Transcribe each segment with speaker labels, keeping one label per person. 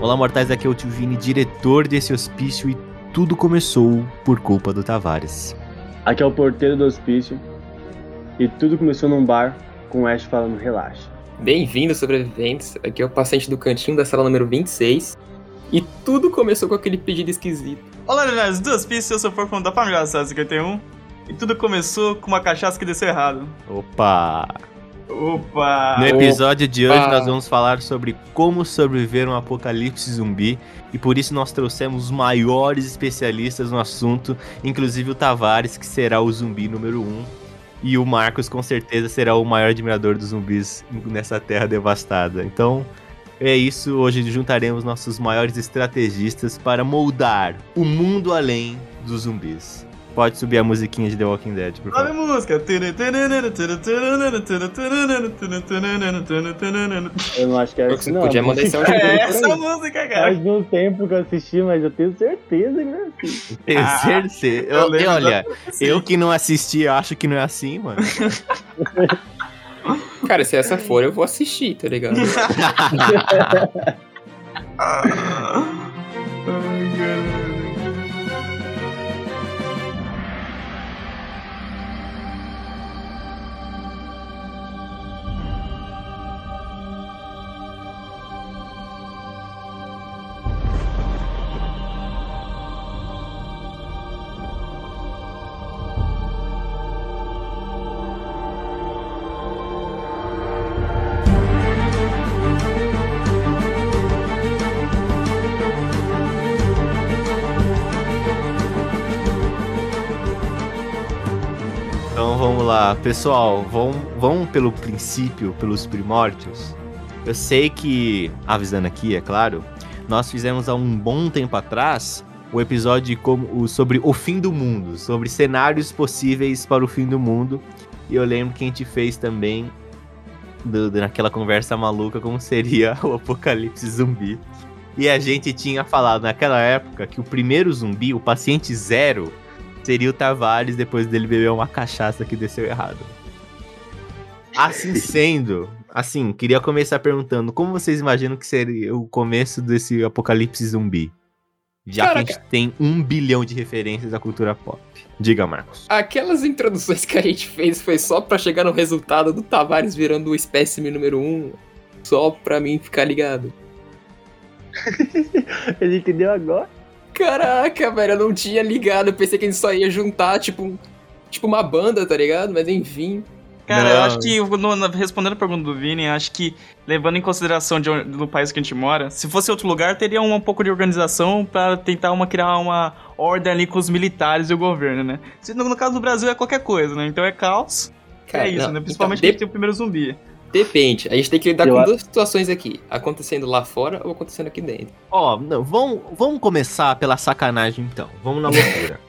Speaker 1: Olá, mortais, aqui é o Tio Vini, diretor desse hospício, e tudo começou por culpa do Tavares.
Speaker 2: Aqui é o porteiro do hospício e tudo começou num bar com o Ash falando relaxa.
Speaker 3: Bem-vindos, sobreviventes. Aqui é o paciente do cantinho da sala número 26. E tudo começou com aquele pedido esquisito.
Speaker 4: Olá, Leonardo, duas pistas, eu sou o Porfão da Família Assassin 51. E tudo começou com uma cachaça que desceu errado.
Speaker 1: Opa!
Speaker 4: Opa!
Speaker 1: No episódio de hoje
Speaker 3: opa.
Speaker 1: nós vamos falar sobre como sobreviver a um apocalipse zumbi e por isso nós trouxemos os maiores especialistas no assunto, inclusive o Tavares, que será o zumbi número 1, um, e o Marcos com certeza será o maior admirador dos zumbis nessa terra devastada. Então, é isso, hoje juntaremos nossos maiores estrategistas para moldar o mundo além dos zumbis. Pode subir a musiquinha de The Walking Dead, por
Speaker 4: Sobe a
Speaker 1: favor.
Speaker 4: música!
Speaker 2: Eu não acho que era
Speaker 3: Eu
Speaker 2: isso, não. né?
Speaker 3: podia mandar esse áudio
Speaker 4: É
Speaker 3: dele
Speaker 4: essa
Speaker 3: por
Speaker 4: a
Speaker 3: aí.
Speaker 4: música, cara!
Speaker 2: Faz um tempo que eu assisti, mas eu tenho certeza que não é assim.
Speaker 1: Tenho
Speaker 4: Ah,
Speaker 1: certeza.
Speaker 4: eu
Speaker 1: Eu,
Speaker 4: lembro
Speaker 1: olha,
Speaker 4: Sim.
Speaker 1: Eu que não assisti, eu acho que não é assim, mano.
Speaker 3: Cara, se
Speaker 4: É.
Speaker 3: essa for, eu vou assistir, tá ligado?
Speaker 4: Ai, caralho.
Speaker 1: então vamos lá, pessoal, vamos, vamos pelo princípio, pelos primórdios. Eu sei que, avisando aqui, é claro, nós fizemos há um bom tempo atrás o episódio de como- o- sobre o fim do mundo, sobre cenários possíveis para o fim do mundo. E eu lembro que a gente fez também, do- do- naquela conversa maluca, como seria o apocalipse zumbi. E a gente tinha falado naquela época que o primeiro zumbi, o paciente zero, seria o Tavares depois dele beber uma cachaça que desceu errado. Assim sendo, assim, queria começar perguntando como vocês imaginam que seria o começo desse apocalipse zumbi? Já que a gente tem um bilhão de referências da cultura pop. Diga, Marcos.
Speaker 3: Aquelas introduções que a gente fez foi só pra chegar no resultado do Tavares virando o espécime número 1. Só pra mim ficar ligado.
Speaker 2: Ele entendeu agora?
Speaker 3: Caraca, velho, eu não tinha ligado. Eu pensei que a gente só ia juntar, tipo, um- tipo uma banda, tá ligado? Mas enfim.
Speaker 4: Cara, eu
Speaker 1: Não.
Speaker 4: acho que, no- na- respondendo a pergunta do Vini, eu acho que, levando em consideração de onde- do país que a gente mora, se fosse outro lugar, teria um, pouco de organização pra tentar uma, criar uma ordem ali com os militares e o governo, né? Se no, no caso do Brasil é qualquer coisa, né? Então é caos,
Speaker 3: Cara,
Speaker 4: é isso,
Speaker 3: não,
Speaker 4: né? Principalmente
Speaker 3: então,
Speaker 4: quando tem o primeiro zumbi.
Speaker 3: Depende, a gente tem que lidar
Speaker 2: Eu
Speaker 3: com
Speaker 2: acho-
Speaker 3: duas situações aqui: acontecendo lá fora ou acontecendo aqui dentro.
Speaker 1: Ó, não, vamos, vamos começar pela sacanagem então. Vamos na loucura.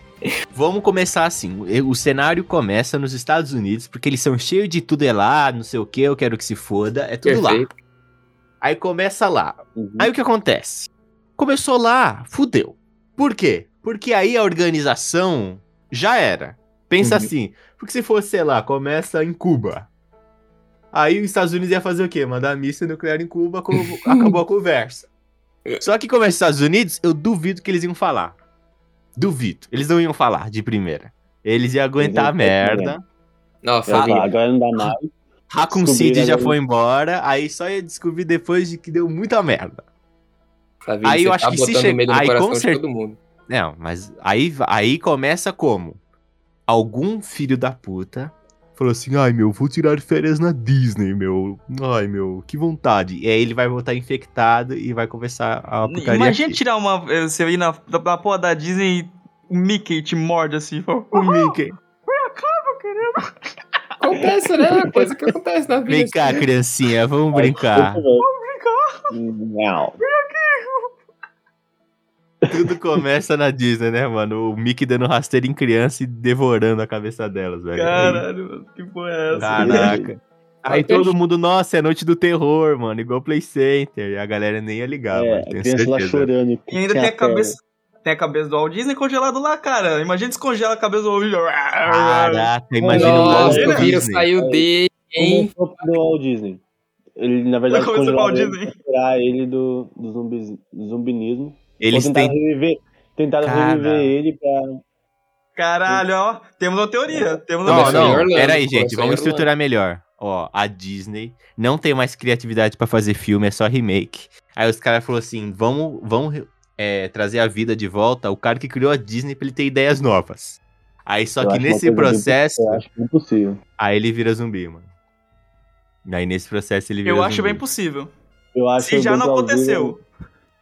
Speaker 1: vamos começar assim. O, o cenário começa nos Estados Unidos, porque eles são cheios de tudo é lá, não sei o que, eu quero que se foda. É tudo lá.
Speaker 3: Perfeito.
Speaker 1: Aí começa lá.
Speaker 2: Uhum.
Speaker 1: Aí o que acontece? Começou lá, fudeu. Por quê? Porque aí a organização já era. Pensa
Speaker 2: Uhum.
Speaker 1: assim, porque se fosse, sei lá, começa em Cuba. Aí os Estados Unidos ia fazer o quê? Mandar missa nuclear em Cuba, co- acabou a conversa. Só que como é os Estados Unidos, eu duvido que eles iam falar. Duvido. Eles não iam falar de primeira. Eles iam aguentar a
Speaker 2: Eles iam falar.
Speaker 1: merda.
Speaker 3: Nossa,
Speaker 2: Ah,
Speaker 3: ali-
Speaker 2: tá, agora não dá mais.
Speaker 1: Raccoon
Speaker 2: Descobriram
Speaker 1: City já
Speaker 2: agora.
Speaker 1: foi embora, aí só ia descobrir depois de que deu muita merda.
Speaker 3: Fabinho,
Speaker 1: Aí
Speaker 3: você
Speaker 1: eu acho
Speaker 3: tá
Speaker 1: que se
Speaker 3: botando
Speaker 1: che-
Speaker 3: medo no
Speaker 1: aí, com
Speaker 3: coração de
Speaker 1: cer-
Speaker 3: todo mundo.
Speaker 1: Não, mas aí, aí começa como? Algum filho da puta falou assim: ai meu, vou tirar férias na Disney, meu. Ai meu, que vontade. E aí ele vai voltar infectado e vai começar a putaria.
Speaker 4: Imagina
Speaker 2: tipo,
Speaker 1: aqui.
Speaker 4: tirar uma. eh, Você ir na, da, da porra da Disney e o Mickey te morde assim. fala,
Speaker 1: o Mickey.
Speaker 3: Acontece, né? É uma coisa que acontece na vida.
Speaker 1: Vem cá, criancinha, vamos brincar.
Speaker 2: Não.
Speaker 1: Tudo começa na Disney, né, mano? O Mickey dando rasteiro em criança e devorando a cabeça delas, velho.
Speaker 4: Caralho, mano, que porra é essa?
Speaker 1: Caraca. Aí todo mundo, nossa, é noite do terror, mano, igual Play Center. E a galera nem ia ligar,
Speaker 2: É,
Speaker 1: mano.
Speaker 2: a
Speaker 1: Tenho
Speaker 2: criança lá
Speaker 1: certeza.
Speaker 2: chorando.
Speaker 4: E ainda tem a cabeça. Tem a cabeça do Walt Disney congelado lá, cara. Imagina descongelar a cabeça do Walt Disney.
Speaker 1: Ah, Caraca, imagina tá o
Speaker 3: Nossa,
Speaker 1: Walt
Speaker 3: o vírus
Speaker 1: Disney.
Speaker 3: saiu dele, hein?
Speaker 2: Começou do Walt Disney. Ele, na
Speaker 4: Vai
Speaker 2: verdade,
Speaker 4: começar a
Speaker 2: congelar
Speaker 4: falar
Speaker 2: ele,
Speaker 4: Disney.
Speaker 2: tirar ele do, do, zumbi, do zumbinismo.
Speaker 1: Eles
Speaker 2: Ou tentaram
Speaker 1: têm.
Speaker 2: reviver, tentaram
Speaker 1: Cara.
Speaker 2: reviver ele pra...
Speaker 4: Caralho, ó. Temos uma teoria. Temos
Speaker 1: Não,
Speaker 2: né?
Speaker 4: uma teoria.
Speaker 3: Começou em
Speaker 1: não,
Speaker 3: Orlando,
Speaker 1: peraí, gente,
Speaker 3: começou em
Speaker 1: vamos
Speaker 3: Orlando.
Speaker 1: estruturar melhor. Ó, a Disney não tem mais criatividade pra fazer filme, é só remake. Aí os caras falaram assim: vamos, vamos é, trazer a vida de volta o cara que criou a Disney pra ele ter ideias novas. Aí só
Speaker 2: Eu
Speaker 1: que
Speaker 2: acho uma
Speaker 1: nesse
Speaker 2: coisa bem-
Speaker 1: processo,
Speaker 2: Eu acho impossível.
Speaker 1: aí ele vira zumbi, mano. Aí nesse processo ele vira
Speaker 4: Eu acho
Speaker 1: zumbi.
Speaker 4: bem possível.
Speaker 2: Eu acho
Speaker 4: Se já
Speaker 2: bem
Speaker 4: não
Speaker 2: plausível,
Speaker 4: aconteceu.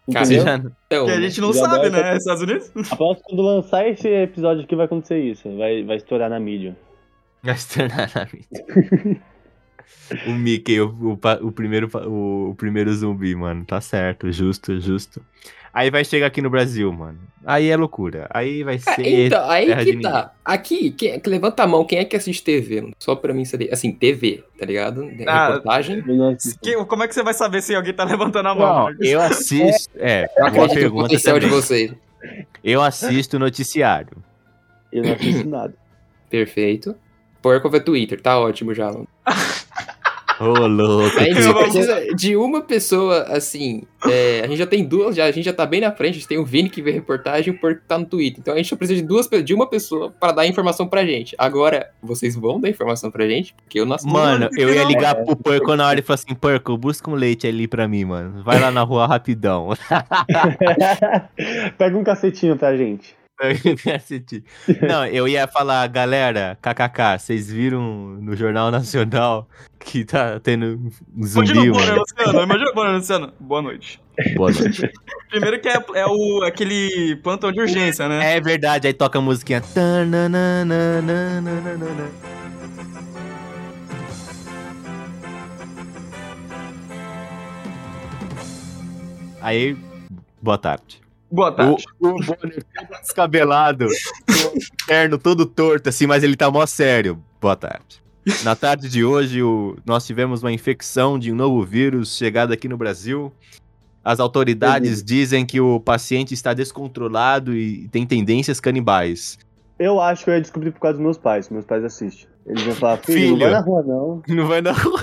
Speaker 1: Você
Speaker 2: Entendeu?
Speaker 1: já
Speaker 3: Então,
Speaker 4: Que a gente não
Speaker 2: Já
Speaker 4: sabe,
Speaker 2: dá essa-
Speaker 4: né? Estados Unidos?
Speaker 2: Após quando lançar esse episódio aqui vai acontecer isso. Vai, vai estourar na mídia.
Speaker 1: Gastronar na mídia. o Mickey, o, o pa- o primeiro, pa- o, o primeiro zumbi, mano. Tá certo, justo, justo. Aí vai chegar aqui no Brasil, mano. Aí é loucura. Aí vai ser.
Speaker 3: É, então, aí
Speaker 1: terra de
Speaker 3: que
Speaker 1: ninguém.
Speaker 3: tá. Aqui, quem- que levanta a mão, quem é que assiste TV? Só pra mim saber. Assim, TV, tá ligado?
Speaker 4: Ah,
Speaker 3: Reportagem.
Speaker 2: Eu não assisto.
Speaker 4: Que- como é que você vai saber se alguém tá levantando a mão?
Speaker 1: Não, eu assisto. É,
Speaker 3: Eu
Speaker 1: boa
Speaker 3: acredito no
Speaker 1: pergunta
Speaker 3: potencial de
Speaker 1: também.
Speaker 3: vocês.
Speaker 1: Eu assisto o noticiário.
Speaker 2: Eu não assisto nada.
Speaker 3: Perfeito. Porco é Twitter, tá ótimo já. Alan.
Speaker 1: Ô, louco.
Speaker 3: A gente
Speaker 4: Eu
Speaker 3: só
Speaker 4: vou-
Speaker 3: precisa de uma pessoa, assim. é, a gente já tem duas, já, a gente já tá bem na frente. A gente tem o Vini que vê reportagem e o Porco que tá no Twitter. Então a gente só precisa de duas pe- de uma pessoa pra dar informação pra gente. Agora, vocês vão dar informação pra gente, porque eu não assisto.
Speaker 1: Mano, eu ia
Speaker 4: Não.
Speaker 1: ligar pro Porco na hora e falar assim: Porco, busca um leite ali pra mim, mano. Vai lá na rua rapidão.
Speaker 2: Pega um cacetinho pra gente.
Speaker 1: Vai assistir. Não, eu ia falar, galera, kkk, vocês viram no Jornal Nacional que tá tendo um
Speaker 4: Imagina
Speaker 1: zumbi,
Speaker 4: o Bonner
Speaker 1: mano?
Speaker 4: Luciano. Imagina o Bonner Luciano. Boa noite.
Speaker 1: Boa noite.
Speaker 4: Primeiro que é, é o, aquele plantão de urgência, né?
Speaker 1: É verdade, aí toca a musiquinha. Tananananananana. Aí, boa tarde.
Speaker 4: Boa
Speaker 1: O,
Speaker 4: tarde.
Speaker 1: o Bonner todo descabelado, com o terno todo torto, assim, mas ele tá mó sério. Boa tarde. Na tarde de hoje, o- nós tivemos uma infecção de um novo vírus chegado aqui no Brasil. As autoridades dizem que o paciente está descontrolado e tem tendências canibais.
Speaker 2: Eu acho que eu ia descobrir por causa dos meus pais. Meus pais assistem. Eles iam falar, filho,
Speaker 1: Filho.
Speaker 2: não vai na rua não.
Speaker 1: Não vai na rua.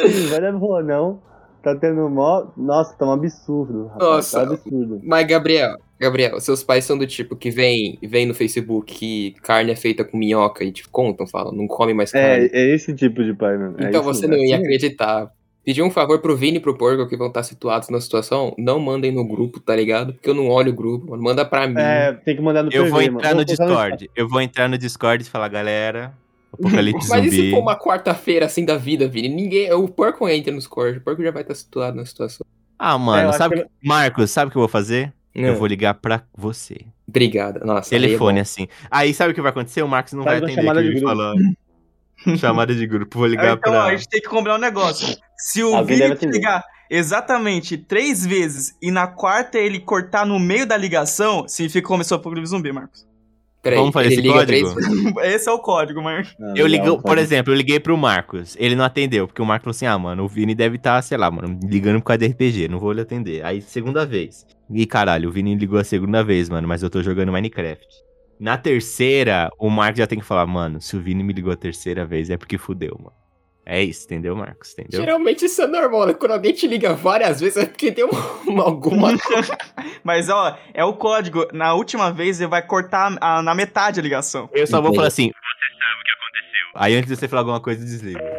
Speaker 2: Filho, vai na rua não. Tá tendo mó... Nossa, tá um absurdo. Rapaz.
Speaker 3: Nossa.
Speaker 2: Tá um absurdo.
Speaker 3: Mas, Gabriel, Gabriel, seus pais são do tipo que vem, vem no Facebook que carne é feita com minhoca e te contam, falam, não come mais
Speaker 2: É,
Speaker 3: carne.
Speaker 2: é esse tipo de pai, mano. É
Speaker 3: então
Speaker 2: isso,
Speaker 3: você
Speaker 2: é
Speaker 3: não ia
Speaker 2: assim.
Speaker 3: acreditar. Pedir um favor pro Vini e pro Porco que vão estar situados na situação, não mandem no grupo, tá ligado? Porque eu não olho o grupo, mano. Manda pra mim.
Speaker 2: É, tem que mandar no
Speaker 1: Eu vou
Speaker 2: PV, mano.
Speaker 1: entrar no
Speaker 2: Vou postar
Speaker 1: Discord. Eu vou entrar no Discord e falar, galera, apocalipse
Speaker 3: Mas e se
Speaker 1: zumbi.
Speaker 3: for uma quarta-feira assim da vida, Vini? Ninguém. O porco entra nos cortes, o porco já vai estar situado na situação.
Speaker 1: Ah,
Speaker 2: É, eu
Speaker 1: mano,
Speaker 2: acho
Speaker 1: sabe...
Speaker 2: que
Speaker 1: que- Marcos, sabe o que eu vou fazer?
Speaker 3: Não,
Speaker 1: Eu vou ligar pra você.
Speaker 3: Obrigado. Nossa, aí é
Speaker 1: Telefone, assim. Aí sabe o que vai acontecer? O Marcos não
Speaker 2: Faz
Speaker 1: vai
Speaker 2: uma
Speaker 1: atender
Speaker 2: chamada
Speaker 1: aqui
Speaker 2: de
Speaker 1: me
Speaker 2: grupo.
Speaker 1: falando. chamada de grupo. Vou ligar
Speaker 4: então, ó,
Speaker 1: pra.
Speaker 4: a gente tem que combinar um negócio. Se o
Speaker 2: Alguém
Speaker 4: Vini
Speaker 2: deve atender.
Speaker 4: ligar exatamente três vezes e na quarta ele cortar no meio da ligação, significa que começou a apocalipse zumbi, Marcos.
Speaker 3: bom. Peraí,
Speaker 1: Vamos fazer
Speaker 3: ele
Speaker 1: esse
Speaker 3: liga
Speaker 1: código?
Speaker 3: três vezes.
Speaker 4: Esse é o código, Marcos.
Speaker 2: Não,
Speaker 1: Eu
Speaker 2: não, tá
Speaker 1: ligo, por
Speaker 2: sabe?
Speaker 1: exemplo, eu liguei pro Marcos. Ele não atendeu, porque o Marcos falou assim: ah, mano, o Vini deve estar, sei lá, mano, ligando por causa de RPG, não vou lhe atender. Aí, segunda vez. E caralho, o Vini ligou a segunda vez, mano, mas eu tô jogando Minecraft. Na terceira, o Marcos já tem que falar, mano, se o Vini me ligou a terceira vez é porque fudeu, mano. É isso, entendeu, Marcos? Entendeu?
Speaker 3: Geralmente isso é normal, né? Quando alguém te liga várias vezes é porque tem uma, alguma
Speaker 4: Mas, ó, é o código. Na última vez ele vai cortar a- na metade a ligação.
Speaker 1: Eu só vou
Speaker 3: Entendi.
Speaker 1: falar assim: você sabe o que aconteceu. Aí antes de você falar alguma coisa, desliga.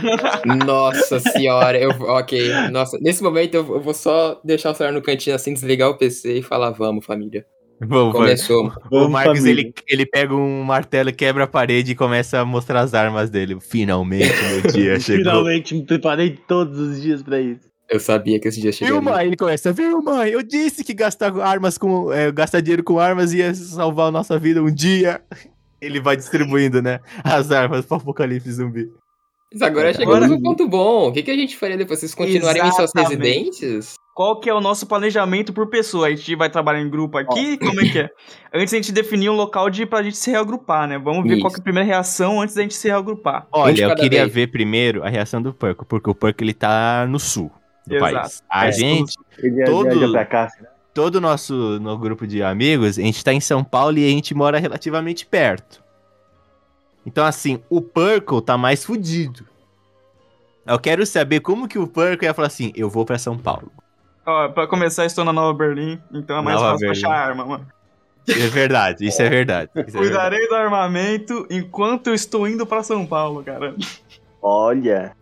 Speaker 3: Nossa senhora, eu ok. Nossa, nesse momento eu, eu vou só deixar o celular no cantinho assim, desligar o PC e falar vamos, família.
Speaker 1: Vamos, vamos.
Speaker 3: Começou.
Speaker 1: O
Speaker 2: Vamos,
Speaker 1: Marcos,
Speaker 2: família.
Speaker 1: ele, ele pega um martelo, quebra a parede e começa a mostrar as armas dele. Finalmente, meu dia chegou.
Speaker 2: Finalmente me preparei todos os dias pra isso.
Speaker 3: Eu sabia que esse dia chegaria.
Speaker 1: Viu, mãe? Ele começa, viu, mãe? Eu disse que gastar armas com. é, gastar dinheiro com armas ia salvar a nossa vida um dia. Ele vai distribuindo, né? As armas pro apocalipse zumbi.
Speaker 3: Mas agora chegamos no ponto bom. O que, que a gente faria depois? Vocês continuarem em suas
Speaker 4: Exatamente.
Speaker 3: residências?
Speaker 4: Qual que é o nosso planejamento por pessoa? A gente vai trabalhar em grupo aqui? Como é que é? Antes a gente definir um local de, pra gente se reagrupar, né? Vamos ver
Speaker 3: Isso.
Speaker 4: qual que é a primeira reação antes da gente se reagrupar.
Speaker 1: Olha,
Speaker 3: de
Speaker 1: eu
Speaker 3: cada
Speaker 1: queria
Speaker 3: vez.
Speaker 1: ver primeiro a reação do Porco, porque o Porco ele tá no sul do
Speaker 4: Exato.
Speaker 1: país. A
Speaker 2: É.
Speaker 1: gente,
Speaker 2: Ele ia
Speaker 1: Todos-
Speaker 2: viajar pra cá. assim, né?
Speaker 1: todo o nosso no grupo de amigos, a gente tá em São Paulo e a gente mora relativamente perto. Então, assim, o Purple tá mais fudido. Eu quero saber como que o Purple ia falar assim, eu vou pra São Paulo.
Speaker 4: Ó, pra começar, estou na Nova Berlim, então é mais
Speaker 1: Nova
Speaker 4: fácil
Speaker 1: Berlim.
Speaker 4: achar arma, mano.
Speaker 1: É verdade, isso é verdade. Isso é verdade.
Speaker 4: Cuidarei do armamento enquanto eu estou indo pra São Paulo, cara.
Speaker 2: Olha.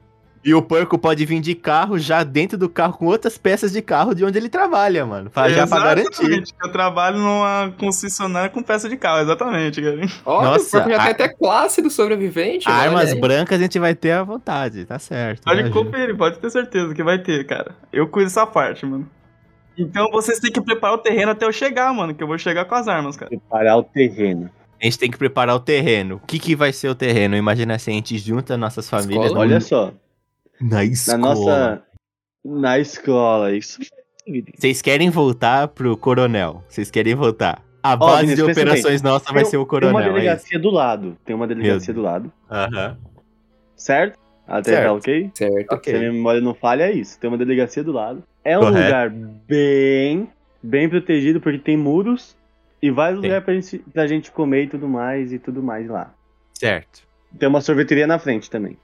Speaker 1: E o porco pode vir de carro já dentro do carro com outras peças de carro de onde ele trabalha, mano. Pra, Tá já pra
Speaker 4: Exatamente,
Speaker 1: garantir.
Speaker 4: Eu trabalho numa concessionária com peça de carro, exatamente, cara.
Speaker 3: Olha,
Speaker 1: Nossa,
Speaker 3: o corpo já
Speaker 1: a-
Speaker 3: tem até classe do sobrevivente. olha
Speaker 1: Armas
Speaker 3: aí.
Speaker 1: brancas a gente vai ter à vontade, tá certo. né,
Speaker 4: Pode
Speaker 1: Ju?
Speaker 4: conferir, pode ter certeza que vai ter, cara. Eu cuido dessa parte, mano. Então vocês têm que preparar o terreno até eu chegar, mano, que eu vou chegar com as armas, cara.
Speaker 2: Preparar o terreno.
Speaker 1: A gente tem que preparar o terreno. O que, que vai ser o terreno? Imagina assim, a gente junta nossas famílias
Speaker 3: Escola?
Speaker 2: Olha
Speaker 1: olha,
Speaker 2: só.
Speaker 1: na
Speaker 2: Na
Speaker 1: escola.
Speaker 2: nossa. Na escola, isso. é
Speaker 1: Vocês querem voltar pro coronel. Vocês querem voltar. A
Speaker 2: Ó,
Speaker 1: base
Speaker 2: meninos,
Speaker 1: de
Speaker 2: pensa
Speaker 1: operações nossa vai
Speaker 2: Tem-
Speaker 1: ser o
Speaker 2: Tem uma
Speaker 1: coronel, é isso.
Speaker 2: delegacia do lado. Tem uma delegacia do lado.
Speaker 1: Aham.
Speaker 2: Certo? Até
Speaker 1: Certo.
Speaker 2: tá ok?
Speaker 3: Certo.
Speaker 1: Ok.
Speaker 2: Se a minha memória não falha, é isso. Tem uma delegacia do lado. É um
Speaker 1: Correto.
Speaker 2: lugar bem, bem protegido, porque tem muros e vários
Speaker 1: Tem.
Speaker 2: lugares pra gente, pra gente comer e tudo mais e tudo mais lá.
Speaker 1: Certo.
Speaker 2: Tem uma sorveteria na frente também.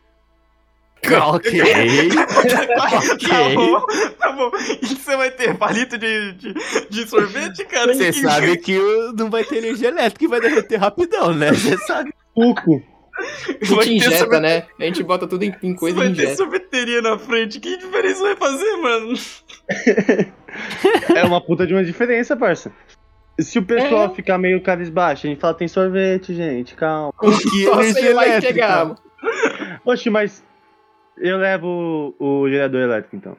Speaker 1: Ok.
Speaker 4: Tá
Speaker 1: ok.
Speaker 4: bom, tá bom. E que você vai ter? Palito de, de, de sorvete, cara?
Speaker 1: Você
Speaker 4: Que-
Speaker 1: sabe que o- não vai ter energia elétrica e vai derreter rapidão, né? Você sabe.
Speaker 2: Suco.
Speaker 3: A
Speaker 4: vai ter
Speaker 3: gente injeta,
Speaker 4: sorvete-
Speaker 3: né? A gente bota tudo em, em coisa e
Speaker 4: Vai ter
Speaker 3: injeta.
Speaker 4: sorveteria na frente, que diferença vai fazer, mano?
Speaker 2: É uma puta de uma diferença, parça. Se o pessoal
Speaker 4: É.
Speaker 2: ficar meio cabisbaixo, a gente fala, tem sorvete, gente, calma.
Speaker 1: Que
Speaker 3: Só
Speaker 1: energia
Speaker 3: sei lá e
Speaker 1: elétrica?
Speaker 3: chegar.
Speaker 2: Oxe, mas eu levo o, o gerador elétrico, então.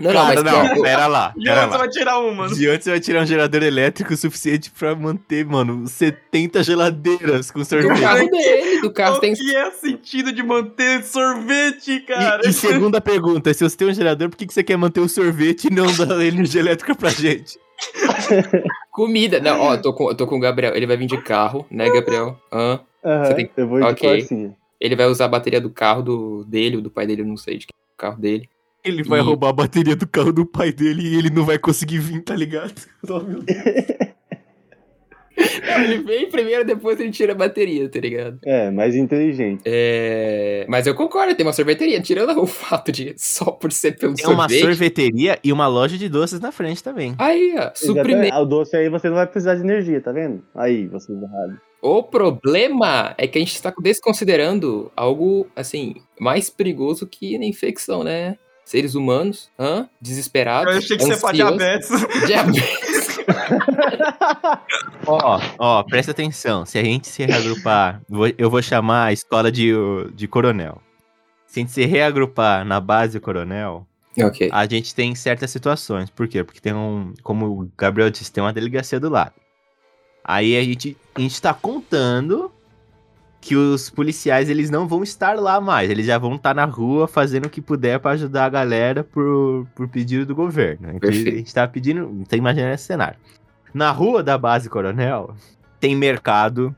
Speaker 3: Não, não,
Speaker 1: Cara,
Speaker 3: mas
Speaker 1: não,
Speaker 3: pô,
Speaker 1: pera lá.
Speaker 4: E
Speaker 1: Pera
Speaker 4: agora você
Speaker 1: lá.
Speaker 4: vai tirar um, mano.
Speaker 1: De onde você vai tirar um gerador elétrico suficiente pra manter, mano, 70 geladeiras com
Speaker 3: é do
Speaker 1: sorvete?
Speaker 3: carro dele, do carro
Speaker 4: O
Speaker 3: tem
Speaker 4: que é sentido de manter sorvete, cara?
Speaker 1: E, e segunda pergunta, se você tem um gerador, por que, que você quer manter o sorvete e não dar energia elétrica pra gente?
Speaker 3: comida. Não, ó, eu tô com, eu tô com o Gabriel. Ele vai vir de carro, né, Gabriel? Hã?
Speaker 2: Aham,
Speaker 3: tem-
Speaker 2: Eu vou de
Speaker 3: ok.
Speaker 2: forcinha.
Speaker 3: Ele vai usar a bateria do carro do dele, ou do pai dele, eu não sei de que é o carro dele.
Speaker 1: Ele vai
Speaker 3: E-
Speaker 1: roubar a bateria do carro do pai dele e ele não vai conseguir vir, tá ligado? Oh, meu Deus.
Speaker 3: Ele vem primeiro, depois ele tira a bateria, tá ligado?
Speaker 2: É, mais inteligente.
Speaker 3: É... Mas eu concordo, tem uma sorveteria. Tirando o fato de só por ser pelo
Speaker 1: Tem uma
Speaker 3: sorvete.
Speaker 1: sorveteria e uma loja de doces na frente também.
Speaker 3: Aí, ó, suprimento.
Speaker 2: Exatamente. Ah, O doce aí você não vai precisar de energia, tá vendo? Aí, vocês erraram.
Speaker 3: O problema é que a gente está desconsiderando algo, assim, mais perigoso que a infecção, né? Seres humanos, hã?
Speaker 4: Eu
Speaker 3: desesperados,
Speaker 4: achei que você é pra
Speaker 3: ansiosos.
Speaker 4: diabetes.
Speaker 3: Diabetes.
Speaker 1: Ó, ó, presta atenção. Se a gente se reagrupar, vou- eu vou chamar a escola de, uh, de coronel. Se a gente se reagrupar na base do coronel,
Speaker 3: ok.
Speaker 1: a gente tem certas situações. Por quê? Porque tem um. Como o Gabriel disse, tem uma delegacia do lado. Aí a gente, a gente tá contando que os policiais eles não vão estar lá mais. Eles já vão estar na rua fazendo o que puder pra ajudar a galera por, por pedido do governo. Então, a
Speaker 3: Perfeito.
Speaker 1: gente tá pedindo. Tá imaginando esse cenário. Na rua da base coronel, tem mercado,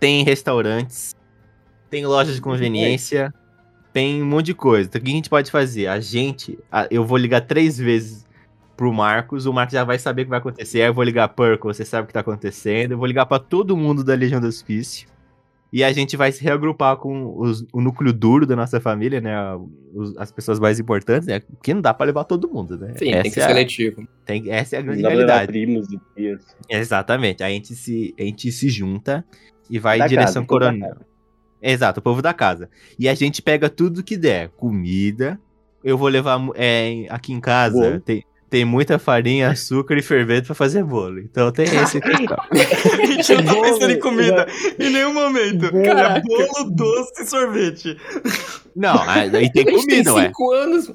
Speaker 1: tem restaurantes, tem loja de conveniência, tem um monte de coisa. Então, o que a gente pode fazer? A gente, a- eu vou ligar três vezes pro Marcos, o Marcos já vai saber o que vai acontecer. Aí eu vou ligar Perco, você sabe o que tá acontecendo. Eu vou ligar pra todo mundo da Legião do Hospício. E a gente vai se reagrupar com os- o núcleo duro da nossa família, né? os- as pessoas mais importantes, né? Porque não dá pra levar todo mundo, né?
Speaker 3: Sim, tem que
Speaker 1: é
Speaker 3: ser
Speaker 1: a-
Speaker 3: seletivo.
Speaker 1: tem- essa é a
Speaker 2: Não
Speaker 1: grande
Speaker 2: dá pra levar
Speaker 1: realidade.
Speaker 2: primos e tias.
Speaker 1: Exatamente. A gente se, a gente se junta e vai
Speaker 2: Da
Speaker 1: em direção
Speaker 2: casa,
Speaker 1: ao coronel. Exato, o povo da casa. E a gente pega tudo que der. Comida. Eu vou levar mu- é, em- aqui em casa.
Speaker 2: Bolo.
Speaker 1: Tem, tem muita farinha, açúcar e fervento pra fazer bolo. Então tem esse questão.
Speaker 4: A gente não tá pensando
Speaker 2: Bolo,
Speaker 4: em comida em nenhum momento.
Speaker 2: Bolo.
Speaker 4: Cara, bolo, doce e sorvete.
Speaker 1: Não, aí tem
Speaker 3: a gente
Speaker 1: comida,
Speaker 3: tem
Speaker 1: ué.
Speaker 3: cinco anos.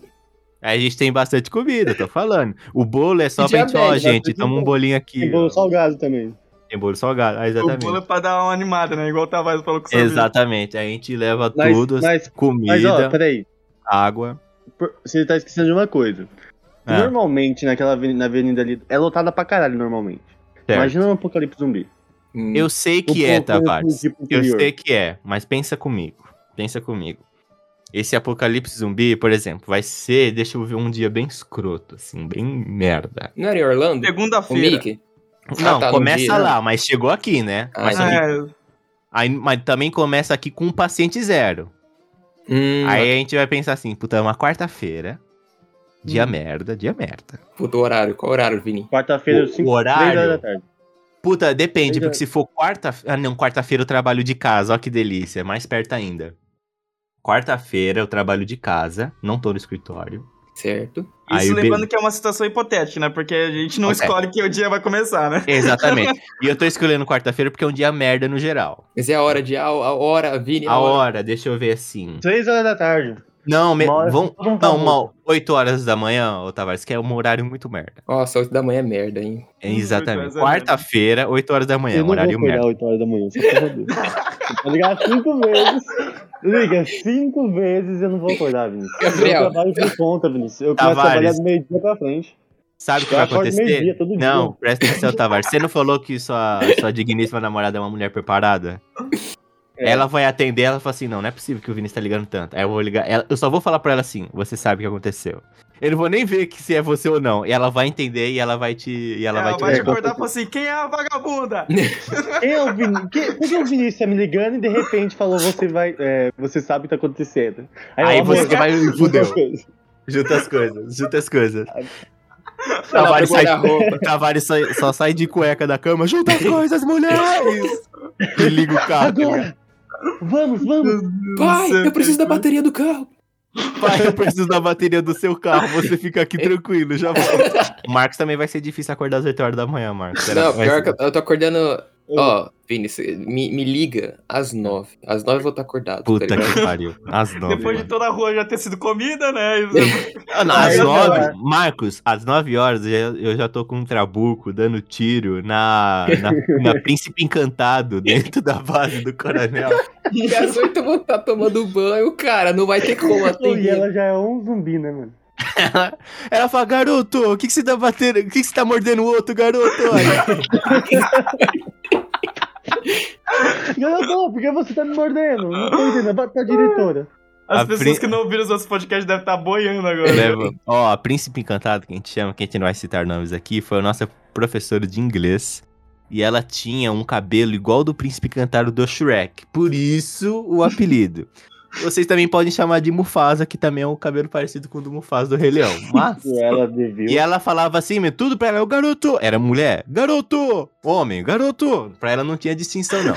Speaker 1: A gente tem bastante comida, tô falando. O bolo é só
Speaker 3: E
Speaker 1: pra gente, ó,
Speaker 3: diabetes,
Speaker 1: gente,
Speaker 2: bastante
Speaker 1: toma um
Speaker 2: bolo.
Speaker 1: bolinho aqui.
Speaker 2: né? Tem bolo
Speaker 1: ó.
Speaker 2: salgado também.
Speaker 1: Tem bolo salgado, ah,
Speaker 4: O bolo é
Speaker 1: exatamente.
Speaker 4: pra dar uma animada, né? Igual o Tavares falou com o sorvete.
Speaker 1: Exatamente, a gente leva
Speaker 2: Mas,
Speaker 1: tudo, assim,
Speaker 2: mas, mas ó, tá-
Speaker 1: comida,
Speaker 2: peraí.
Speaker 1: água.
Speaker 2: Por- Você tá esquecendo de uma coisa.
Speaker 1: Ah,
Speaker 2: Normalmente, naquela avenida, na avenida ali, é lotada pra caralho, normalmente.
Speaker 1: certo.
Speaker 2: Imagina um apocalipse zumbi.
Speaker 3: Hum,
Speaker 1: Eu sei
Speaker 2: O
Speaker 1: que é,
Speaker 2: povo foi
Speaker 1: Tavares.
Speaker 2: fugir pro
Speaker 1: Eu
Speaker 2: interior.
Speaker 1: sei que é, mas pensa comigo. Pensa comigo. Esse apocalipse zumbi, por exemplo, vai ser, deixa eu ver, um dia bem escroto, assim, bem merda.
Speaker 3: Não era em Orlando? O
Speaker 4: Segunda-feira.
Speaker 3: Mickey? Ah,
Speaker 1: Não,
Speaker 3: tá, no
Speaker 1: começa
Speaker 3: dia,
Speaker 1: lá, mas chegou aqui, né?
Speaker 3: Ah,
Speaker 1: mas
Speaker 3: então.
Speaker 1: só que
Speaker 4: É,
Speaker 1: Aí, mas também começa aqui com um paciente zero.
Speaker 3: Hum,
Speaker 1: Aí a gente vai pensar assim, puta, é uma quarta-feira. Dia
Speaker 3: Hum.
Speaker 1: merda, dia merda.
Speaker 3: puta, o horário. Qual horário, Vini?
Speaker 2: Quarta-feira,
Speaker 1: O-
Speaker 2: 5
Speaker 1: o horário?
Speaker 2: horas da tarde.
Speaker 1: Puta, depende,
Speaker 2: Pois é.
Speaker 1: porque se for quarta. Ah, não, quarta-feira eu trabalho de casa, ó que delícia, é mais perto ainda. Quarta-feira eu trabalho de casa, não tô no escritório.
Speaker 3: Certo.
Speaker 1: Aí
Speaker 4: Isso
Speaker 1: o
Speaker 4: lembrando
Speaker 1: Bel-
Speaker 4: que é uma situação hipotética, né? Porque a gente não
Speaker 1: Ok.
Speaker 4: escolhe que o dia vai começar, né?
Speaker 1: Exatamente. e eu tô escolhendo quarta-feira porque é um dia merda no geral.
Speaker 3: Mas é a hora de. A, a hora, Vini.
Speaker 1: A hora, deixa eu ver assim.
Speaker 2: 6 horas da tarde.
Speaker 1: Não, me...
Speaker 2: Uma hora-
Speaker 1: vão.
Speaker 2: Vamos
Speaker 1: Não,
Speaker 2: dar um-
Speaker 1: uma... 8 horas da manhã, ô Tavares, que é um horário muito merda.
Speaker 3: Nossa, 8 da manhã é merda, hein?
Speaker 1: É
Speaker 4: Oito
Speaker 1: exatamente.
Speaker 4: horas da manhã.
Speaker 1: Quarta-feira, 8 horas da manhã,
Speaker 2: Eu
Speaker 1: um
Speaker 2: não vou
Speaker 1: horário
Speaker 2: acordar
Speaker 1: merda.
Speaker 2: 8 horas da manhã, só pra joder. Vou ligar 5 vezes. Liga 5 vezes e eu não vou acordar, Vinícius.
Speaker 3: Gabriel.
Speaker 2: Eu trabalho por conta, Vinícius. Eu começo a
Speaker 1: Tavares.
Speaker 2: trabalhar do meio-dia pra frente.
Speaker 1: Sabe o que
Speaker 2: Eu
Speaker 1: vai
Speaker 2: acordo
Speaker 1: acontecer?
Speaker 2: meio-dia todo
Speaker 1: Não,
Speaker 2: dia.
Speaker 1: presta atenção, Tavares. Você não falou que sua, sua digníssima namorada é uma mulher preparada?
Speaker 2: É.
Speaker 1: Ela vai atender, ela fala assim: não, não é possível que o Vinícius tá ligando tanto. Aí eu vou ligar. ela- eu só vou falar pra ela assim: você sabe o que aconteceu. Eu não vou nem ver que se é você ou não. E ela vai entender e ela vai te. E
Speaker 4: É,
Speaker 1: ela vai te
Speaker 2: É,
Speaker 1: tipo,
Speaker 2: vai
Speaker 1: responder.
Speaker 4: acordar e falar assim: quem é a vagabunda?
Speaker 2: Quem é o Vinícius? Quem- Por que o Vinícius tá me ligando e de repente falou, você vai. é, você sabe o que tá acontecendo. eu,
Speaker 1: Aí
Speaker 2: amor,
Speaker 1: você vai.
Speaker 2: outra
Speaker 1: Fudeu.
Speaker 2: coisa.
Speaker 1: Junta as coisas, junta as coisas.
Speaker 3: Vai lá pro
Speaker 1: Tavares sai,
Speaker 3: guarda-roupa.
Speaker 1: Tavares só, só sai de cueca da cama, junta as coisas, mulheres! E liga o carro. tá ligado?
Speaker 2: Agora! Vamos, vamos!
Speaker 3: Pai, eu preciso da bateria do carro.
Speaker 1: Pai, eu preciso da bateria do seu carro, você fica aqui tranquilo, já volto. O Marcos também vai ser difícil acordar às 8 horas da manhã, Marcos. Será
Speaker 3: Não,
Speaker 1: vai
Speaker 3: pior
Speaker 1: ser?
Speaker 3: que eu- eu tô acordando. Ó, Vini, cê- me, me liga às 9. Às 9 eu vou estar acordado.
Speaker 1: Puta
Speaker 3: tá ligado?
Speaker 1: que pariu. Às 9.
Speaker 4: Depois de toda a rua já ter sido comida, né? E-
Speaker 1: Ah, às
Speaker 2: Aí eu
Speaker 1: 9,
Speaker 4: né?
Speaker 2: tava-
Speaker 1: Marcos, às 9 horas eu eu já tô com um trabuco dando tiro na, na, na Príncipe Encantado dentro da base do Coronel.
Speaker 3: E às 8 eu vou estar tomando banho, cara. Não vai ter como
Speaker 2: E
Speaker 3: atender.
Speaker 2: ela já é um zumbi, né, mano?
Speaker 1: Ela, ela fala, garoto, o que, que você tá batendo? O que, que você tá mordendo o outro, garoto? Aí,
Speaker 2: Eu não, porque você tá me mordendo. Não tô entendendo. Bate pra diretora.
Speaker 4: As
Speaker 1: A
Speaker 4: pessoas
Speaker 1: pri- é
Speaker 4: que não ouviram os nossos podcasts devem estar boiando agora.
Speaker 1: leva- Né, Ó, a Príncipe Encantado, que a gente chama, que a gente não vai citar nomes aqui, foi a nossa professora de inglês. E ela tinha um cabelo igual ao do Príncipe Encantado do Shrek. Por isso, o apelido. Vocês também podem chamar de Mufasa, que também é um cabelo parecido com o do Mufasa do Rei Leão. Mas...
Speaker 2: E ela deviu.
Speaker 1: E ela falava assim, meu, tudo pra ela, o garoto, era mulher, garoto, homem, garoto. Pra ela não tinha distinção, não.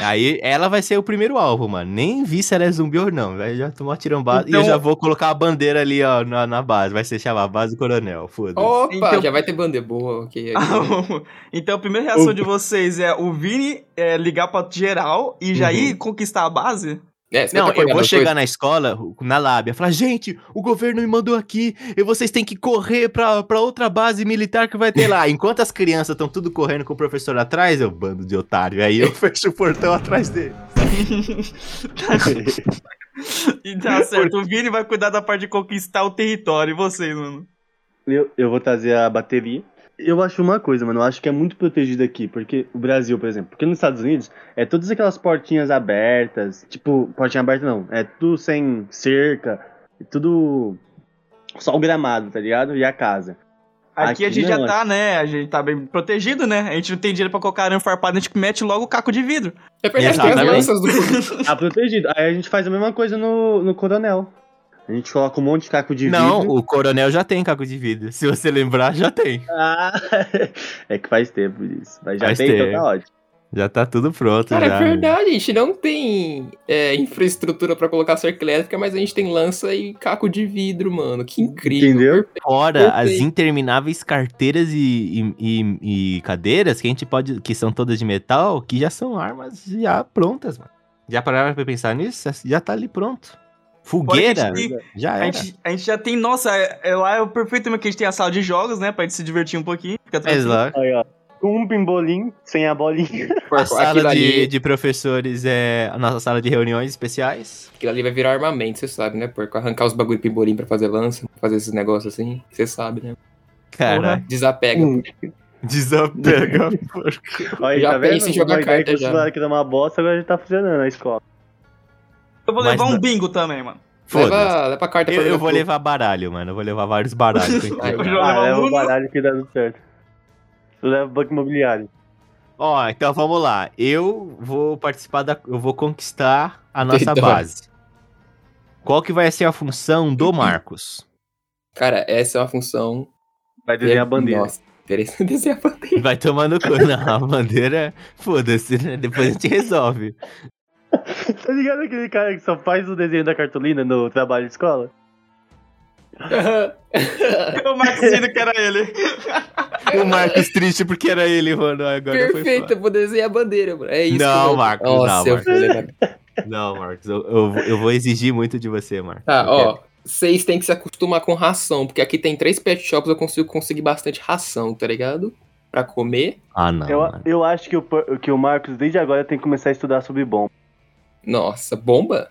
Speaker 1: Aí ela vai ser o primeiro alvo, mano. Nem vi se ela é zumbi ou não. Vai já tomar tirambada. E eu
Speaker 4: Então-
Speaker 1: já vou colocar a bandeira ali, ó, na, na base. Vai ser chamar Base Coronel, foda-se.
Speaker 3: Opa,
Speaker 4: Então-
Speaker 3: já vai ter bandeira boa, ok.
Speaker 1: Ah,
Speaker 4: então a primeira reação de vocês é o Vini é, ligar pra geral e já
Speaker 3: Uhum.
Speaker 4: ir conquistar a base?
Speaker 3: É, você
Speaker 1: Não,
Speaker 3: vai tá
Speaker 1: eu
Speaker 3: acordado
Speaker 1: vou
Speaker 3: às
Speaker 1: chegar na escola, na lábia, falar, gente, o governo me mandou aqui e vocês têm que correr pra, pra outra base militar que vai ter lá. Enquanto as crianças estão tudo correndo com o professor atrás, eu bando de otário. Aí eu fecho o portão atrás dele.
Speaker 4: E tá certo, o Vini vai cuidar da parte de conquistar o território. E vocês, mano?
Speaker 2: Eu, eu vou trazer a bateria. Eu acho uma coisa, mano. Eu acho que é muito protegido aqui. Porque o Brasil, por exemplo. Porque nos Estados Unidos, é todas aquelas portinhas abertas. Tipo, portinha aberta não. É tudo sem cerca. é Tudo. Só o gramado, tá ligado? E a casa.
Speaker 4: Aqui, a
Speaker 2: Aqui
Speaker 4: gente
Speaker 2: não,
Speaker 4: já tá, né? A gente tá bem protegido, né? A gente não tem dinheiro pra colocar arame farpado, a gente mete logo o caco de vidro.
Speaker 3: oito. É verdade, tem as
Speaker 1: Exatamente.
Speaker 3: lanças do
Speaker 2: Tá protegido. Aí a gente faz a mesma coisa no, no coronel. A gente coloca um monte de caco de
Speaker 1: Não,
Speaker 2: vidro.
Speaker 1: o coronel já tem caco de vidro. Se você lembrar, já tem.
Speaker 2: Ah, é que faz tempo isso. Mas já
Speaker 1: Faz
Speaker 2: tem, então
Speaker 1: tempo.
Speaker 2: tá ótimo.
Speaker 1: Já tá tudo pronto.
Speaker 3: Cara,
Speaker 1: já.
Speaker 3: é verdade, a gente não tem é, infraestrutura pra colocar cerca elétrica, mas a gente tem lança e caco de vidro, mano. Que incrível.
Speaker 2: Entendeu?
Speaker 1: Fora as
Speaker 3: Perfeito.
Speaker 1: intermináveis carteiras e, e- e- e cadeiras que a gente pode. que são todas de metal, que já são armas já prontas, mano. Já pararam pra pensar nisso? Já tá ali pronto.
Speaker 4: Fora que a gente
Speaker 1: Fogueira?
Speaker 4: tem-
Speaker 1: Já
Speaker 4: A
Speaker 1: era.
Speaker 4: gente, a gente já tem, nossa, é- é lá é o perfeito que a gente tem a sala de jogos, né? Pra gente se divertir um pouquinho. Fica tranquilo.
Speaker 1: Exato.
Speaker 2: Aí, ó. Com um pimbolim, sem a bolinha.
Speaker 3: Por-
Speaker 1: A
Speaker 3: um aquilo,
Speaker 1: sala de,
Speaker 3: ali,
Speaker 1: de professores é a nossa sala de reuniões especiais.
Speaker 3: aquilo ali vai virar armamento, você sabe, né, porco? Arrancar os bagulho pimbolim pra fazer lança, fazer esses negócios assim, você sabe, né?
Speaker 1: Cara,
Speaker 3: Desapega.
Speaker 1: Hum, desapega. porra.
Speaker 2: Olha,
Speaker 3: Já
Speaker 2: tá
Speaker 3: pensa
Speaker 2: vendo?
Speaker 3: em jogar
Speaker 2: Uma ideia
Speaker 3: carta
Speaker 2: que eu
Speaker 3: já.
Speaker 2: falei que era uma bosta, agora já tá funcionando a escola.
Speaker 4: Eu vou
Speaker 1: Mas
Speaker 4: levar um
Speaker 1: não-
Speaker 4: bingo também, mano.
Speaker 1: Foda-se.
Speaker 3: Leva, leva a carta pra
Speaker 1: Eu, eu
Speaker 3: jogar
Speaker 1: vou
Speaker 3: pro-
Speaker 1: levar baralho, mano. Eu vou levar vários baralhos.
Speaker 3: Ai,
Speaker 4: Eu vou
Speaker 2: Ah,
Speaker 4: levar
Speaker 2: leva
Speaker 4: um
Speaker 2: o
Speaker 4: Uno.
Speaker 2: baralho que dá tudo certo. Eu levo o banco imobiliário.
Speaker 1: Ó, então vamos lá. Eu vou participar da. Eu vou conquistar a nossa
Speaker 3: Então.
Speaker 1: base. Qual que vai ser a função do Marcos?
Speaker 3: Cara, essa é uma função.
Speaker 2: Vai desenhar a bandeira.
Speaker 3: Nossa, interessante desenhar a bandeira.
Speaker 1: Vai tomando cu. Não, a bandeira. Foda-se, né? Depois a gente resolve.
Speaker 2: Tá ligado aquele cara que só faz o desenho da cartolina no trabalho de escola?
Speaker 4: O Maxino que era ele.
Speaker 1: O Marcos triste porque era ele, mano. Agora foi
Speaker 3: Perfeito,
Speaker 1: foda.
Speaker 3: eu vou desenhar a bandeira, mano. É isso.
Speaker 1: Não,
Speaker 3: mano.
Speaker 1: Marcos, não,
Speaker 3: Nossa, eu
Speaker 1: Marcos.
Speaker 3: fui legal.
Speaker 1: Não, Marcos, eu, eu- eu vou exigir muito de você, Marcos.
Speaker 3: Tá,
Speaker 1: Eu
Speaker 3: ó. Vocês têm que se acostumar com ração, porque aqui tem três pet shops, eu consigo conseguir bastante ração, tá ligado? Pra comer.
Speaker 1: Ah, não.
Speaker 2: Eu,
Speaker 1: mano.
Speaker 2: eu acho que o, Por- que o Marcos, desde agora, tem que começar a estudar sobre bomba.
Speaker 3: Nossa, bomba?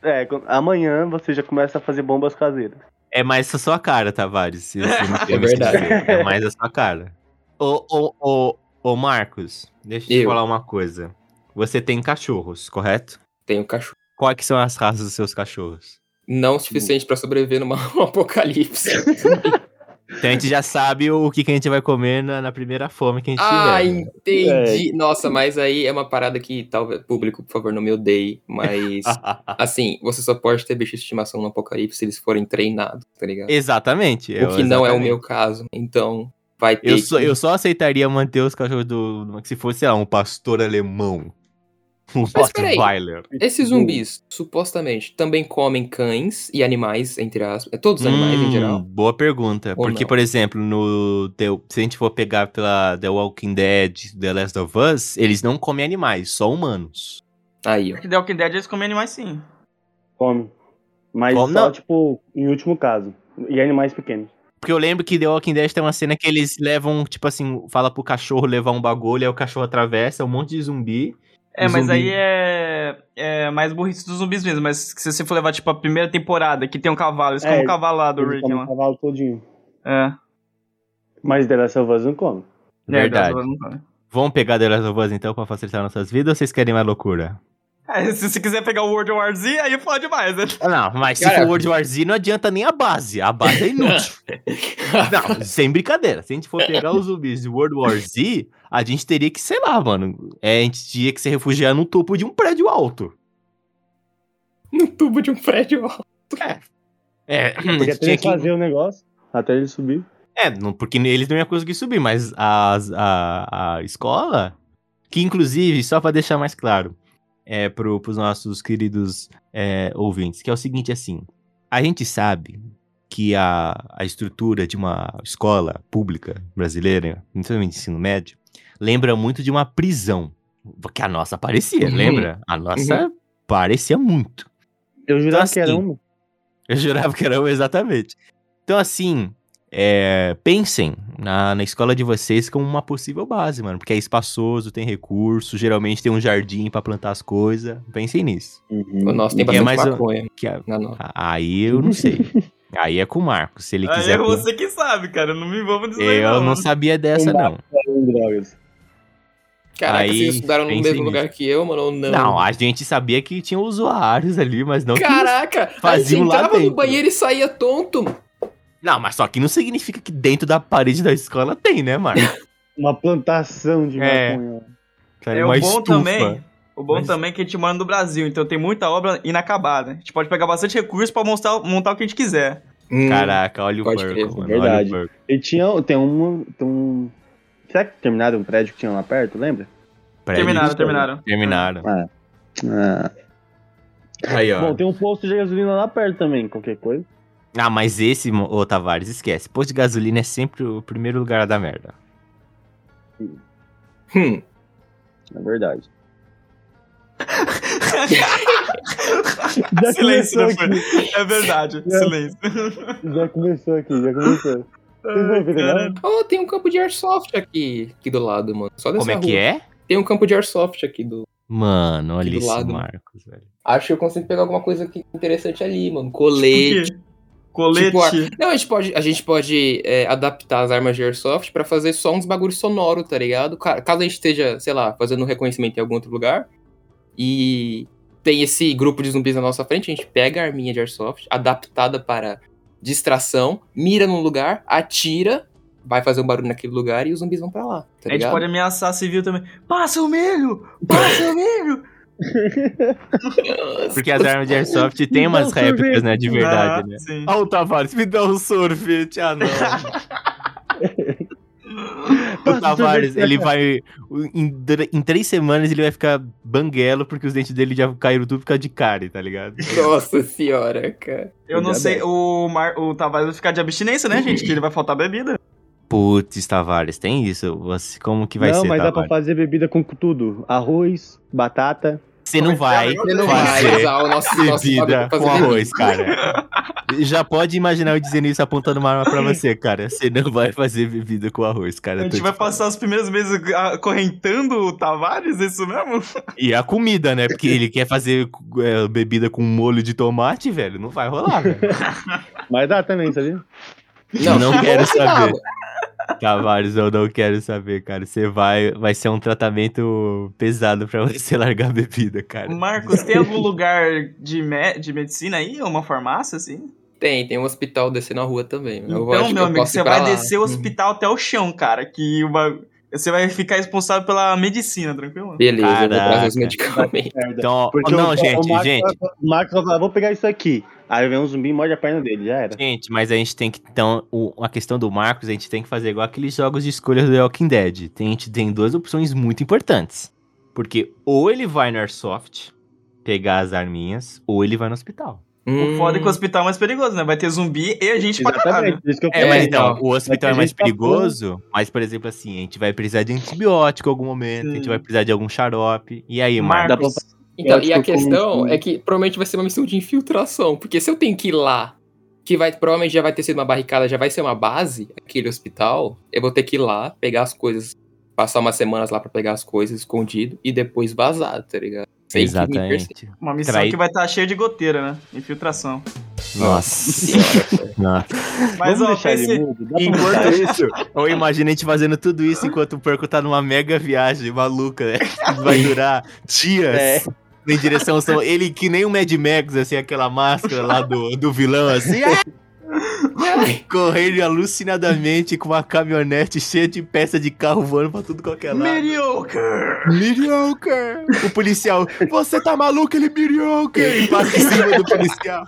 Speaker 2: É, com- amanhã você já começa a fazer bombas caseiras.
Speaker 1: É mais a sua cara, Tavares. se você não tem
Speaker 3: É
Speaker 1: o que
Speaker 3: verdade.
Speaker 1: dizer. É mais a sua cara. Ô, ô, ô, ô Marcos, deixa eu te
Speaker 3: Eu.
Speaker 1: falar uma coisa. Você tem cachorros, correto?
Speaker 3: Tem um cachorro.
Speaker 1: Quais que são as raças dos seus cachorros?
Speaker 3: Não o suficiente pra sobreviver numa- num apocalipse.
Speaker 1: Então a gente já sabe o que, que a gente vai comer na, na primeira fome que a gente
Speaker 3: ah,
Speaker 1: tiver. né?
Speaker 3: entendi. Nossa, mas aí é uma parada que talvez público, por favor, não me odeie, mas
Speaker 1: Ah.
Speaker 3: assim, você só pode ter bicho de estimação no apocalipse se eles forem treinados, tá ligado?
Speaker 1: exatamente. eu-
Speaker 3: o que não é o
Speaker 1: exatamente.
Speaker 3: meu caso. Então, vai ter
Speaker 1: Eu só,
Speaker 3: que-
Speaker 1: eu só aceitaria manter os cachorros do. do- Se fosse, sei lá, um pastor alemão. Um
Speaker 3: peraí.
Speaker 1: Rottweiler.
Speaker 2: Tipo,
Speaker 3: Esses zumbis, supostamente, também comem cães e animais, entre aspas. é, Todos os animais
Speaker 1: Hum,
Speaker 3: em geral.
Speaker 1: Boa pergunta.
Speaker 3: Ou
Speaker 1: porque,
Speaker 3: não?
Speaker 1: por exemplo, no The- se a gente for pegar pela The Walking Dead, The Last of Us, eles não comem animais, só humanos.
Speaker 3: Aí, ó.
Speaker 4: The Walking Dead eles comem animais sim.
Speaker 2: Come. Mas
Speaker 1: Come,
Speaker 2: só,
Speaker 1: não.
Speaker 2: tipo, em último caso. E animais pequenos.
Speaker 1: Porque eu lembro que The Walking Dead tem uma cena que eles levam, tipo assim, fala pro cachorro levar um bagulho, aí o cachorro atravessa, um monte de zumbi.
Speaker 4: É,
Speaker 1: Um
Speaker 4: mas
Speaker 1: zumbi.
Speaker 4: aí é, é mais burrice dos zumbis mesmo. Mas se você for levar, tipo, a primeira temporada, que tem um cavalo, eles
Speaker 2: É,
Speaker 4: comem um cavalo lá do
Speaker 2: Eles
Speaker 4: Rick
Speaker 2: comem um
Speaker 4: lá.
Speaker 2: o cavalo todinho.
Speaker 4: É.
Speaker 2: Mas The Last of Us não come.
Speaker 1: Verdade.
Speaker 4: É, não come.
Speaker 1: Vamos pegar The Last of Us então pra facilitar nossas vidas ou vocês querem mais loucura?
Speaker 4: É, se você quiser pegar o World War Z, aí pode mais, né?
Speaker 1: Ah, Não, mas se
Speaker 3: Cara-
Speaker 1: for World War Z não adianta nem a base. A base é inútil. Não, sem brincadeira. Se a gente for pegar os zumbis de World War Z, a gente teria que, sei lá, mano. É, a gente tinha que se refugiar no topo de um prédio alto.
Speaker 3: No tubo de um prédio. ó.
Speaker 1: É, a
Speaker 2: Porque
Speaker 1: gente
Speaker 2: até
Speaker 1: tinha
Speaker 2: eles
Speaker 1: que...
Speaker 2: fazer o negócio, até ele subir.
Speaker 1: é não, porque eles não iam conseguir subir, mas as- a, a escola, que inclusive, só pra deixar mais claro, é pro, pros nossos queridos é, ouvintes, que é o seguinte, assim, a gente sabe que a, a estrutura de uma escola pública brasileira, principalmente ensino médio, lembra muito de uma prisão. Que a nossa parecia,
Speaker 3: Uhum.
Speaker 1: lembra? A nossa parecia muito.
Speaker 2: Eu jurava
Speaker 1: Então,
Speaker 2: que era um-
Speaker 1: assim,
Speaker 2: uma.
Speaker 1: Eu jurava que era eu, exatamente. Então, assim, é, pensem na, na escola de vocês como uma possível base, mano. Porque é espaçoso, tem recurso, geralmente tem um jardim pra plantar as coisas. Pensem nisso.
Speaker 3: O nosso
Speaker 2: Uhum.
Speaker 3: tem
Speaker 1: E é
Speaker 3: bastante
Speaker 1: mais um-
Speaker 3: maconha.
Speaker 1: Que a-
Speaker 3: Na nossa.
Speaker 1: a- aí eu não sei. Aí é com o Marcos, se ele
Speaker 4: Aí
Speaker 1: quiser.
Speaker 4: é
Speaker 1: com-
Speaker 4: você que sabe, cara. Não me envolvo nisso daí,
Speaker 1: Eu não sabia dessa, não.
Speaker 2: Com drogas.
Speaker 3: Caraca,
Speaker 1: Aí,
Speaker 3: vocês estudaram no
Speaker 1: pensem
Speaker 3: mesmo
Speaker 1: nisso.
Speaker 3: lugar que eu, mano, ou não?
Speaker 1: Não, a gente sabia que tinha usuários ali, mas não que-
Speaker 3: Caraca, a gente
Speaker 1: faziam um lá
Speaker 3: entrava no
Speaker 1: dentro.
Speaker 3: banheiro e saía tonto.
Speaker 1: Não, mas só que não significa que dentro da parede da escola tem, né, Marcos?
Speaker 2: Uma plantação de
Speaker 1: É.
Speaker 2: maconha.
Speaker 1: Tá
Speaker 4: É o
Speaker 1: uma
Speaker 4: bom
Speaker 1: estufa.
Speaker 4: também. O bom
Speaker 1: Mas-
Speaker 4: também é que a gente mora no Brasil, então tem muita obra inacabada. A gente pode pegar bastante recurso pra montar, montar o que a gente quiser.
Speaker 3: Hum,
Speaker 1: Caraca, olha o
Speaker 3: Pode crer,
Speaker 1: Burko, mano.
Speaker 2: verdade.
Speaker 1: Olha o Burko.
Speaker 2: E tinha, tem um, tem um... Será que terminaram o prédio que tinha lá perto, lembra?
Speaker 1: Prédio
Speaker 4: terminaram,
Speaker 1: de-
Speaker 4: terminaram.
Speaker 1: né? Terminaram.
Speaker 2: Ah.
Speaker 1: Aí, ó.
Speaker 2: Bom, tem um posto de gasolina lá perto também, qualquer coisa.
Speaker 1: Ah, mas esse, mo- ô Tavares, esquece. Posto de gasolina é sempre o primeiro lugar da merda.
Speaker 3: Hum.
Speaker 2: Na verdade. já
Speaker 4: Silêncio
Speaker 2: começou
Speaker 4: depois.
Speaker 2: aqui,
Speaker 4: É verdade,
Speaker 2: É.
Speaker 4: silêncio.
Speaker 2: já começou aqui, já começou. Vocês né? não
Speaker 1: né?
Speaker 2: ouviram,
Speaker 4: Cara,
Speaker 2: não?
Speaker 3: Oh, tem um campo de airsoft aqui, aqui do lado, mano. Só dessa
Speaker 1: Como é
Speaker 3: rua.
Speaker 1: que é?
Speaker 3: Tem um campo de airsoft aqui do.
Speaker 1: Mano, olha
Speaker 3: Aqui do
Speaker 1: esse
Speaker 3: lado.
Speaker 1: Marcos, velho.
Speaker 3: Acho que eu consigo pegar alguma coisa aqui interessante ali, mano.
Speaker 4: Por
Speaker 3: Colete.
Speaker 4: quê? Colete.
Speaker 3: Tipo, a- Não, a gente pode, a gente pode é, adaptar as armas de airsoft pra fazer só uns bagulhos sonoro, tá ligado? Ca- Caso a gente esteja, sei lá, fazendo um reconhecimento em algum outro lugar e tem esse grupo de zumbis na nossa frente, a gente pega a arminha de airsoft adaptada para distração, mira num lugar, atira vai fazer um barulho naquele lugar e os zumbis vão pra lá. Tá
Speaker 4: a gente
Speaker 3: ligado?
Speaker 4: pode ameaçar civil também. Passa o milho! Passa o milho!
Speaker 1: Porque as armas de Airsoft tem
Speaker 2: Não,
Speaker 1: umas réplicas, né? De verdade,
Speaker 4: Ah,
Speaker 1: né?
Speaker 4: Sim.
Speaker 1: Ó, o Tavares, me dá um sorvete. Ah, não.
Speaker 2: Passa
Speaker 1: o
Speaker 2: o
Speaker 1: Tavares,
Speaker 2: sorvete é pra
Speaker 1: ele
Speaker 2: cá.
Speaker 1: vai. Em, dura- em três semanas ele vai ficar banguelo, porque os dentes dele já caíram tudo por causa de cárie, tá ligado?
Speaker 3: Nossa senhora, cara.
Speaker 4: Eu não
Speaker 2: Já
Speaker 4: sei,
Speaker 2: bem.
Speaker 4: o, Mar, o Tavares vai ficar de abstinência, né, gente? Que ele vai faltar bebida.
Speaker 1: Putz, Tavares, tem isso? Você, como que vai
Speaker 2: não,
Speaker 1: ser, tá,
Speaker 2: mas dá
Speaker 1: Tavares?
Speaker 2: pra fazer bebida com tudo. Arroz, batata.
Speaker 1: Você não vai
Speaker 3: Ele não vai
Speaker 1: fazer
Speaker 3: usar o nosso, nosso
Speaker 1: bebida
Speaker 3: fábrica pra
Speaker 1: com
Speaker 3: fazer bebida.
Speaker 1: arroz, cara. Já pode imaginar eu dizendo isso apontando uma arma pra você, cara. Você não vai fazer bebida com arroz, cara.
Speaker 4: A
Speaker 1: Eu
Speaker 4: gente
Speaker 1: tô
Speaker 4: vai
Speaker 1: te
Speaker 4: passar os primeiros meses acorrentando o Tavares, é isso mesmo?
Speaker 1: E a comida, né? Porque ele quer fazer é, bebida com molho de tomate, velho. Não vai rolar, velho.
Speaker 2: Mas dá também, sabia?
Speaker 1: Eu não quero
Speaker 3: se dá,
Speaker 1: saber.
Speaker 3: mano.
Speaker 1: Tavares, eu não quero saber, cara. Você vai. Vai ser um tratamento pesado pra você largar a bebida, cara.
Speaker 4: Marcos, tem algum lugar de, me- de medicina aí? Uma farmácia, assim?
Speaker 3: Tem, tem um hospital descendo a rua também. Eu
Speaker 4: Então,
Speaker 3: vou- acho que
Speaker 4: meu
Speaker 3: eu
Speaker 4: amigo,
Speaker 3: posso ir
Speaker 4: você
Speaker 3: pra
Speaker 4: vai
Speaker 3: lá.
Speaker 4: descer o hospital até o chão, cara. Que uma- você vai ficar responsável pela medicina, tranquilo?
Speaker 3: Beleza, eu vou trazer os
Speaker 1: Caraca.
Speaker 3: medicamentos.
Speaker 2: Merda.
Speaker 1: Então, ó,
Speaker 2: Porque
Speaker 1: não,
Speaker 2: o-
Speaker 1: gente,
Speaker 2: o Marcos
Speaker 1: gente.
Speaker 2: vai- O Marcos vai falar, vou pegar isso aqui. Aí vem um zumbi e morde a perna dele, já era.
Speaker 1: Gente, mas a gente tem que. Então, o- a questão do Marcos, a gente tem que fazer igual aqueles jogos de escolha do The Walking Dead. Tem, a gente tem duas opções muito importantes. Porque ou ele vai no Airsoft pegar as arminhas, ou ele vai no hospital.
Speaker 4: O foda é
Speaker 3: Hum.
Speaker 4: que o hospital é mais perigoso, né? Vai ter zumbi e a gente pra caralho.
Speaker 2: Exatamente. Por isso que eu
Speaker 1: É,
Speaker 3: É,
Speaker 1: mas
Speaker 2: falei.
Speaker 1: então,
Speaker 3: então,
Speaker 1: o hospital é
Speaker 2: mas a
Speaker 1: mais
Speaker 2: gente tá
Speaker 1: perigoso, mas, por exemplo, assim, a gente vai precisar de antibiótico em algum momento, a gente
Speaker 4: Sim.
Speaker 1: vai precisar de algum xarope. E aí, Marcos?
Speaker 2: Dá pra-
Speaker 4: Marcos,
Speaker 3: Então,
Speaker 4: é
Speaker 2: Eu
Speaker 3: e a
Speaker 4: tipo um
Speaker 2: acho que eu
Speaker 3: questão
Speaker 2: confundi.
Speaker 3: é que provavelmente vai ser uma missão de infiltração, porque se eu tenho que ir lá, que vai, provavelmente já vai ter sido uma barricada, já vai ser uma base, aquele hospital, eu vou ter que ir lá, pegar as coisas, passar umas semanas lá pra pegar as coisas escondido e depois vazar, tá ligado? Sem que me perceba.
Speaker 1: Exatamente.
Speaker 4: uma missão
Speaker 1: Trai-
Speaker 4: que vai estar cheia de goteira, né? Infiltração.
Speaker 1: Nossa. Nossa.
Speaker 4: Mas,
Speaker 2: Vamos
Speaker 4: ó,
Speaker 2: deixar
Speaker 4: pense-
Speaker 2: ele mudo? Dá pra
Speaker 1: Enquanto isso, eu imagino a gente fazendo tudo isso enquanto o Perco tá numa mega viagem maluca, né? Vai durar dias.
Speaker 2: É.
Speaker 1: Em direção ao São... Ele que nem o Mad Max, assim, aquela máscara lá do, do vilão, assim, ah, correndo alucinadamente com uma caminhonete cheia de peça de carro voando pra tudo qualquer lado.
Speaker 4: Mediocre!
Speaker 1: Mediocre! O policial, você tá maluco, ele é mediocre! E passa em cima do policial.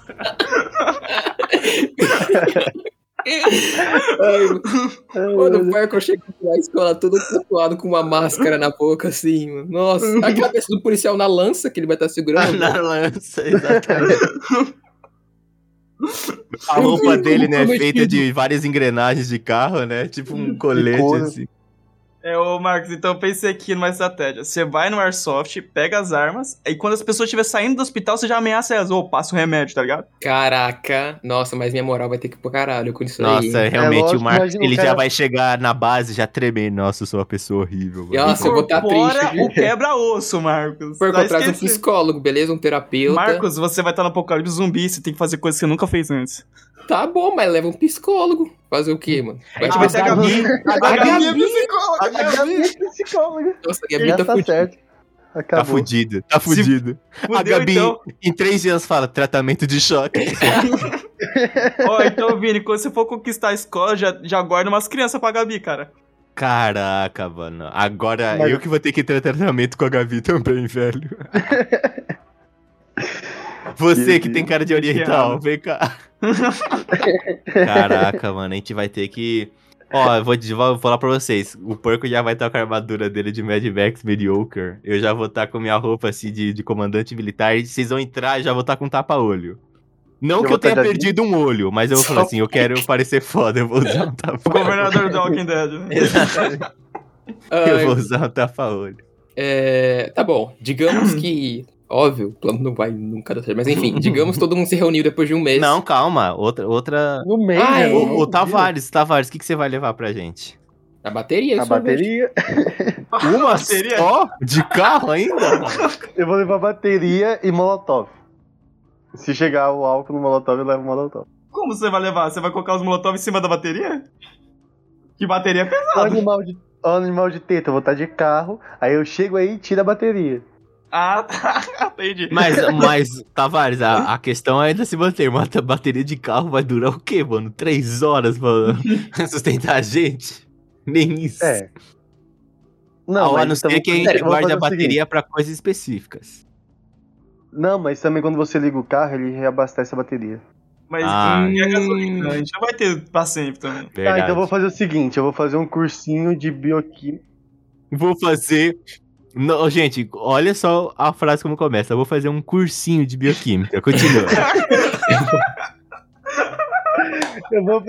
Speaker 3: Ai, Quando
Speaker 2: Ai,
Speaker 3: o Perco chega na escola todo tatuado com uma máscara na boca, assim, mano. Nossa, a cabeça do policial na lança que ele vai estar segurando.
Speaker 1: Na lança, exatamente. A roupa dele, né, é feita de várias engrenagens de carro, né? Tipo um colete,
Speaker 2: couro.
Speaker 1: assim.
Speaker 4: É, ô Marcos, então pense aqui numa estratégia. Você vai no Airsoft, pega as armas, e quando as pessoas estiverem saindo do hospital, você já ameaça elas, ou passa o remédio, tá ligado?
Speaker 3: Caraca, nossa, mas minha moral vai ter que ir pro caralho com isso aí.
Speaker 1: Nossa, é realmente,
Speaker 2: lógico,
Speaker 1: o Marcos,
Speaker 2: imagina o
Speaker 1: ele já
Speaker 2: cara-
Speaker 1: vai chegar na base já tremendo. Nossa, eu sou uma pessoa horrível. mano.
Speaker 3: Nossa, eu vou tá
Speaker 4: Incorpora
Speaker 3: triste, viu?
Speaker 4: o quebra-osso,
Speaker 1: é.
Speaker 4: Marcos. Tá
Speaker 3: Por
Speaker 4: Vai
Speaker 3: contrato, um
Speaker 4: esquecer.
Speaker 3: psicólogo, beleza? Um terapeuta.
Speaker 4: Marcos, você vai estar no apocalipse zumbi, você tem que fazer coisas que você nunca fez antes.
Speaker 3: Tá bom, mas leva um psicólogo. Fazer o
Speaker 1: Hum.
Speaker 3: quê, mano?
Speaker 4: A
Speaker 3: Vai
Speaker 4: gente
Speaker 2: Ah,
Speaker 4: vai ter a
Speaker 2: tá
Speaker 4: Gabi. A Gabi é
Speaker 1: Ah, Gabi-
Speaker 4: psicóloga.
Speaker 2: psicóloga.
Speaker 3: Nossa, a Gabi tá fudida.
Speaker 1: Tá
Speaker 2: Acabou.
Speaker 1: fudido, tá
Speaker 4: Se-
Speaker 1: fudido. a
Speaker 4: Fudeu,
Speaker 1: Gabi,
Speaker 4: então.
Speaker 1: em três dias, fala tratamento de choque.
Speaker 4: Ó, então, Vini, quando você for conquistar a escola, já, já guarda umas crianças pra Gabi, cara.
Speaker 1: Caraca, mano. Agora
Speaker 2: Mas-
Speaker 1: eu que vou ter que ter tratamento com a Gabi também, velho. Você que tem cara de oriental, vem cá. Caraca, mano, a gente vai ter que. Ó, eu vou, de- vou falar pra vocês. O porco já vai estar com a armadura dele de Mad Max Mediocre. Eu já vou estar com minha roupa assim de, de comandante militar. E vocês vão entrar e já vou estar com um tapa-olho. Não
Speaker 2: Eu
Speaker 1: que
Speaker 2: vou
Speaker 1: eu tenha
Speaker 2: tá de um
Speaker 1: perdido um olho, mas eu vou falar assim: eu quero parecer foda, eu vou usar um
Speaker 4: O
Speaker 1: tapa-olho.
Speaker 4: governador do Walking Dead. né?
Speaker 1: Eu
Speaker 3: Ai,
Speaker 1: vou usar o tapa-olho.
Speaker 3: Ah, é, tá bom, digamos que... Óbvio, o plano não vai nunca dar certo. Mas enfim, digamos que todo mundo se reuniu depois de um mês.
Speaker 1: Não, calma. Outra. outra...
Speaker 2: No meio,
Speaker 3: Ah,
Speaker 2: né?
Speaker 3: é.
Speaker 1: Ô, ô,
Speaker 2: Meu
Speaker 1: Tavares, Tavares, o que, que você vai levar pra gente?
Speaker 3: A bateria,
Speaker 2: Deus. A
Speaker 3: isso
Speaker 2: bateria.
Speaker 1: Uma
Speaker 4: Seria-
Speaker 1: só? De carro ainda?
Speaker 2: Eu vou levar bateria e molotov. Se chegar o álcool no molotov, eu levo o molotov.
Speaker 4: Como você vai levar? Você vai colocar os molotov em cima da bateria? Que bateria é pesada.
Speaker 2: Ó, animal de, ó, animal de teta, eu vou estar de carro, aí eu chego aí e tiro a bateria.
Speaker 4: Ah, tá. Entendi.
Speaker 1: Mas, mas Tavares, a, a questão é ainda se manter. Uma ta- bateria de carro vai durar o quê, mano? Três horas pra sustentar a gente? Nem isso.
Speaker 2: É.
Speaker 1: Não, a
Speaker 2: mas
Speaker 1: não
Speaker 2: também-
Speaker 1: ser que a
Speaker 2: Sério,
Speaker 1: gente
Speaker 2: eu vou
Speaker 1: guarde
Speaker 2: fazer
Speaker 1: a
Speaker 2: o seguinte.
Speaker 1: bateria pra coisas específicas.
Speaker 2: Não, mas também quando você liga o carro, ele reabastece a bateria. Tá,
Speaker 4: Mas
Speaker 1: Ah.
Speaker 4: e a gasolina? A gente não vai ter pra sempre também.
Speaker 2: Tá,
Speaker 1: Verdade.
Speaker 2: então eu vou fazer o seguinte, eu vou fazer um cursinho de bioquímica.
Speaker 1: Vou fazer. Não, gente, olha só a frase como começa. Eu vou fazer um cursinho de bioquímica. Continua.
Speaker 2: Eu vou...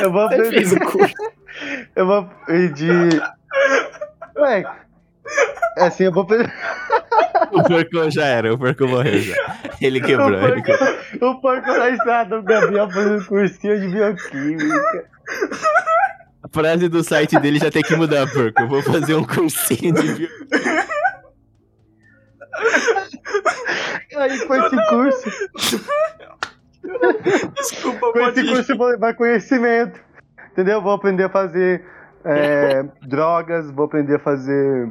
Speaker 2: eu vou
Speaker 3: Você
Speaker 2: aprender...
Speaker 3: fez o curso.
Speaker 2: Eu vou pedir. Ué. É assim, eu vou pedir.
Speaker 1: o porco já era, o porco morreu já. Ele quebrou.
Speaker 2: O
Speaker 1: Ele
Speaker 2: porco-
Speaker 1: quebrou.
Speaker 2: O porco na estrada, o Gabriel fazendo cursinho de bioquímica.
Speaker 1: A frase do site dele já tem que mudar, porco. Eu vou fazer um cursinho de bioquímica.
Speaker 2: Aí com esse curso,
Speaker 4: Desculpa,
Speaker 2: com esse
Speaker 4: pode ir.
Speaker 2: curso eu vou levar conhecimento. Entendeu? Vou aprender a fazer é, drogas, vou aprender a fazer.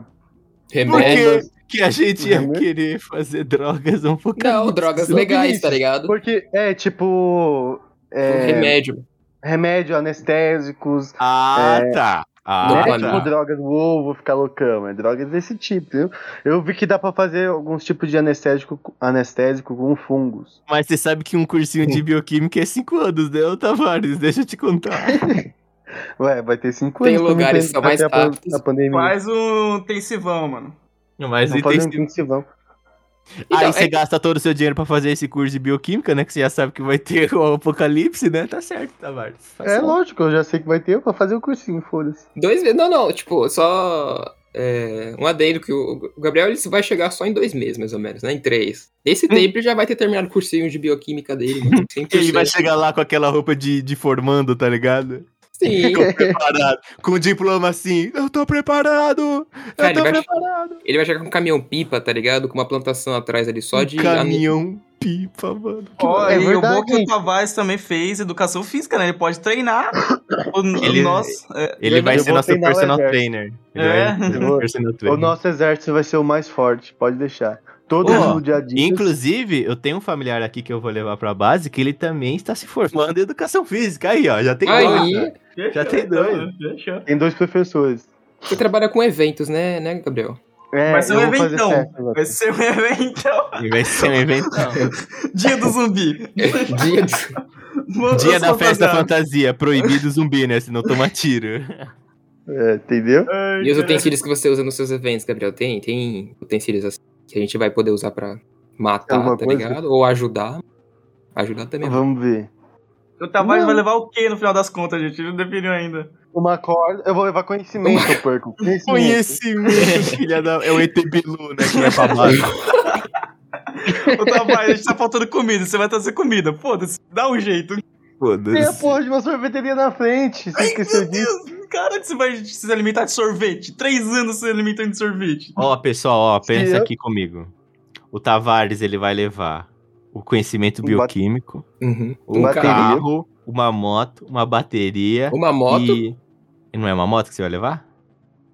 Speaker 1: Por
Speaker 3: Remédio.
Speaker 1: que, que a gente ia
Speaker 2: Uhum.
Speaker 1: querer fazer drogas um pouco?
Speaker 3: Não, drogas legais, tá ligado?
Speaker 2: Porque é tipo. É,
Speaker 3: Um Remédio.
Speaker 2: remédio, anestésicos.
Speaker 1: Ah, tá.
Speaker 2: Não
Speaker 1: Ah,
Speaker 2: é
Speaker 3: Droga,
Speaker 2: tipo
Speaker 1: tá.
Speaker 2: drogas, uou, vou ficar loucão, é drogas desse tipo, entendeu? Eu vi que dá pra fazer alguns tipos de anestésico, anestésico com fungos.
Speaker 1: Mas você sabe que um cursinho de bioquímica é 5 anos, né, ô Tavares? Deixa eu te contar.
Speaker 2: Ué, vai ter cinco
Speaker 3: Tem
Speaker 2: anos. quando
Speaker 3: lugares
Speaker 2: tem-
Speaker 3: que são mais
Speaker 2: até a pan-
Speaker 3: aptos.
Speaker 2: A pandemia.
Speaker 4: Faz um intensivão, mano.
Speaker 1: Mas
Speaker 2: Vamos
Speaker 1: e
Speaker 2: fazer
Speaker 1: tem
Speaker 2: um intensivão.
Speaker 3: Então,
Speaker 1: Aí
Speaker 3: é
Speaker 1: você
Speaker 3: que-
Speaker 1: gasta todo o seu dinheiro pra fazer esse curso de bioquímica, né? Que você já sabe que vai ter o apocalipse, né? Tá certo, Tavares. Tá
Speaker 2: É
Speaker 1: certo.
Speaker 2: lógico, eu já sei que vai ter, eu vou fazer o cursinho, foda-se.
Speaker 3: Dois meses. Não, não, tipo, só. é, um adendo que o o Gabriel ele vai chegar só em dois meses, mais ou menos, né? Em três. Nesse tempo ele já vai ter terminado o cursinho de bioquímica dele, mano. 100%.
Speaker 1: Ele vai chegar lá com aquela roupa de, de formando, tá ligado?
Speaker 3: Sim,
Speaker 1: Preparado. Com o diploma assim, eu tô preparado! Eu
Speaker 3: Cara,
Speaker 1: tô
Speaker 3: ele vai-
Speaker 1: preparado!
Speaker 3: ele vai chegar com um caminhão pipa, tá ligado? Com uma plantação atrás ali só de.
Speaker 1: Caminhão pipa, mano.
Speaker 4: Ó,
Speaker 2: é
Speaker 4: e o
Speaker 2: verdade,
Speaker 4: bom que o
Speaker 2: gente.
Speaker 4: Tavares também fez educação física, né? Ele pode treinar. O,
Speaker 1: Ele-
Speaker 4: ele... Nossa, é,
Speaker 1: Ele
Speaker 3: Eu
Speaker 1: vai
Speaker 2: não
Speaker 1: ser
Speaker 2: vou
Speaker 1: nosso
Speaker 2: treinar o
Speaker 1: personal
Speaker 2: exército.
Speaker 1: trainer. Ele
Speaker 4: É.
Speaker 1: vai ser
Speaker 2: Eu vou-
Speaker 1: nosso personal
Speaker 2: O
Speaker 1: trainer.
Speaker 2: nosso exército vai ser o mais forte, pode deixar. Todo
Speaker 1: Ó,
Speaker 2: mundo de Adidas.
Speaker 1: Inclusive, eu tenho um familiar aqui que eu vou levar pra base que ele também está se formando em educação física. Aí, ó, já tem dois, né?
Speaker 3: Aí,
Speaker 1: Já tem dois.
Speaker 4: então, Fechou.
Speaker 2: Tem dois professores.
Speaker 3: você trabalha com eventos, né, né, Gabriel?
Speaker 2: É,
Speaker 4: Vai ser
Speaker 2: eu
Speaker 4: um
Speaker 2: vou fazer
Speaker 4: eventão.
Speaker 2: festa, Vai
Speaker 4: Vai ser um evento.
Speaker 1: E vai ser um evento.
Speaker 4: Dia do zumbi.
Speaker 3: Dia do-
Speaker 4: Manda
Speaker 1: Dia
Speaker 4: os
Speaker 2: um
Speaker 1: da festa
Speaker 4: fantasiados.
Speaker 1: fantasia, proibido zumbi, né? Se não toma tiro.
Speaker 2: É, entendeu?
Speaker 4: Ai,
Speaker 3: E os
Speaker 4: cara.
Speaker 3: utensílios que você usa nos seus eventos, Gabriel? Tem, tem utensílios assim que a gente vai poder usar pra matar,
Speaker 2: Alguma
Speaker 3: tá
Speaker 2: coisa?
Speaker 3: ligado? Ou ajudar. Ajudar também.
Speaker 2: Vamos ver.
Speaker 4: O Tavares
Speaker 2: Não.
Speaker 4: vai levar o quê no final das contas, gente? Ele não definiu ainda.
Speaker 2: Uma corda, eu vou levar conhecimento, porco. Conhecimento.
Speaker 1: Conhecimento, filha da. É o ET Bilu, né? Que vai pra base.
Speaker 4: Ô, Tavares, a gente tá faltando comida. Você vai trazer comida. Foda-se. Dá um jeito.
Speaker 2: Tem a
Speaker 1: Foda-se.
Speaker 2: porra de uma sorveteria na frente, você esqueceu
Speaker 4: Meu
Speaker 2: disso?
Speaker 4: Deus, cara, que você vai se alimentar de sorvete. Três anos se alimentando de sorvete.
Speaker 1: Ó, pessoal, ó, pensa
Speaker 2: Se eu-
Speaker 1: aqui comigo. O Tavares, ele vai levar o conhecimento
Speaker 2: Um
Speaker 1: bioquímico,
Speaker 3: Uhum.
Speaker 1: um,
Speaker 3: Um
Speaker 2: bateria.
Speaker 3: carro,
Speaker 1: carro, uma moto, uma bateria
Speaker 3: uma moto.
Speaker 1: e... e Não é uma moto que você vai levar?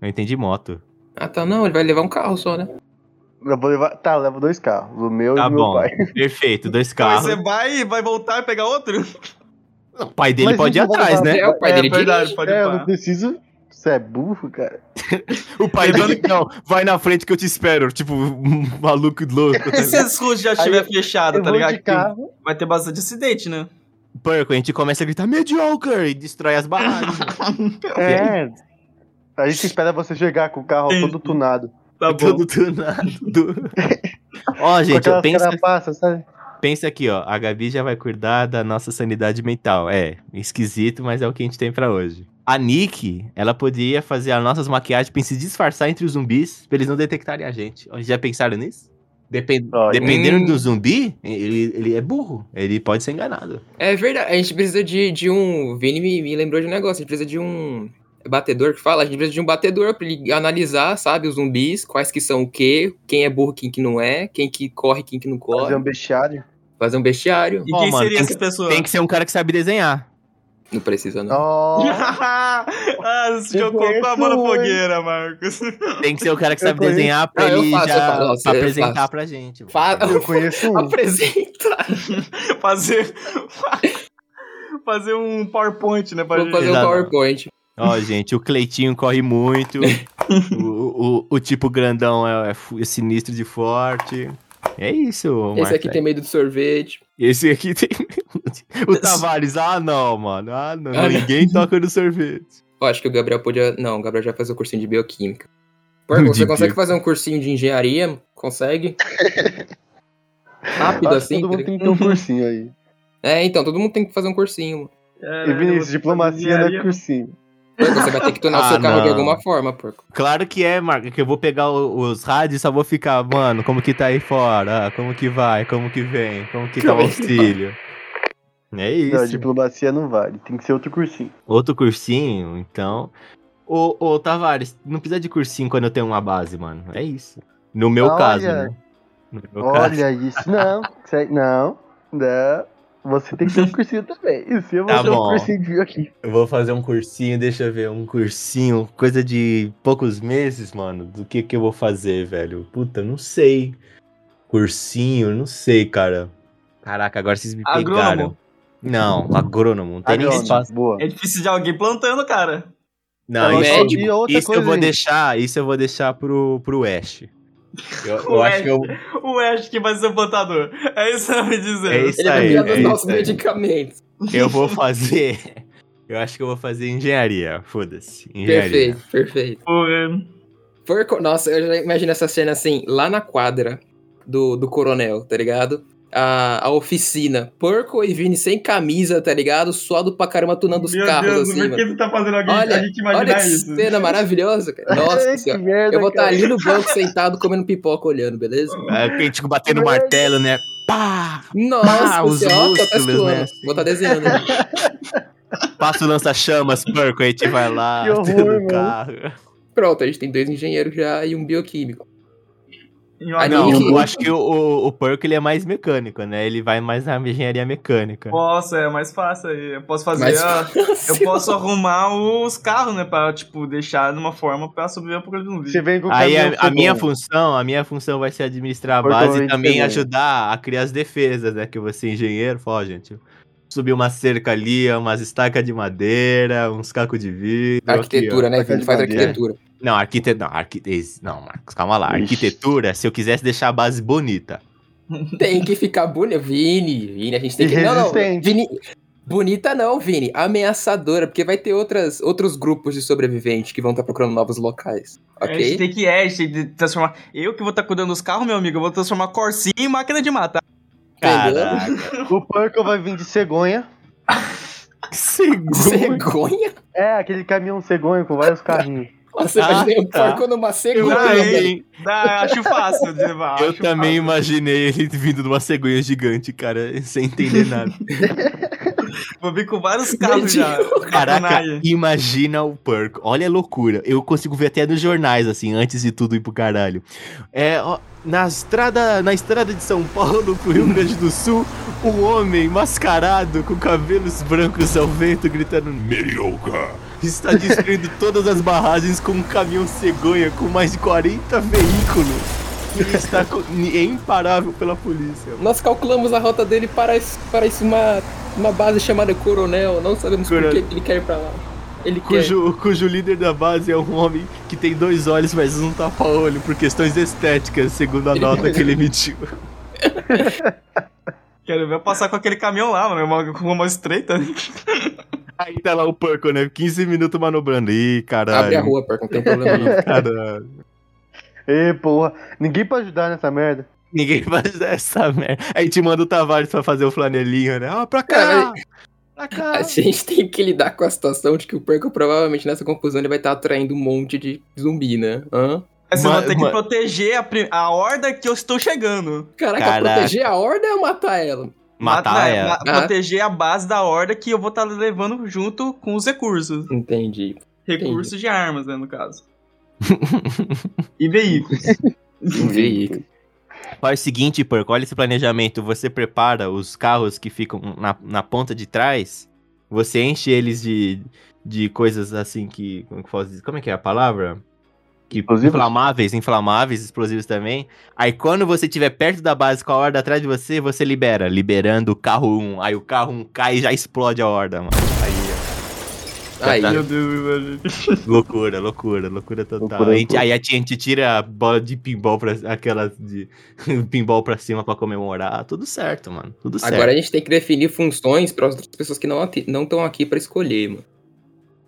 Speaker 1: Eu entendi moto.
Speaker 3: Ah, tá. Não, ele vai levar um carro só, né?
Speaker 2: Eu vou levar. Tá, eu levo dois carros, o meu e
Speaker 1: Tá
Speaker 2: o meu
Speaker 1: bom,
Speaker 2: pai.
Speaker 1: perfeito, dois
Speaker 4: Aí
Speaker 1: carros.
Speaker 4: você vai e vai voltar e pegar outro?
Speaker 1: Não, o pai dele
Speaker 2: Mas
Speaker 1: pode ir
Speaker 2: isso não
Speaker 1: atrás,
Speaker 2: vai
Speaker 1: né?
Speaker 3: É, o pai
Speaker 4: é
Speaker 3: dele
Speaker 4: verdade,
Speaker 3: dirige.
Speaker 4: pode
Speaker 2: é, eu
Speaker 4: parar.
Speaker 2: não preciso. Você é burro, cara.
Speaker 1: O pai dele, não, vai na frente que eu te espero. Tipo, um maluco louco.
Speaker 4: E se as ruas já estiver fechada,
Speaker 2: Eu
Speaker 4: tá
Speaker 2: vou
Speaker 4: ligado?
Speaker 2: de carro.
Speaker 4: Que Vai ter bastante acidente, né?
Speaker 1: Porco, a gente começa a gritar mediocre e destrói as barragens.
Speaker 2: É. A gente espera você chegar com o carro
Speaker 4: Entendi.
Speaker 2: todo tunado.
Speaker 4: Tá bom.
Speaker 1: Todo tunado. ó, gente,
Speaker 2: com aquelas
Speaker 1: pensa,
Speaker 2: carapaças, sabe?
Speaker 1: pensa aqui, ó. A Gabi já vai cuidar da nossa sanidade mental. É, esquisito, mas é o que a gente tem pra hoje. A Nick, ela poderia fazer as nossas maquiagens pra se disfarçar entre os zumbis, pra eles não detectarem a gente. Ó, Já pensaram nisso? Depen-
Speaker 2: Olha.
Speaker 1: Dependendo
Speaker 3: Hum.
Speaker 1: do zumbi, ele, ele é burro. Ele pode ser enganado.
Speaker 3: É verdade. A gente precisa de, de um. O Vini me, me lembrou de um negócio. A gente precisa de um. Batedor que fala, a gente precisa de um batedor pra ele analisar, sabe, os zumbis, quais que são o quê, quem é burro, quem que não é, quem que corre, quem que não corre,
Speaker 2: Fazer um bestiário.
Speaker 3: fazer um bestiário.
Speaker 4: E
Speaker 1: Ó,
Speaker 4: quem
Speaker 1: mano,
Speaker 4: seria
Speaker 1: tem
Speaker 4: essa pessoa?
Speaker 1: Tem que ser um cara que sabe desenhar.
Speaker 3: Não precisa, não.
Speaker 2: Oh,
Speaker 4: ah, você
Speaker 2: Eu
Speaker 4: jogou com a
Speaker 2: conheço
Speaker 4: mão na
Speaker 2: um, hein?
Speaker 4: fogueira, Marcos.
Speaker 1: Tem que ser o cara que
Speaker 2: Eu
Speaker 1: sabe
Speaker 2: conheço.
Speaker 1: desenhar pra
Speaker 3: Não, eu
Speaker 1: ele
Speaker 3: faço, eu
Speaker 1: já
Speaker 3: faço. Nossa,
Speaker 1: pra
Speaker 3: eu
Speaker 1: apresentar
Speaker 3: faço.
Speaker 1: pra gente.
Speaker 3: Fa-
Speaker 1: Entendeu?
Speaker 2: eu conheço um.
Speaker 3: Apresenta!
Speaker 4: Fazer. Fazer um PowerPoint, né? Pra
Speaker 3: Vou
Speaker 4: gente.
Speaker 3: fazer um
Speaker 1: Exato.
Speaker 3: PowerPoint.
Speaker 1: Ó, gente, o Cleitinho corre muito. o, o, o tipo grandão é, é fu- é sinistro de forte. É isso,
Speaker 3: Esse
Speaker 1: Marcelo.
Speaker 3: aqui tem medo de sorvete.
Speaker 1: Esse aqui tem. o Tavares, ah não, mano. Ah não,
Speaker 3: Ah, não.
Speaker 1: ninguém toca no sorvete.
Speaker 3: Eu acho que o Gabriel podia. Não, o Gabriel já fez o cursinho de bioquímica. Porco,
Speaker 1: Hum, De
Speaker 3: você consegue
Speaker 1: bio-
Speaker 3: fazer um cursinho de engenharia? Consegue? Rápido
Speaker 2: Acho que
Speaker 3: assim?
Speaker 2: todo mundo
Speaker 3: tá ligado?
Speaker 2: tem que ter um cursinho aí.
Speaker 3: É, então, todo mundo tem que fazer um cursinho. mano.
Speaker 4: É, né,
Speaker 2: E Vinícius, diplomacia não é cursinho.
Speaker 3: Porco, você vai ter que tunar o seu
Speaker 1: Ah,
Speaker 3: carro de
Speaker 1: não.
Speaker 3: alguma forma, porco.
Speaker 1: Claro que é, Marco, que eu vou pegar o- os rádios e só vou ficar, mano, como que tá aí fora? Ah, Como que vai? Como que vem? Como que tá o
Speaker 3: Como que
Speaker 1: auxílio? É isso.
Speaker 2: Não, diplomacia não vale. Tem que ser outro cursinho.
Speaker 1: Outro cursinho, então. Ô, ô, Tavares, não precisa de cursinho quando eu tenho uma base, mano. É isso. No meu
Speaker 2: Olha.
Speaker 1: caso, né? No meu caso.
Speaker 2: Olha isso. Não, isso aí- não, não. Você tem que ter um cursinho também. Isso eu vou
Speaker 1: Tá
Speaker 2: ter
Speaker 1: bom.
Speaker 2: um cursinho de aqui.
Speaker 1: Eu vou fazer um cursinho, deixa eu ver, um cursinho, coisa de poucos meses, mano. Do que que eu vou fazer, velho? Puta, não sei. Cursinho, não sei, cara. Caraca, agora vocês me
Speaker 4: Agrônomo.
Speaker 1: pegaram. Não, agrônomo, não tem nem
Speaker 2: Agrônomo,
Speaker 1: espaço.
Speaker 2: Boa.
Speaker 4: É difícil de alguém plantando, cara.
Speaker 1: Não,
Speaker 3: Tá
Speaker 1: isso,
Speaker 3: médico.
Speaker 2: E outra
Speaker 1: isso eu
Speaker 2: coisa,
Speaker 1: vou
Speaker 2: gente.
Speaker 1: deixar, isso eu vou deixar pro, pro Ash. Eu, eu
Speaker 4: O
Speaker 1: acho que eu,
Speaker 4: O Ash que vai ser o plantador. É isso que eu me
Speaker 1: é
Speaker 4: dizendo.
Speaker 1: isso
Speaker 3: Ele vai
Speaker 1: aí.
Speaker 3: criar os
Speaker 1: é
Speaker 3: nossos
Speaker 1: isso aí.
Speaker 3: medicamentos.
Speaker 1: Eu vou fazer. Eu acho que eu vou fazer engenharia. Foda-se. Engenharia.
Speaker 3: Perfeito, perfeito.
Speaker 4: Porra.
Speaker 3: Porco, nossa, eu já imagino essa cena assim, lá na quadra do, do coronel, tá ligado? A, a oficina. Porco e Vini sem camisa, tá ligado? Suado pra caramba, tunando os
Speaker 4: Meu
Speaker 3: carros,
Speaker 4: Deus,
Speaker 3: assim,
Speaker 4: por
Speaker 3: mano.
Speaker 4: que você tá fazendo alguém
Speaker 3: Olha,
Speaker 4: a gente
Speaker 3: Olha
Speaker 4: imaginar
Speaker 3: que
Speaker 4: isso?
Speaker 3: cena maravilhosa, cara. Nossa
Speaker 2: Ai, que
Speaker 3: senhora.
Speaker 2: merda,
Speaker 3: Eu
Speaker 1: tá
Speaker 3: vou estar
Speaker 2: cara.
Speaker 3: ali no banco sentado comendo pipoca olhando, beleza?
Speaker 1: É, que a gente batendo o martelo, né? Pá!
Speaker 3: Nossa,
Speaker 1: Ah, os
Speaker 3: você, ó, tá
Speaker 1: músculos,
Speaker 3: tatuando.
Speaker 1: né?
Speaker 3: Vou estar desenhando. né?
Speaker 1: Passa o lança-chamas, porco, aí a gente vai lá,
Speaker 2: Que horror,
Speaker 1: tudo no
Speaker 2: mano.
Speaker 1: carro.
Speaker 3: Pronto, a gente tem dois engenheiros já e um bioquímico.
Speaker 4: Em
Speaker 3: Ah,
Speaker 1: Não,
Speaker 4: Não.
Speaker 3: que-
Speaker 1: eu acho que o, o, o porco ele é mais mecânico, né? Ele vai mais na engenharia mecânica.
Speaker 4: Posso, é mais fácil aí. Eu posso fazer.
Speaker 3: Mas
Speaker 4: a- Eu posso arrumar os carros, né? Pra, tipo, deixar de uma forma pra sobreviver ao apocalipse zumbi.
Speaker 2: Você vem com o
Speaker 1: Aí
Speaker 2: caminhão
Speaker 1: a, a minha
Speaker 2: fogão.
Speaker 1: função, a minha função vai ser administrar a
Speaker 2: Porco
Speaker 1: base e
Speaker 2: vem de
Speaker 1: também
Speaker 2: cebola.
Speaker 1: ajudar a criar as defesas, né? Que você engenheiro, fala, "Ó, gente, subir uma cerca ali, umas estacas de madeira, uns cacos de vidro. aqui, ó."
Speaker 3: Arquitetura, né, Vini? Faz arquitetura.
Speaker 1: Não, arquite... não, arquite... não, Marcos, calma lá.
Speaker 2: Ixi.
Speaker 1: Arquitetura, se eu quisesse deixar a base bonita.
Speaker 3: Tem que ficar bonita. Vini, Vini, a gente tem
Speaker 2: E
Speaker 3: que. Não, não.
Speaker 2: resistente.
Speaker 3: Vini. Bonita não, Vini. Ameaçadora, porque vai ter outras, outros grupos de sobreviventes que vão estar procurando novos locais.
Speaker 4: A gente
Speaker 3: Ok?
Speaker 4: tem que é, a gente tem que transformar. Eu que vou estar cuidando dos carros, meu amigo, eu vou transformar Corsinha em máquina de matar.
Speaker 1: Caraca.
Speaker 2: O Perco vai vir de cegonha.
Speaker 1: Seguro.
Speaker 3: Cegonha?
Speaker 2: É, aquele caminhão cegonha com vários carrinhos.
Speaker 3: Nossa,
Speaker 1: Ah,
Speaker 3: imaginei um
Speaker 1: tá.
Speaker 3: porco numa
Speaker 1: Eu,
Speaker 3: cegonha. velho.
Speaker 1: também,
Speaker 4: Dá, Ah, acho fácil de levar.
Speaker 1: eu
Speaker 4: acho
Speaker 1: também
Speaker 4: fácil.
Speaker 1: imaginei ele vindo de uma cegonha gigante, cara, sem entender nada.
Speaker 4: Vou vir com vários carros já.
Speaker 1: Caraca,
Speaker 4: Sacanagem.
Speaker 1: imagina o Perk. Olha a loucura. Eu consigo ver até nos jornais, assim, antes de tudo ir pro caralho. É, ó, na estrada, na estrada de São Paulo pro Rio Grande do Sul, um homem mascarado com cabelos brancos ao vento gritando Merioca. Está destruindo todas as barragens com um caminhão cegonha com mais de 40 veículos. Ele está co- é imparável pela polícia.
Speaker 3: Nós calculamos a rota dele para, es- para isso uma, uma base chamada Coronel. Não sabemos por
Speaker 1: Coronel.
Speaker 3: que que ele quer ir pra lá. Ele quer.
Speaker 1: Cujo, cujo líder da base é um homem que tem dois olhos, mas um tapa-olho, por questões estéticas, segundo a nota que ele emitiu.
Speaker 4: Quero ver eu passar com aquele caminhão lá, mano. Uma, com uma mão estreita. né?
Speaker 1: Aí tá lá o Perco, né? 15 minutos manobrando. Ih, caralho.
Speaker 3: Abre a rua, porco, não tem problema não.
Speaker 1: Caralho.
Speaker 2: Ê, porra. Ninguém pra ajudar nessa merda.
Speaker 1: Ninguém faz essa merda. Aí te manda o Tavares pra fazer o flanelinho, né? Ah, pra cá! Pra cá!
Speaker 3: A gente tem que lidar com a situação de que o Perco provavelmente nessa confusão ele vai estar atraindo um monte de zumbi, né? Hã?
Speaker 4: Aí Você
Speaker 1: Ma-
Speaker 4: vai ter que
Speaker 1: ma-
Speaker 4: proteger a, pri- a horda que eu estou chegando.
Speaker 3: Caraca,
Speaker 1: Caraca.
Speaker 3: proteger a horda ou matar ela?
Speaker 1: Matar
Speaker 4: Mata-
Speaker 1: ela.
Speaker 4: ma- Proteger a base da horda que eu vou estar levando junto com os recursos.
Speaker 3: Entendi.
Speaker 4: Recursos de armas, né, no caso. e veículos.
Speaker 3: Veículo.
Speaker 1: Faz o seguinte, Perco, olha esse planejamento. Você prepara os carros que ficam na, na ponta de trás. Você enche eles de, de coisas assim que. Como que, posso dizer? Como é que é a palavra? Que,
Speaker 2: Explosivos?
Speaker 1: inflamáveis, inflamáveis, explosivos também. Aí quando você estiver perto da base com a horda atrás de você, você libera, liberando o carro 1. Aí o carro 1 cai e já explode a horda, mano. Aí,
Speaker 3: Aí,
Speaker 1: Tá.
Speaker 4: Meu Deus, velho.
Speaker 1: ó, loucura, loucura, loucura total.
Speaker 2: Loucura,
Speaker 1: A gente-
Speaker 2: loucura.
Speaker 1: aí a gente tira a bola de pinball pra, aquela de pinball pra cima pra comemorar. Tudo certo, mano. Tudo certo.
Speaker 3: agora a gente tem que definir funções para outras pessoas que não ati- não estão aqui para escolher, mano.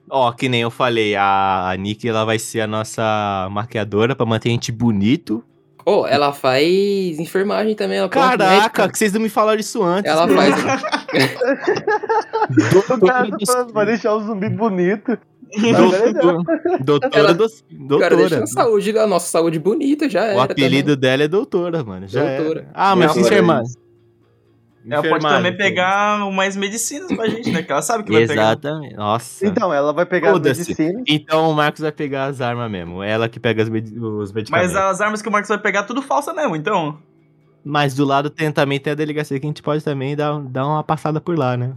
Speaker 1: Ó, que nem eu falei, a a Nick ela vai ser a nossa maquiadora pra manter a gente bonito.
Speaker 3: Oh, ela faz enfermagem também, ela planta
Speaker 1: Caraca,
Speaker 3: médica.
Speaker 1: que vocês não me falaram isso antes.
Speaker 3: Ela
Speaker 1: mano.
Speaker 3: faz.
Speaker 2: O cara pra, pra deixar o zumbi bonito.
Speaker 1: Doutor- doutora,
Speaker 3: Ela-
Speaker 1: do-
Speaker 3: Cara, deixa
Speaker 1: doutora.
Speaker 3: a saúde, a nossa saúde bonita, já era.
Speaker 1: O apelido dela é doutora, mano. Já era.
Speaker 3: Doutora.
Speaker 1: Ah, mas
Speaker 2: Não,
Speaker 1: enfermagem.
Speaker 4: Ela pode
Speaker 1: Enfermagem,
Speaker 4: É também
Speaker 1: então.
Speaker 4: pegar umas medicinas pra gente, né? Que ela sabe que vai pegar.
Speaker 1: Exatamente. Nossa. Então...
Speaker 2: Então, ela vai pegar as
Speaker 1: Foda-se.
Speaker 2: medicinas.
Speaker 1: Então, o Marcos vai pegar as armas mesmo. É Ela que pega as medi- os medicamentos.
Speaker 4: Mas
Speaker 1: Mas,
Speaker 4: as armas que o Marcos vai pegar, tudo falsa mesmo, então.
Speaker 1: do lado tem, também tem a delegacia que a gente pode também dar, dar uma passada por lá, né?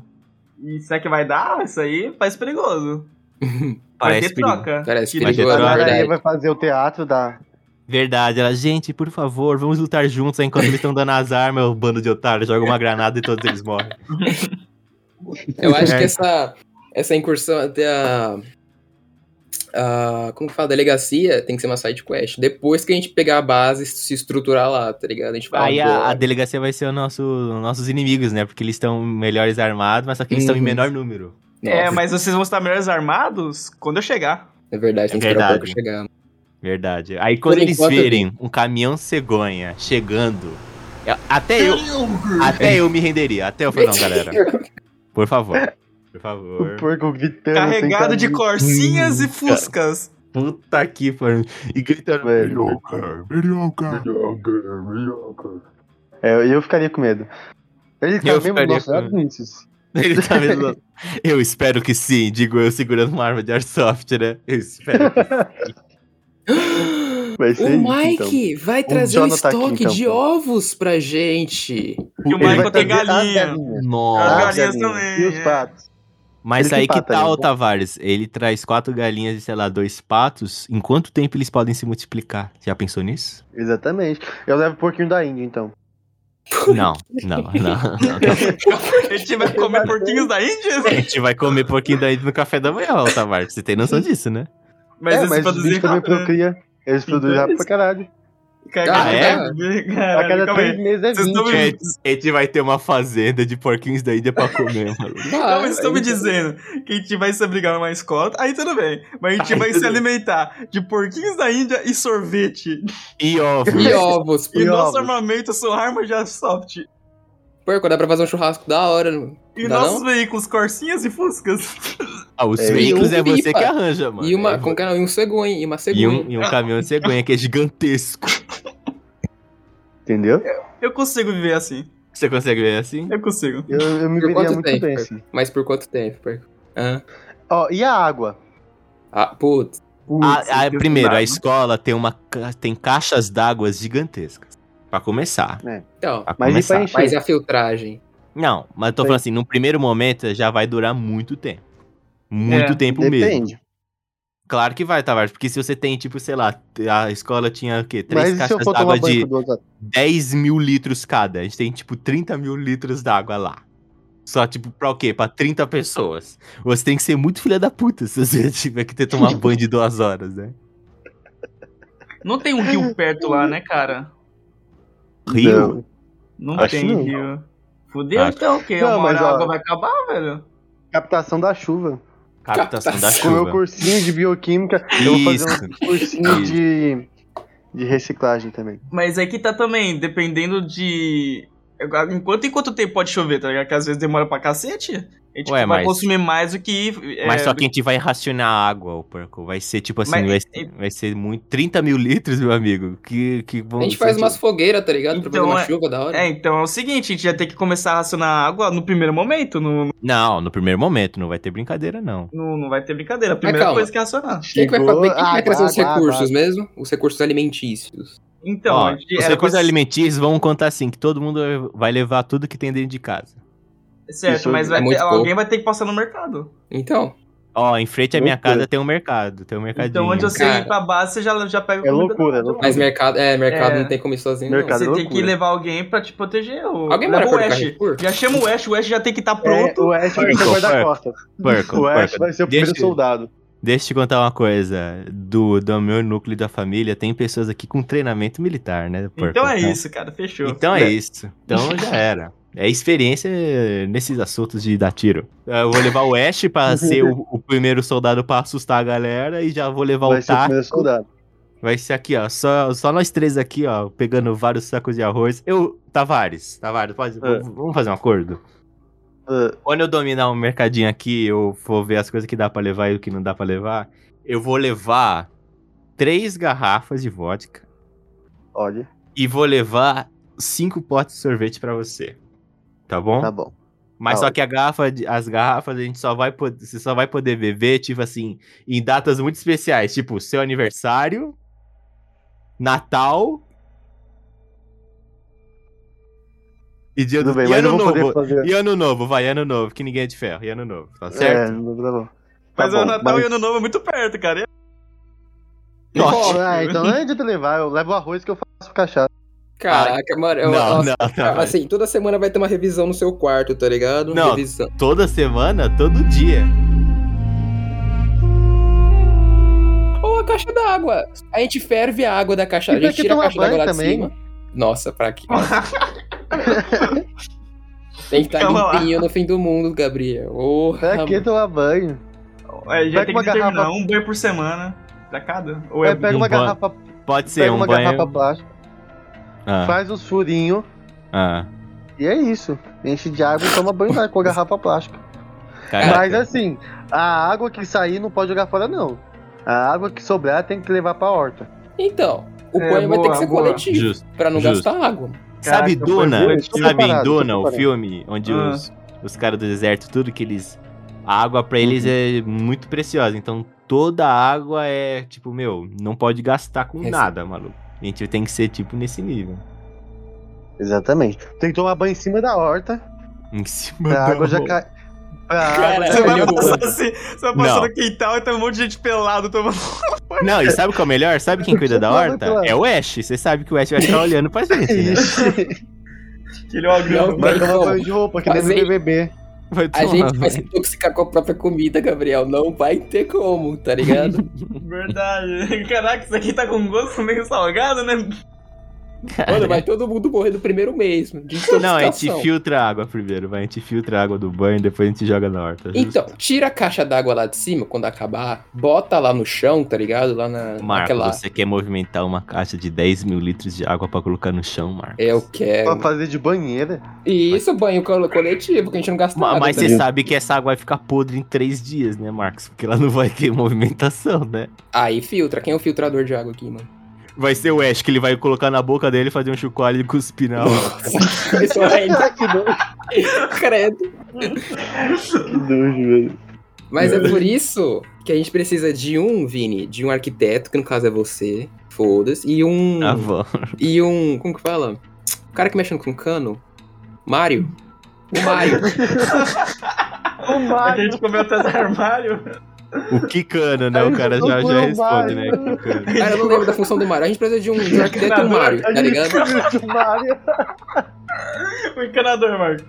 Speaker 4: E será que vai dar? Isso aí parece perigoso. vai ter
Speaker 1: perigo.
Speaker 4: troca.
Speaker 3: Parece
Speaker 4: Que
Speaker 1: Vai ter
Speaker 3: perigoso,
Speaker 1: trabalho aí,
Speaker 2: Ela
Speaker 3: na é verdade.
Speaker 2: vai fazer o teatro da.
Speaker 1: Verdade, ela, gente, por favor, vamos lutar juntos. Aí enquanto eles estão dando as armas, o bando de otário joga uma granada e todos eles morrem.
Speaker 3: Eu acho
Speaker 1: É.
Speaker 3: que essa, essa incursão até a, a- Como que fala? Delegacia tem que ser uma side quest. Depois que a gente pegar a base e se estruturar lá, tá ligado? A gente fala.
Speaker 1: Aí a, a
Speaker 3: "Bora".
Speaker 1: delegacia vai ser o nosso, nossos inimigos, né? Porque eles estão melhores armados, mas só que eles estão em
Speaker 3: Uhum.
Speaker 1: menor número.
Speaker 4: É,
Speaker 3: Nossa,
Speaker 4: mas vocês vão estar melhores armados quando eu chegar.
Speaker 3: É verdade, tem que esperar um
Speaker 1: Verdade.
Speaker 3: pouco chegar.
Speaker 1: Verdade. Aí quando
Speaker 3: Por
Speaker 1: eles
Speaker 3: enquanto,
Speaker 1: verem um caminhão cegonha chegando, eu- até eu, até eu me renderia. Até eu falei, não, galera, por favor. Por favor.
Speaker 2: O porco gritando.
Speaker 4: Carregado
Speaker 2: sem
Speaker 4: de
Speaker 2: camisa.
Speaker 4: corsinhas e fuscas.
Speaker 1: Puta que pariu. E gritando,
Speaker 2: Velho.
Speaker 1: "Carioca,
Speaker 2: É, eu ficaria com medo. Ele tá
Speaker 1: Eu
Speaker 2: mesmo
Speaker 1: ficaria
Speaker 2: nosso
Speaker 1: com
Speaker 2: lado, Vinícius.
Speaker 1: Ele tá mesmo. Eu espero que sim, digo eu segurando uma arma de airsoft, né? Eu espero que sim.
Speaker 2: Vai
Speaker 3: O
Speaker 2: ser isso, então.
Speaker 3: Mike vai trazer um
Speaker 2: Jonathan tá aqui,
Speaker 3: estoque
Speaker 2: então,
Speaker 3: de
Speaker 2: pô.
Speaker 3: ovos pra gente.
Speaker 4: E
Speaker 2: Ele
Speaker 4: o Michael
Speaker 2: vai
Speaker 4: tem
Speaker 2: trazer as
Speaker 4: galinha.
Speaker 2: galinhas.
Speaker 4: As
Speaker 1: Nossa.
Speaker 4: galinhas
Speaker 2: E
Speaker 4: também,
Speaker 2: os
Speaker 4: é.
Speaker 2: patos.
Speaker 1: Mas
Speaker 2: Ele
Speaker 1: aí
Speaker 2: que
Speaker 1: que
Speaker 2: pata,
Speaker 1: tal,
Speaker 2: né?
Speaker 1: Tavares? Ele traz quatro galinhas e, sei lá, dois patos. Em quanto tempo eles podem se multiplicar? Já pensou nisso?
Speaker 2: Exatamente. Eu levo o porquinho da Índia, então.
Speaker 1: Não, não, não. não.
Speaker 4: A gente vai comer porquinhos da Índia?
Speaker 2: É,
Speaker 1: A gente vai comer pouquinho daí no café da manhã, ô, Tavares. Você tem noção disso, né?
Speaker 4: Mas
Speaker 2: é,
Speaker 4: eles
Speaker 2: mas os
Speaker 4: produzem
Speaker 2: bichos também
Speaker 4: rápido, né?
Speaker 2: procria. Eles produzem rápido pra caralho.
Speaker 4: Carregado
Speaker 1: Ah,
Speaker 4: de
Speaker 1: é?
Speaker 4: corsinhas.
Speaker 2: A
Speaker 4: Caralho,
Speaker 2: cada
Speaker 4: calma aí.
Speaker 2: três meses é
Speaker 4: Vocês estão
Speaker 2: 20.
Speaker 4: me...
Speaker 1: Gente, a gente vai ter uma fazenda de porquinhos da Índia pra comer, mano.
Speaker 4: Não, mas estão me
Speaker 3: aí-
Speaker 4: dizendo que a gente vai se abrigar numa escola, aí tudo bem. Mas a gente
Speaker 1: Aí
Speaker 4: vai
Speaker 1: tudo
Speaker 4: se
Speaker 1: bem.
Speaker 4: alimentar de porquinhos da Índia e sorvete.
Speaker 1: E ovos.
Speaker 3: E ovos,
Speaker 4: E,
Speaker 2: E
Speaker 4: nosso
Speaker 2: ovos.
Speaker 4: armamento são armas de airsoft.
Speaker 3: porco, dá pra fazer um churrasco da hora. mano.
Speaker 2: é
Speaker 4: E
Speaker 3: Dá
Speaker 4: nossos veículos, corsinhas e fuscas.
Speaker 1: Ah, os
Speaker 2: É, e
Speaker 1: veículos
Speaker 3: um
Speaker 1: é você
Speaker 3: pipa.
Speaker 1: que arranja, mano.
Speaker 3: E uma,
Speaker 1: É
Speaker 3: com canal, e um cegonha, e uma
Speaker 1: E
Speaker 3: cegonha.
Speaker 1: um, e um caminhão de cegonha que é gigantesco.
Speaker 2: Entendeu?
Speaker 4: Eu consigo viver assim.
Speaker 1: Você consegue ver assim?
Speaker 4: Eu consigo.
Speaker 2: Eu, eu me
Speaker 3: Por
Speaker 2: veria
Speaker 3: quanto
Speaker 2: muito
Speaker 3: tempo,
Speaker 2: bem,
Speaker 3: Porco?
Speaker 2: assim.
Speaker 3: Mas por quanto tempo, porco? Hã?
Speaker 2: Ó, e a água?
Speaker 3: Ah, putz.
Speaker 4: Putz,
Speaker 1: A, a-
Speaker 4: eu tenho
Speaker 1: Ah, primeiro,
Speaker 2: né?
Speaker 4: nada.
Speaker 1: a escola tem, uma, ca- tem caixas d'água gigantescas. Pra começar.
Speaker 3: Então,
Speaker 1: Pra
Speaker 2: Mas e
Speaker 1: começar.
Speaker 2: pra encher?
Speaker 3: mas e a filtragem?
Speaker 1: Não, mas eu tô falando assim, num primeiro momento já vai durar muito tempo. Muito
Speaker 4: É,
Speaker 1: tempo mesmo.
Speaker 2: Depende.
Speaker 1: Claro que vai, Tavares, porque se você tem, tipo, sei lá, a escola tinha o quê? Três
Speaker 2: Mas e se eu
Speaker 1: caixas
Speaker 2: for tomar
Speaker 1: d'água
Speaker 2: banho
Speaker 1: de
Speaker 2: com duas horas?
Speaker 1: 10 mil litros cada. A gente tem, tipo, 30 mil litros d'água lá. Só, tipo, pra o quê? Pra 30 pessoas. Você tem que ser muito filha da puta se você tiver que ter tomar banho de duas horas, né?
Speaker 4: Não tem um rio perto lá, né, cara?
Speaker 1: Rio?
Speaker 2: Não.
Speaker 4: Não
Speaker 2: Acho
Speaker 4: tem
Speaker 2: que não.
Speaker 4: rio. Fudeu,
Speaker 1: Acho.
Speaker 4: então, o quê?
Speaker 2: Não,
Speaker 4: Uma
Speaker 2: mas,
Speaker 4: hora a
Speaker 2: ó,
Speaker 4: água vai acabar, velho?
Speaker 2: Captação da chuva.
Speaker 1: Captação da
Speaker 2: Com o meu
Speaker 1: chuva.
Speaker 2: cursinho de bioquímica, eu vou fazer
Speaker 1: Isso.
Speaker 2: um cursinho
Speaker 1: Isso.
Speaker 2: de, de reciclagem também.
Speaker 4: Mas aqui tá também, dependendo de... Enquanto em quanto tempo pode chover, tá ligado? Que às vezes demora pra cacete. A gente
Speaker 1: Ué,
Speaker 4: vai
Speaker 1: mas-
Speaker 4: consumir mais do que... é,
Speaker 1: Mas só que a gente vai racionar a água, o porco. Vai ser tipo assim,
Speaker 4: Mas-
Speaker 1: vai, ser, vai ser muito. 30 mil litros, meu amigo. Que, que bom.
Speaker 3: A gente faz umas fogueiras, tá ligado? Pra fazer
Speaker 4: Então,
Speaker 3: uma
Speaker 4: é-
Speaker 3: chuva da hora.
Speaker 4: É, então é o seguinte, a gente já tem que começar a racionar água no primeiro momento. Não,
Speaker 1: Não, no primeiro momento, não vai ter brincadeira, não.
Speaker 4: não, não vai ter brincadeira. A primeira
Speaker 3: calma.
Speaker 4: coisa que é racionar.
Speaker 3: Quem que vai,
Speaker 2: Chegou, ah,
Speaker 3: fazer, quem que vai
Speaker 2: água,
Speaker 3: trazer os
Speaker 2: água,
Speaker 3: recursos
Speaker 2: água.
Speaker 3: mesmo? Os recursos alimentícios.
Speaker 4: Então,
Speaker 1: Ó,
Speaker 4: a gente
Speaker 1: os
Speaker 4: era
Speaker 1: recursos
Speaker 4: pra-
Speaker 1: alimentícios vão contar assim: que todo mundo vai levar tudo que tem dentro de casa.
Speaker 4: Certo,
Speaker 2: Isso
Speaker 4: mas
Speaker 2: é
Speaker 4: vai ter-
Speaker 3: muito pouco.
Speaker 4: alguém vai ter que passar no mercado.
Speaker 3: Então,
Speaker 1: Ó, em frente à minha
Speaker 2: Loucura.
Speaker 1: casa tem um mercado, tem um mercadinho.
Speaker 4: Então, onde você
Speaker 3: Cara.
Speaker 4: ir pra base, você já, já pega
Speaker 2: É
Speaker 4: comida
Speaker 2: loucura,
Speaker 4: da-
Speaker 2: é loucura.
Speaker 3: mas mercado, é, mercado
Speaker 4: É.
Speaker 3: não tem como ir sozinho,
Speaker 2: Mercado-
Speaker 4: Você tem
Speaker 2: loucura.
Speaker 4: que levar alguém pra te proteger. Ou...
Speaker 3: não. Alguém
Speaker 4: Leva
Speaker 3: mora
Speaker 4: o
Speaker 3: perto do
Speaker 4: Ash.
Speaker 3: Carrefour?
Speaker 4: Já chama o Ash, o Ash já tem que estar
Speaker 2: É,
Speaker 4: pronto.
Speaker 2: o Ash vai
Speaker 1: Porco,
Speaker 2: ser o guarda-costas.
Speaker 1: Porco,
Speaker 2: O Ash
Speaker 1: porco.
Speaker 2: vai ser o primeiro
Speaker 1: é? Deixa-
Speaker 2: soldado.
Speaker 1: Deixa eu te contar uma coisa. Do, do meu núcleo da família, tem pessoas aqui com treinamento militar, né? porco?
Speaker 4: então é isso, cara, fechou.
Speaker 1: Então é isso. Então já era. É experiência nesses assuntos de dar tiro. Eu vou levar o Ash pra ser o, o primeiro soldado pra assustar a galera e já vou levar
Speaker 2: Vai
Speaker 1: o
Speaker 2: ser o
Speaker 1: Tá.
Speaker 2: primeiro soldado.
Speaker 1: Vai ser aqui, ó. Só, só nós três aqui, ó, pegando vários sacos de arroz. Eu, Tavares, Tavares, pode,
Speaker 2: Ah.
Speaker 1: v- vamos fazer um acordo?
Speaker 2: Ah.
Speaker 1: Quando eu dominar um mercadinho aqui, eu vou ver as coisas que dá pra levar e o que não dá pra levar. Eu vou levar três garrafas de vodka
Speaker 2: Olha,
Speaker 1: e vou levar cinco potes de sorvete pra você. Tá bom?
Speaker 2: tá bom.
Speaker 1: Mas
Speaker 2: tá
Speaker 1: só que a garrafa, de- as garrafas a gente só vai poder, você só vai poder beber, tipo assim, em datas muito especiais, tipo seu aniversário, Natal e dia
Speaker 2: Tudo
Speaker 1: do
Speaker 2: bem,
Speaker 1: e
Speaker 2: mas eu
Speaker 1: ano
Speaker 2: vou poder
Speaker 1: novo.
Speaker 2: fazer.
Speaker 1: E ano novo, vai ano novo, que ninguém é de ferro, e ano novo, tá
Speaker 2: É,
Speaker 1: certo?
Speaker 2: tá bom.
Speaker 4: mas
Speaker 2: tá
Speaker 4: o
Speaker 2: bom,
Speaker 4: Natal
Speaker 2: mas-
Speaker 4: e o Ano Novo é muito perto, cara.
Speaker 1: Nossa.
Speaker 2: Bom, ah, então não adianta levar, eu levo o arroz que eu faço cachaça.
Speaker 3: Caraca, mano, eu,
Speaker 1: Não,
Speaker 3: nossa,
Speaker 1: não,
Speaker 3: cara,
Speaker 1: não.
Speaker 3: assim, toda semana vai ter uma revisão no seu quarto, tá ligado?
Speaker 1: Não.
Speaker 3: Revisão.
Speaker 1: Toda semana, todo dia.
Speaker 3: Ou a caixa d'água. A gente ferve a água da caixa,
Speaker 2: E
Speaker 3: a
Speaker 2: pra
Speaker 3: gente
Speaker 2: que
Speaker 3: tira a
Speaker 2: tomar
Speaker 3: caixa d'água lá
Speaker 2: banho
Speaker 3: de
Speaker 2: também?
Speaker 3: cima. Nossa, pra quê? Tem que estar
Speaker 4: Calma lá.
Speaker 3: limpinho no fim do mundo, Gabriel. Porra,
Speaker 2: Pra que tomar banho?
Speaker 4: É, já
Speaker 2: Pega
Speaker 4: tem
Speaker 2: uma
Speaker 4: que determinar
Speaker 2: garrafa.
Speaker 4: um banho por semana pra cada. Ou é,
Speaker 2: Aí pega
Speaker 1: um
Speaker 2: uma
Speaker 1: banho.
Speaker 2: garrafa,
Speaker 1: Pode ser
Speaker 2: pega
Speaker 1: um
Speaker 2: uma garrafa
Speaker 1: banho.
Speaker 2: plástica,
Speaker 1: Ah,
Speaker 2: faz uns furinhos
Speaker 1: ah,
Speaker 2: e é isso. Enche de água e toma banho lá com a garrafa plástica.
Speaker 1: caraca.
Speaker 2: Mas assim, a água que sair não pode jogar fora, não. A água que sobrar tem que levar pra horta.
Speaker 3: Então, o
Speaker 4: É,
Speaker 3: banho vai ter
Speaker 4: boa,
Speaker 3: que ser
Speaker 4: boa.
Speaker 3: coletivo
Speaker 1: Justo.
Speaker 3: pra não
Speaker 1: justo.
Speaker 3: gastar água.
Speaker 1: Sabe
Speaker 4: Caraca,
Speaker 1: Duna?
Speaker 2: foi muito
Speaker 1: Sabe em
Speaker 2: preparado,
Speaker 1: Duna,
Speaker 2: muito
Speaker 1: o
Speaker 2: preparado.
Speaker 1: filme onde
Speaker 4: Ah.
Speaker 1: os, os caras do deserto, tudo que eles. A água pra eles
Speaker 2: Uhum.
Speaker 1: é muito preciosa. Então toda a água é tipo, meu, não pode gastar com
Speaker 3: Esse-
Speaker 1: nada, maluco. A gente tem que ser tipo nesse nível.
Speaker 2: Exatamente. Tem que tomar banho em cima da horta.
Speaker 1: Em cima
Speaker 2: Pra
Speaker 1: da
Speaker 2: água já
Speaker 1: roupa.
Speaker 2: cai. Pra
Speaker 3: Cara,
Speaker 2: água já
Speaker 4: você vai
Speaker 2: caiu.
Speaker 4: passar assim, você vai passar
Speaker 1: Não.
Speaker 4: no quintal e tem um monte de gente pelado tomando.
Speaker 1: Não, e sabe o que é o melhor? Sabe quem cuida da horta? É o Ash. Você sabe que o Ash vai ficar olhando pra gente, né?
Speaker 2: Isso.
Speaker 4: Aquele óleo.
Speaker 3: Não,
Speaker 2: Vai tomar
Speaker 3: Não.
Speaker 2: banho de roupa, que nem
Speaker 3: Mas aí-
Speaker 2: do BBB.
Speaker 1: Vai
Speaker 3: A
Speaker 1: tomar
Speaker 3: gente vai
Speaker 1: banho.
Speaker 3: se intoxicar com a própria comida, Gabriel. Não vai ter como, tá ligado?
Speaker 4: Verdade. Caraca, isso aqui tá com gosto meio salgado, né?
Speaker 3: Mano, vai todo mundo morrer no primeiro mês. De
Speaker 1: Não, a gente
Speaker 3: intoxicação.
Speaker 1: filtra a água primeiro, vai. A gente filtra a água do banho, depois a gente joga na horta. é justo?
Speaker 3: Então, tira a caixa d'água lá de cima quando acabar, bota lá no chão, tá ligado? Lá na,
Speaker 1: Marcos,
Speaker 3: naquela.
Speaker 1: você quer movimentar uma caixa de 10 mil litros de água pra colocar no chão, Marcos?
Speaker 3: É, Eu
Speaker 2: Pra
Speaker 3: quero.
Speaker 2: fazer de banheira.
Speaker 3: E isso, banho col- coletivo, que a gente não gasta
Speaker 1: Ma-
Speaker 3: nada.
Speaker 1: Mas
Speaker 3: tá
Speaker 1: você
Speaker 3: ligado?
Speaker 1: sabe que essa água vai ficar podre em três dias, né, Marcos? Porque ela não vai ter movimentação, né?
Speaker 3: Aí filtra. Quem é o filtrador de água aqui, mano?
Speaker 1: Vai ser o Ash que ele vai colocar na boca dele, fazer um chocalho e cuspir na água.
Speaker 4: é
Speaker 3: Isso ainda. Credo.
Speaker 2: Que nojo, velho.
Speaker 3: Mas é por isso que a gente precisa de um, Vini, de um arquiteto, que no caso é você. Foda-se. E um.
Speaker 1: Ah, vó.
Speaker 3: E um. Como que fala? O cara que mexe com cano? Mário? O Mário.
Speaker 2: O
Speaker 4: Vai que a
Speaker 2: Mario.
Speaker 4: gente comeu atrás do armário.
Speaker 1: O Kikano, né? O cara já, já responde, né? Kikano.
Speaker 3: Cara, eu não lembro da função do Mário. A gente precisa de um, de um arquiteto e um Mário, tá ligado?
Speaker 2: O Mario.
Speaker 4: O encanador, Marco.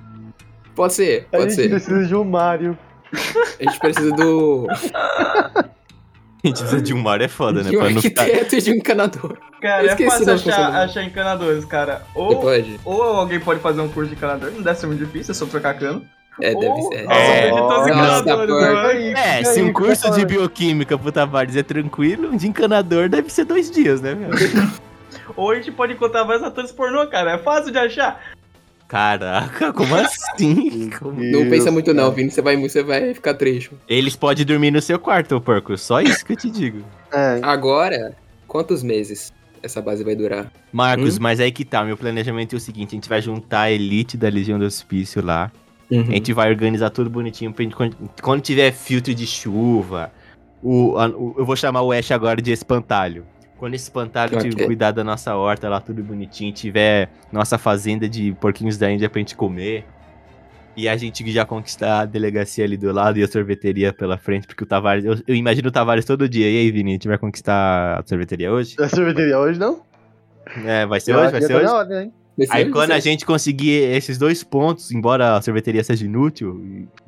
Speaker 3: Pode ser,
Speaker 2: A
Speaker 3: pode
Speaker 2: gente
Speaker 3: ser.
Speaker 2: precisa de um Mario.
Speaker 3: A gente precisa do.
Speaker 1: Tá A gente precisa de um mar, é foda, né?
Speaker 3: de um
Speaker 1: Pra não ficar...
Speaker 3: arquiteto e de um encanador.
Speaker 4: Cara,
Speaker 3: Eu
Speaker 4: é
Speaker 3: esqueci
Speaker 4: fácil
Speaker 3: da função
Speaker 4: achar,
Speaker 3: do Marco.
Speaker 4: achar encanadores, cara.
Speaker 2: Oh,
Speaker 3: Você
Speaker 4: Ou,
Speaker 3: pode?
Speaker 4: ou alguém pode fazer um curso de encanador, não deve ser muito difícil, é só trocar cano.
Speaker 3: É,
Speaker 4: ou,
Speaker 2: oh,
Speaker 3: deve ser.
Speaker 4: Nossa,
Speaker 1: É.
Speaker 4: eu perdi todos os
Speaker 3: Nossa, tá
Speaker 4: encanadores,
Speaker 3: porra.
Speaker 4: mano.
Speaker 1: É, se um curso de bioquímica pro Tavares é tranquilo, de encanador deve ser dois dias, né, meu?
Speaker 4: Ou a gente pode encontrar vários atores pornô, cara. É fácil de achar.
Speaker 1: Caraca, como assim? Como-
Speaker 3: Não pensa muito não,
Speaker 2: viu?
Speaker 3: Vini. Você vai, você vai ficar triste.
Speaker 1: Eles podem dormir no seu quarto, ô porco. Só isso que eu te digo.
Speaker 2: É,
Speaker 3: Agora, quantos meses essa base vai durar?
Speaker 1: Marcos, mas aí que tá. Meu planejamento é o seguinte: a gente vai juntar a elite da Legião do Hospício lá. A gente vai organizar tudo bonitinho. Pra gente, quando, quando tiver filtro de chuva, o, a- o- eu vou chamar o Ash agora de espantalho. Quando esse espantalho
Speaker 3: Ok.
Speaker 1: tiver cuidar da nossa horta lá, tudo bonitinho, tiver nossa fazenda de porquinhos da Índia pra gente comer. E a gente já conquistar a delegacia ali do lado e a sorveteria pela frente, porque o Tavares. Eu, eu imagino o Tavares todo dia. E aí, Vini, a gente vai conquistar a sorveteria hoje?
Speaker 2: É, A sorveteria hoje não?
Speaker 1: É, vai ser
Speaker 2: Eu
Speaker 1: hoje?
Speaker 2: acho
Speaker 1: Vai
Speaker 2: que
Speaker 1: ser
Speaker 2: já tá
Speaker 1: hoje?
Speaker 2: na hora, hein?
Speaker 3: Nesse
Speaker 1: Aí
Speaker 3: ano,
Speaker 1: quando a
Speaker 3: você-
Speaker 1: gente conseguir esses dois pontos, embora a sorveteria seja inútil,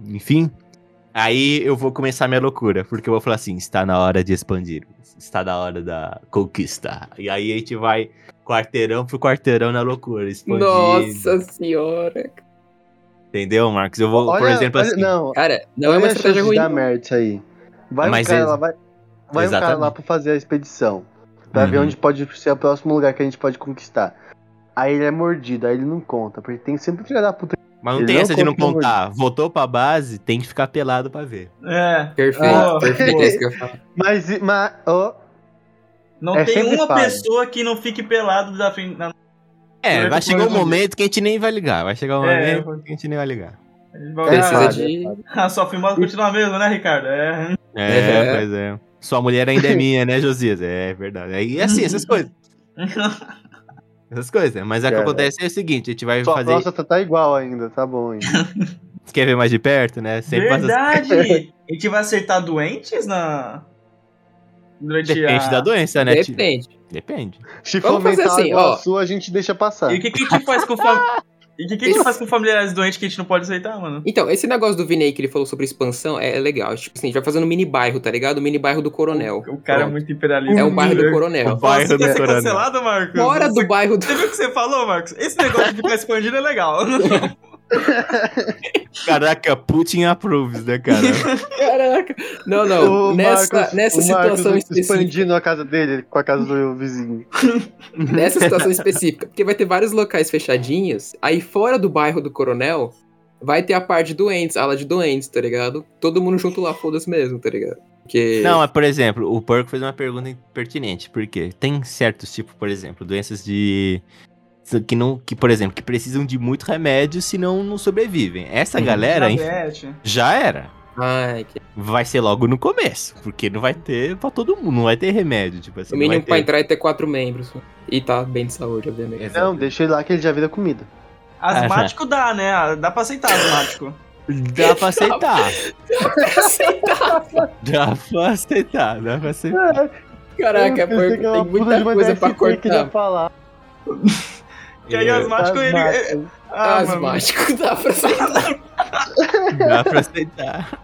Speaker 1: e- enfim, aí eu vou começar minha loucura, porque eu vou falar assim, está na hora de expandir, está na hora da conquista. E aí a gente vai quarteirão pro quarteirão na loucura, expandindo.
Speaker 3: Nossa senhora.
Speaker 1: Entendeu, Marcos? Eu vou, por
Speaker 2: Olha-
Speaker 1: exemplo,
Speaker 2: olha-
Speaker 1: assim,
Speaker 2: Não,
Speaker 3: Cara, não é uma
Speaker 2: olha a
Speaker 3: estratégia
Speaker 2: chance
Speaker 3: ruim.
Speaker 2: de dar
Speaker 3: não.
Speaker 2: merda isso aí. Vai
Speaker 1: Mas
Speaker 2: um cara
Speaker 1: ex-
Speaker 2: lá, vai, vai um cara lá
Speaker 1: Exatamente.
Speaker 2: pra fazer a expedição. Pra ver
Speaker 1: Uhum.
Speaker 2: onde pode ser o próximo lugar que a gente pode conquistar. Aí ele é mordido, aí ele não conta, porque tem sempre filha da puta.
Speaker 1: mas não
Speaker 2: ele
Speaker 1: tem
Speaker 2: não
Speaker 1: essa de não
Speaker 2: conta no olho.
Speaker 1: contar. Voltou pra base, tem que ficar pelado pra ver.
Speaker 4: É.
Speaker 3: Perfeito,
Speaker 4: Ah,
Speaker 3: perfeito.
Speaker 2: boa.
Speaker 3: É isso que eu ia falar.
Speaker 2: Mas, mas ó,
Speaker 4: Não
Speaker 2: É,
Speaker 4: tem
Speaker 2: sempre
Speaker 4: uma
Speaker 2: fala.
Speaker 4: pessoa que não fique pelado da frente. na-
Speaker 1: É,
Speaker 4: Eu
Speaker 1: vai
Speaker 4: tô
Speaker 1: chegar um
Speaker 4: falando-
Speaker 1: momento que a gente nem vai ligar, vai chegar um
Speaker 4: É,
Speaker 1: momento que a gente nem vai ligar.
Speaker 3: Precisa
Speaker 2: errado,
Speaker 3: de.
Speaker 4: Ah, sua filmada continua a mesma, né, Ricardo? É.
Speaker 1: É,
Speaker 3: É.
Speaker 1: pois é. Sua mulher ainda é minha, né, Josias? É verdade. É, e assim,
Speaker 3: Uhum.
Speaker 1: essas coisas. Essas coisas. Mas é o que
Speaker 2: Cara.
Speaker 1: acontece é o seguinte, a gente vai
Speaker 2: sua
Speaker 1: fazer.
Speaker 2: próstata tá igual ainda, tá bom ainda.
Speaker 1: Você quer ver mais de perto, né? Sempre faz as-
Speaker 4: Verdade! A gente vai acertar doentes na. Durante
Speaker 1: Depende
Speaker 4: a.
Speaker 1: da doença, né? tio?
Speaker 3: ah, Depende.
Speaker 1: Depende.
Speaker 2: Se for
Speaker 3: Vamos fazer
Speaker 2: mental
Speaker 3: assim,
Speaker 2: igual
Speaker 3: ó.
Speaker 2: a sua, a gente deixa passar.
Speaker 4: E o que, que a gente faz com fam... E o que, que a gente
Speaker 3: Esse-
Speaker 4: faz com familiares doentes que a gente não pode aceitar, mano?
Speaker 3: Então, esse negócio do Vini aí que ele falou sobre expansão é é legal. Tipo assim, a gente vai fazendo um mini bairro, tá ligado? O mini bairro do Coronel.
Speaker 4: O cara é
Speaker 3: Pronto.
Speaker 4: muito imperialista.
Speaker 3: É o bairro do
Speaker 1: O
Speaker 3: Coronel.
Speaker 1: bairro
Speaker 4: Nossa,
Speaker 1: do
Speaker 4: quer ser
Speaker 1: Coronel.
Speaker 4: cancelado, Marcos?
Speaker 3: Fora do bairro do.
Speaker 4: Você viu o que você falou, Marcos? Esse negócio de ficar expandindo é legal.
Speaker 1: Caraca, Putin approves, né, cara?
Speaker 3: Caraca! Não, não.
Speaker 2: O
Speaker 3: nessa
Speaker 2: Marcos-
Speaker 3: nessa
Speaker 2: o Marcos
Speaker 3: situação específica.
Speaker 2: expandindo a casa dele com a casa do vizinho.
Speaker 3: Nessa situação específica. Porque vai ter vários locais fechadinhos. Aí fora do bairro do Coronel, vai ter a parte de doentes, ala de doentes, tá ligado? Todo mundo junto lá, foda-se mesmo, tá ligado? Porque.
Speaker 1: Não, mas, por exemplo, o Porco fez uma pergunta pertinente. Por quê? Tem certos tipos, por exemplo, doenças de. Que, não, que, por exemplo, que precisam de muito remédio, senão não sobrevivem. Essa
Speaker 3: Uhum.
Speaker 1: galera, enfim,
Speaker 4: Diabetes.
Speaker 1: já era.
Speaker 3: Ai, que...
Speaker 1: vai ser logo no começo, porque não vai ter pra todo mundo, não vai ter remédio, tipo assim,
Speaker 3: O
Speaker 1: não vai
Speaker 3: mínimo pra
Speaker 1: ter. É.
Speaker 3: entrar é ter quatro membros. E tá bem de saúde, obviamente.
Speaker 1: Exato.
Speaker 2: Não, deixa ele lá que ele já vira comida.
Speaker 1: Ah,
Speaker 4: Asmático dá, né? Dá pra aceitar asmático.
Speaker 1: Dá pra aceitar. Dá pra aceitar, dá pra aceitar.
Speaker 3: Caraca,
Speaker 2: Eu pensei que era
Speaker 3: porco, tem
Speaker 2: uma puta
Speaker 3: muita
Speaker 2: de uma
Speaker 3: coisa pra
Speaker 2: DST que ele queria
Speaker 3: cortar.
Speaker 2: falar.
Speaker 4: Que aí asmático ele.
Speaker 2: Asmático.
Speaker 4: Ah, mano.
Speaker 3: Asmático, dá pra aceitar.
Speaker 1: Dá pra aceitar.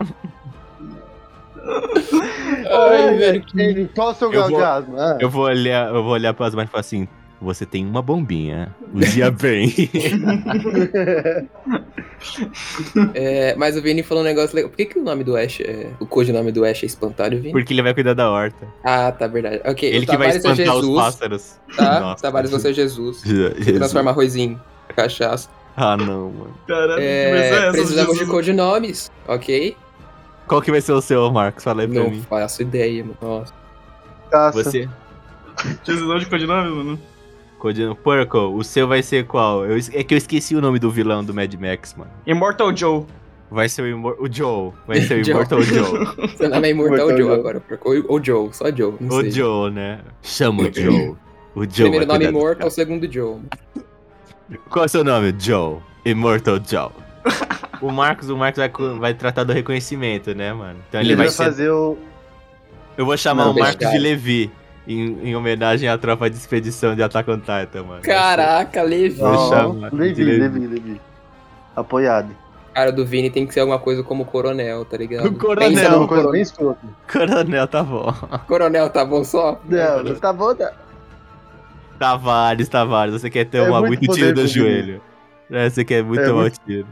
Speaker 3: Ai, velho, que
Speaker 2: Ele, qual o seu
Speaker 1: Eu
Speaker 2: grau
Speaker 1: vou-
Speaker 2: de asma? Ah,
Speaker 1: Eu vou olhar, eu vou olhar pras mães e falar assim: você tem uma bombinha, use-a bem.
Speaker 3: É, mas o Vini falou um negócio legal. Por que, que o nome do Ash é. O codinome do Ash é espantalho, Vini?
Speaker 1: porque ele vai cuidar da horta.
Speaker 3: Ah, tá, verdade. Ok,
Speaker 1: Ele
Speaker 3: o
Speaker 1: que vai
Speaker 3: Tavares é
Speaker 1: espantar os
Speaker 3: Jesus,
Speaker 1: pássaros.
Speaker 3: tá?
Speaker 1: Nossa,
Speaker 3: Tavares, você é Jesus.
Speaker 1: Jesus.
Speaker 3: Transforma arrozinho, cachaça.
Speaker 1: Ah, não, mano.
Speaker 4: Caralho, que
Speaker 3: É,
Speaker 4: versão é essa?
Speaker 3: precisamos de
Speaker 4: Jesus?
Speaker 3: codinomes, ok?
Speaker 1: Qual que vai ser o seu, Marcos? Fala aí É pra
Speaker 3: Não
Speaker 1: mim.
Speaker 3: faço ideia, mano. Nossa.
Speaker 2: caça.
Speaker 1: Você,
Speaker 4: Precisamos de codinome, mano.
Speaker 1: Codino Purple, o seu vai ser qual? Eu es- é que eu esqueci o nome do vilão do Mad Max, mano.
Speaker 4: Immortal Joe.
Speaker 1: Vai ser o, Imor- o Joe. Vai ser o
Speaker 3: Joe.
Speaker 1: Immortal Joe.
Speaker 3: Seu nome é Imortal
Speaker 2: Imortal
Speaker 3: Joe
Speaker 2: Joe.
Speaker 3: agora. porco. Ou, ou Joe, só Joe. Não
Speaker 1: O
Speaker 3: sei.
Speaker 1: Joe, né? Chama o Joe. O Joe. vai
Speaker 3: Primeiro nome
Speaker 1: cuidar do
Speaker 3: Imortal, segundo Joe.
Speaker 1: cara. Qual é o seu nome? Joe. Immortal Joe. o Marcos, o Marcos vai, cu- vai tratar do reconhecimento, né, mano? Então ele,
Speaker 2: Ele
Speaker 1: vai
Speaker 2: vai
Speaker 1: ser.
Speaker 2: fazer o.
Speaker 1: Eu vou chamar
Speaker 2: Não,
Speaker 1: o Marcos
Speaker 3: cara.
Speaker 1: de Levi. Em, em homenagem à tropa de expedição de Attack on Titan, mano.
Speaker 3: Caraca, Levi.
Speaker 1: Vou
Speaker 2: Ó,
Speaker 1: chamar
Speaker 2: Levi,
Speaker 1: de Levi.
Speaker 2: Levi, Levi. Apoiado.
Speaker 3: Cara do Vini tem que ser alguma coisa como coronel, tá ligado?
Speaker 1: O coronel.
Speaker 3: Pensa
Speaker 2: Isso é
Speaker 3: num
Speaker 2: uma coisa bem escrota.
Speaker 1: Coronel, tá bom.
Speaker 3: Coronel, tá bom só?
Speaker 2: Não, não tá bom, não.
Speaker 1: Tavares, Tavares, você quer ter
Speaker 2: É
Speaker 1: uma,
Speaker 2: muito
Speaker 1: muito tiro
Speaker 2: poder
Speaker 1: do
Speaker 2: pro
Speaker 1: joelho. É, você quer muito
Speaker 2: É
Speaker 1: tomar
Speaker 2: muito-
Speaker 1: o tiro.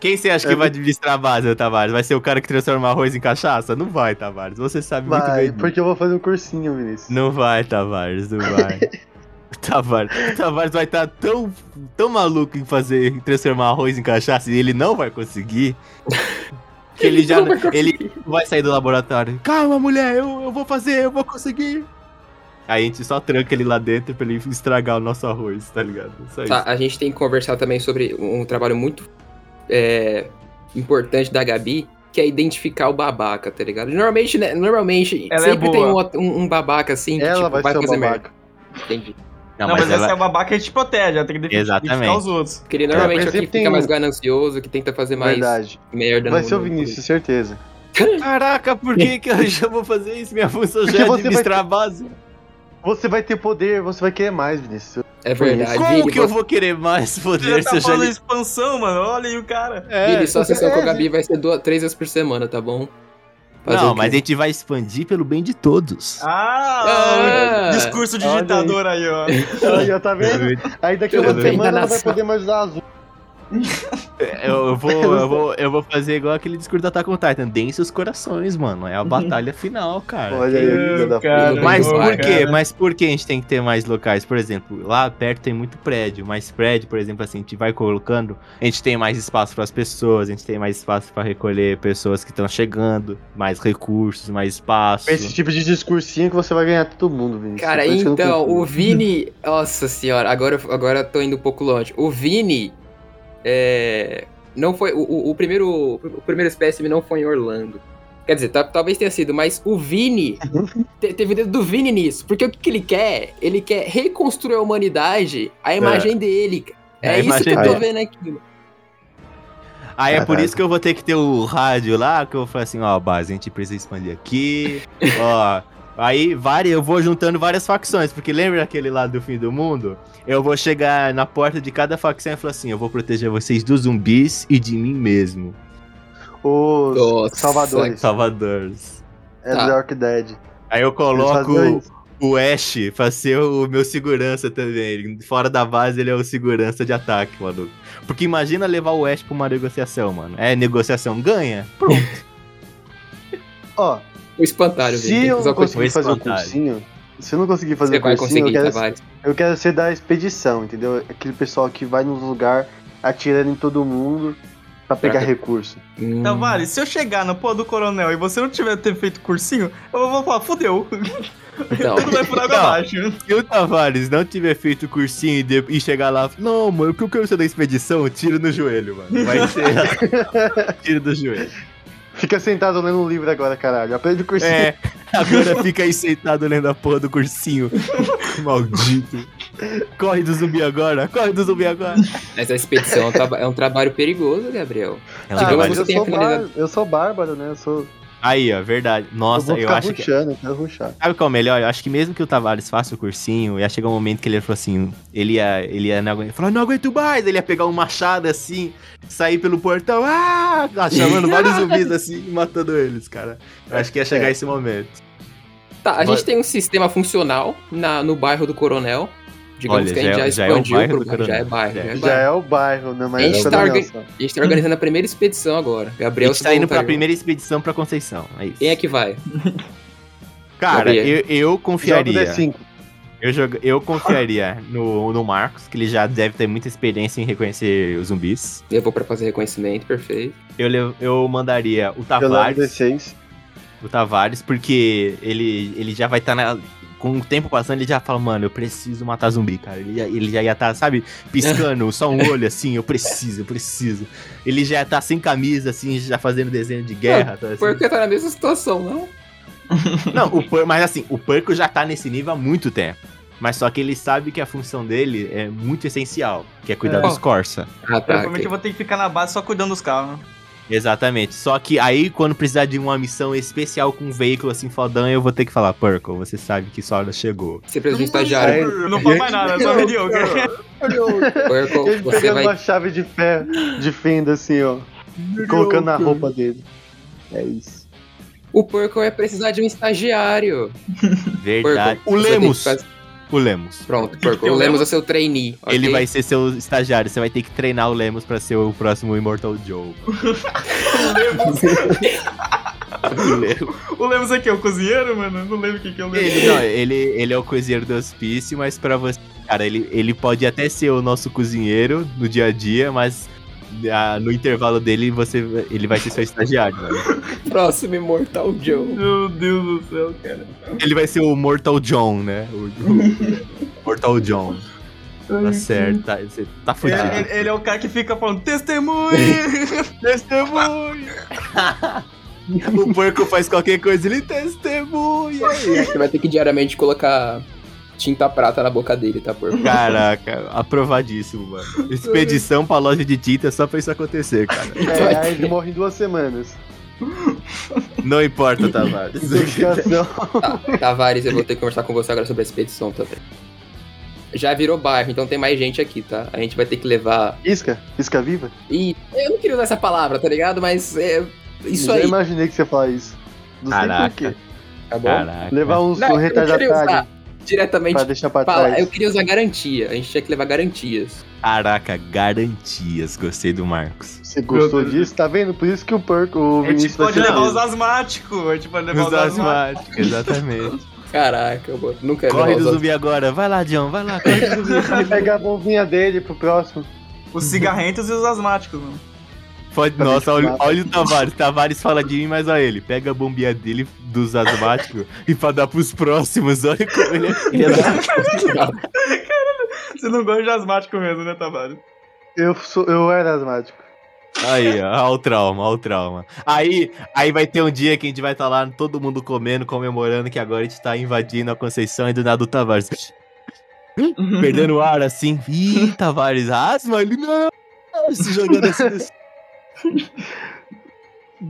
Speaker 1: Quem você acha
Speaker 2: É
Speaker 1: que vai administrar a base, Tavares? Vai ser o cara que transforma arroz em cachaça? Não vai, Tavares. Você sabe muito bem.
Speaker 2: Vai,
Speaker 1: disso.
Speaker 2: porque eu vou fazer um cursinho, Vinícius.
Speaker 1: Não vai, Tavares, não vai. Tavares, o Tavares vai estar tão, tão maluco em fazer em transformar arroz em cachaça e ele não vai conseguir. Que ele já
Speaker 3: Não vai conseguir.
Speaker 1: ele vai sair do laboratório. Calma, mulher, eu, eu vou fazer, eu vou conseguir. Aí a gente só tranca ele lá dentro pra ele estragar o nosso arroz, tá ligado? Só isso.
Speaker 3: Tá, a gente tem que conversar também sobre um trabalho muito é, importante da Gabi, que é identificar o babaca, tá ligado? Normalmente, né, normalmente
Speaker 4: Ela é
Speaker 3: sempre
Speaker 4: boa.
Speaker 3: tem um, um- um babaca assim que
Speaker 2: Ela
Speaker 3: tipo,
Speaker 2: vai
Speaker 3: vai
Speaker 2: ser o
Speaker 3: fazer merda.
Speaker 2: babaca.
Speaker 3: Entendi.
Speaker 1: Não,
Speaker 4: não, mas,
Speaker 1: mas ela...
Speaker 4: essa é babaca que te protege, ela tem que
Speaker 1: Exatamente.
Speaker 4: identificar os outros.
Speaker 3: Porque ele normalmente é,
Speaker 2: por
Speaker 3: o que
Speaker 2: exemplo,
Speaker 3: fica
Speaker 2: tem
Speaker 3: mais
Speaker 2: um-
Speaker 3: ganancioso, que tenta fazer mais
Speaker 2: Verdade.
Speaker 3: merda.
Speaker 2: Vai
Speaker 3: no-
Speaker 2: ser o
Speaker 3: no-
Speaker 2: Vinícius, certeza.
Speaker 1: um- Caraca, por que, que eu já vou fazer isso? Minha função
Speaker 2: Porque
Speaker 1: já é
Speaker 2: você vai
Speaker 1: administrar a base.
Speaker 2: Você vai ter poder, você vai querer mais, Vinícius.
Speaker 3: É verdade.
Speaker 1: Como
Speaker 3: Vini,
Speaker 1: que eu
Speaker 3: você-
Speaker 1: vou querer mais
Speaker 4: Ele
Speaker 1: poder se
Speaker 4: tá
Speaker 1: eu já...
Speaker 4: falando expansão, mano. Olha aí o cara.
Speaker 1: É.
Speaker 3: Vini, só a
Speaker 2: você-
Speaker 3: sessão com a
Speaker 2: é,
Speaker 3: Gabi vai ser duas, três vezes por semana, tá bom? Fazer o
Speaker 1: Não,
Speaker 3: quê?
Speaker 1: mas a gente vai expandir pelo bem de todos.
Speaker 4: Ah!
Speaker 3: Ah.
Speaker 4: discurso de
Speaker 2: Olha aí.
Speaker 4: ditador aí, ó.
Speaker 2: Aí, ó, tá vendo? Aí daqui a
Speaker 1: Eu
Speaker 2: uma
Speaker 1: vou
Speaker 2: semana ela vai
Speaker 3: enganação.
Speaker 2: poder mais usar azul.
Speaker 1: É, Eu, eu vou, eu, vou, eu vou fazer igual aquele discurso da Attack on Titan. Deem seus corações, mano. É a batalha final, cara.
Speaker 2: Olha aí, filha da
Speaker 4: Cara,
Speaker 2: puta.
Speaker 1: Mas
Speaker 3: Boa,
Speaker 1: por quê?
Speaker 4: cara.
Speaker 1: Mas por que a gente tem que ter mais locais? Por exemplo, lá perto tem muito prédio, mas prédio, por exemplo, assim, a gente vai colocando, a gente tem mais espaço para as pessoas, a gente tem mais espaço para recolher pessoas que estão chegando, mais recursos, mais espaço.
Speaker 2: Esse tipo de discursinho que você vai ganhar todo mundo, Vinícius.
Speaker 3: Cara,
Speaker 2: Por isso que eu não
Speaker 3: então,
Speaker 2: confio.
Speaker 3: o Vini. Nossa senhora, agora, eu- agora eu tô indo um pouco longe. O Vini. É, não foi. O, o- o primeiro. O primeiro espécime não foi em Orlando. Quer dizer, ta- talvez tenha sido, mas o Vini. te- teve o dedo do Vini nisso. Porque o que, que ele quer? Ele quer reconstruir a humanidade a imagem dele, cara.
Speaker 1: A
Speaker 3: É, isso
Speaker 1: imagem
Speaker 3: que eu
Speaker 1: dele.
Speaker 3: tô vendo aqui, mano.
Speaker 1: Aí é por
Speaker 2: Caralho.
Speaker 1: isso que eu vou ter que ter o rádio lá, que eu vou falar assim, ó, base, a gente precisa expandir aqui, ó. Aí várias, eu vou juntando várias facções, porque lembra aquele lá do fim do mundo? Eu vou chegar na porta de cada facção e falar assim, eu vou proteger vocês dos zumbis e de mim mesmo.
Speaker 2: Os
Speaker 3: Nossa,
Speaker 2: Salvadores.
Speaker 1: tá Salvadores.
Speaker 2: É
Speaker 3: Tá.
Speaker 2: do York Dead. Eles
Speaker 1: Aí eu
Speaker 2: faziam
Speaker 1: coloco
Speaker 2: isso.
Speaker 1: o Ash pra ser o meu segurança também. Ele- Fora da base, ele é o segurança de ataque, mano. Porque imagina levar o Ash pra uma negociação, mano. É, negociação ganha? Pronto.
Speaker 2: Ó,
Speaker 3: O espantalho, Vini.
Speaker 2: se
Speaker 3: tem que
Speaker 2: eu
Speaker 3: usar
Speaker 2: não
Speaker 3: o cursinho.
Speaker 2: conseguir fazer o
Speaker 1: espantalho.
Speaker 2: cursinho, se eu não conseguir fazer
Speaker 3: Você
Speaker 2: o
Speaker 3: vai
Speaker 2: cursinho, eu
Speaker 3: conseguir,
Speaker 2: quero,
Speaker 3: Tavares.
Speaker 2: eu quero ser da expedição, entendeu? Aquele pessoal que vai nos lugar atirando em todo mundo pra pegar
Speaker 3: Certo.
Speaker 2: recurso.
Speaker 3: Hum.
Speaker 4: Tavares, Então, se eu chegar na porra do coronel e você não tiver ter feito cursinho, eu vou falar, fodeu.
Speaker 3: Então,
Speaker 4: Tudo vai por água
Speaker 1: Não.
Speaker 4: abaixo.
Speaker 1: Se o Tavares não tiver feito o cursinho e, de- e chegar lá, não, mano, porque eu quero ser da expedição, tiro no joelho, mano. Vai ser. tiro do joelho.
Speaker 2: Fica sentado lendo um livro agora, caralho. Aprende o cursinho.
Speaker 1: É, agora fica aí sentado lendo a porra do cursinho. Maldito. Corre do zumbi agora, corre do zumbi agora.
Speaker 3: mas a expedição é um traba- é um trabalho perigoso, Gabriel.
Speaker 1: Ela
Speaker 2: Ah,
Speaker 3: Digamos
Speaker 1: vai-
Speaker 2: mas
Speaker 3: tipo, você
Speaker 2: eu
Speaker 3: tem a
Speaker 2: sou,
Speaker 3: finalidade.
Speaker 2: bar... eu sou bárbaro, né? Eu, sou...
Speaker 1: Aí, ó, verdade. Nossa,
Speaker 2: eu vou
Speaker 1: eu,
Speaker 2: ficar
Speaker 1: acho que.
Speaker 2: ruxando, eu quero ruxar.
Speaker 1: Sabe qual é o melhor? Eu acho que mesmo que o Tavares faça o cursinho, ia chegar um momento que ele falou assim, ele ia, ele ia não aguentar, falar, não aguento mais, ele ia pegar um machado assim, sair pelo portão, ah, chamando vários zumbis assim e matando eles, cara. Eu acho que ia chegar
Speaker 2: É.
Speaker 1: esse momento.
Speaker 3: Tá, a
Speaker 1: Olha-
Speaker 3: gente tem um sistema funcional na, no bairro do Coronel. Digamos
Speaker 1: Olha,
Speaker 3: que a gente
Speaker 1: já
Speaker 3: já,
Speaker 1: é- já é o
Speaker 3: expandiu
Speaker 1: bairro
Speaker 3: pro
Speaker 1: do
Speaker 3: bairro, já é
Speaker 1: Coronel.
Speaker 3: bairro, já é,
Speaker 2: Já
Speaker 3: bairro.
Speaker 2: é o bairro, né? Mas
Speaker 3: A gente
Speaker 2: essa
Speaker 3: tá
Speaker 2: não é
Speaker 3: organ-
Speaker 2: nossa.
Speaker 3: A gente tá organizando a primeira expedição agora.
Speaker 1: A
Speaker 3: Gabriel,
Speaker 1: gente
Speaker 3: você
Speaker 1: tá indo pra
Speaker 3: voluntário.
Speaker 1: primeira expedição pra Conceição, é isso.
Speaker 3: Quem é que vai?
Speaker 1: Cara,
Speaker 3: Gabriel.
Speaker 1: eu, eu
Speaker 2: Joga o
Speaker 1: confiaria,
Speaker 2: D5.
Speaker 1: eu, joga- eu confiaria no, no Marcos, que ele já deve ter muita experiência em reconhecer os zumbis.
Speaker 3: Eu vou pra fazer reconhecimento, perfeito.
Speaker 1: Eu, lev- eu mandaria o
Speaker 2: Eu levo o
Speaker 1: Tavares...
Speaker 2: D6.
Speaker 1: o Tavares, porque ele, ele já vai estar na. Com o tempo passando, ele já fala, mano, eu preciso matar zumbi, cara. Ele, já- ele já ia estar, sabe, piscando só um olho assim, eu preciso, eu preciso. Ele já ia estar sem camisa, assim, já fazendo desenho de guerra. tá, assim.
Speaker 3: Porque tá na mesma situação, não?
Speaker 1: Não, o Pur- mas assim, o Perco já tá nesse nível há muito tempo. Mas só que ele sabe que a função dele é muito essencial, que é cuidar
Speaker 4: É.
Speaker 1: dos Corsa.
Speaker 3: Ah, tá.
Speaker 4: Provavelmente eu vou ter que ficar na base só cuidando dos carros. né?
Speaker 1: Exatamente. Só que aí, quando precisar de uma missão especial com um veículo assim fodão, eu vou ter que falar, Perco, você sabe que sua hora chegou.
Speaker 3: Você precisa de um
Speaker 2: Aí-
Speaker 3: estagiário.
Speaker 4: Não faz mais nada, é só mediocre.
Speaker 3: Oracle,
Speaker 2: Ele
Speaker 3: você
Speaker 2: pegando
Speaker 3: vai.
Speaker 2: uma chave de ferro, de fenda, assim, ó. Colocando na roupa dele. É isso.
Speaker 3: O Porco vai precisar de um estagiário.
Speaker 1: Verdade.
Speaker 3: Porco,
Speaker 1: O
Speaker 3: você tem que
Speaker 1: Lemos.
Speaker 3: fazer-
Speaker 1: O Lemos.
Speaker 3: Pronto,
Speaker 4: que
Speaker 3: Porco.
Speaker 4: ter o
Speaker 3: O Lemos
Speaker 4: Lemos?
Speaker 3: é seu trainee. ok?
Speaker 1: Ele vai ser seu estagiário. Você vai ter que treinar o Lemos pra ser o próximo Immortal Joe. o Lemos.
Speaker 4: O Lemos aqui é o cozinheiro, mano? Eu Não lembro o que que é o Lemos.
Speaker 1: Ele, não, ele, ele é o cozinheiro do hospício, mas pra você. Cara, ele, ele pode até ser o nosso cozinheiro no dia a dia, mas ah, no intervalo dele você, ele vai ser seu estagiário. né? velho.
Speaker 3: Próximo Imortal Joe.
Speaker 4: Meu Deus do céu, cara.
Speaker 1: Ele vai ser o Mortal John, né? O, o- Mortal John. Tá certo, tá, você tá fudido.
Speaker 4: Ele, ele- ele é o cara que fica falando testemunha!
Speaker 1: Testemunha! o porco faz qualquer coisa, ele testemunha!
Speaker 3: Você vai ter que diariamente colocar tinta prata na boca dele, tá, por favor?
Speaker 1: Caraca, aprovadíssimo, mano. Expedição pra loja de tinta só pra isso acontecer, cara.
Speaker 2: É, aí ele morre em duas semanas.
Speaker 1: Não importa, Tavares.
Speaker 2: Intoxicação.
Speaker 3: Tá, Tavares, eu vou ter que conversar com você agora sobre a expedição também. Já virou bairro, então tem mais gente aqui, tá? A gente vai ter que levar.
Speaker 2: Isca? Isca viva?
Speaker 3: E eu não queria usar essa palavra, tá ligado? Mas é isso
Speaker 2: Já
Speaker 3: aí,
Speaker 2: imaginei que você ia falar isso. Não
Speaker 1: Caraca.
Speaker 2: sei por quê.
Speaker 3: tá bom?
Speaker 1: Caraca.
Speaker 2: Levar uns
Speaker 3: Não, eu não queria usar
Speaker 2: retardatários
Speaker 3: diretamente.
Speaker 2: pra deixar pra
Speaker 3: Fala,
Speaker 2: trás.
Speaker 3: eu queria usar garantia. A gente tinha que levar garantias.
Speaker 1: Caraca, garantias. Gostei do Marcos.
Speaker 2: Você gostou
Speaker 4: Meu Deus.
Speaker 2: disso? Tá vendo? Por isso que o Perk, o
Speaker 4: A gente
Speaker 2: Vinícius tá
Speaker 4: pode levar
Speaker 2: preso.
Speaker 4: os asmáticos. A gente pode levar
Speaker 1: Os
Speaker 4: os asmáticos.
Speaker 1: asmáticos, exatamente.
Speaker 3: Caraca, eu vou- nunca é
Speaker 1: Corre
Speaker 3: levar os
Speaker 1: do
Speaker 3: outros.
Speaker 1: zumbi agora. Vai lá, John, vai lá, corre do zumbi.
Speaker 2: Ele pega a bombinha dele pro próximo.
Speaker 4: Os cigarrentos e os asmáticos, mano.
Speaker 1: Pode,
Speaker 2: Tá
Speaker 1: nossa, olha,
Speaker 2: mencionado.
Speaker 1: olha o Tavares. Tavares fala de mim, mas olha ele. Pega a bombinha dele dos asmáticos e pra dar pros próximos. Olha como ele é filha da...
Speaker 4: Você não gosta de asmático mesmo, né, Tavares?
Speaker 2: Eu, sou, eu era asmático.
Speaker 1: Aí, ó, ó o trauma, ó o trauma. Aí, aí vai ter um dia que a gente vai estar lá, todo mundo comendo, comemorando que agora a gente tá invadindo a Conceição e do nada o Tavares. Perdendo o ar assim. Ih, Tavares, asma, ele não. Se jogando assim. no-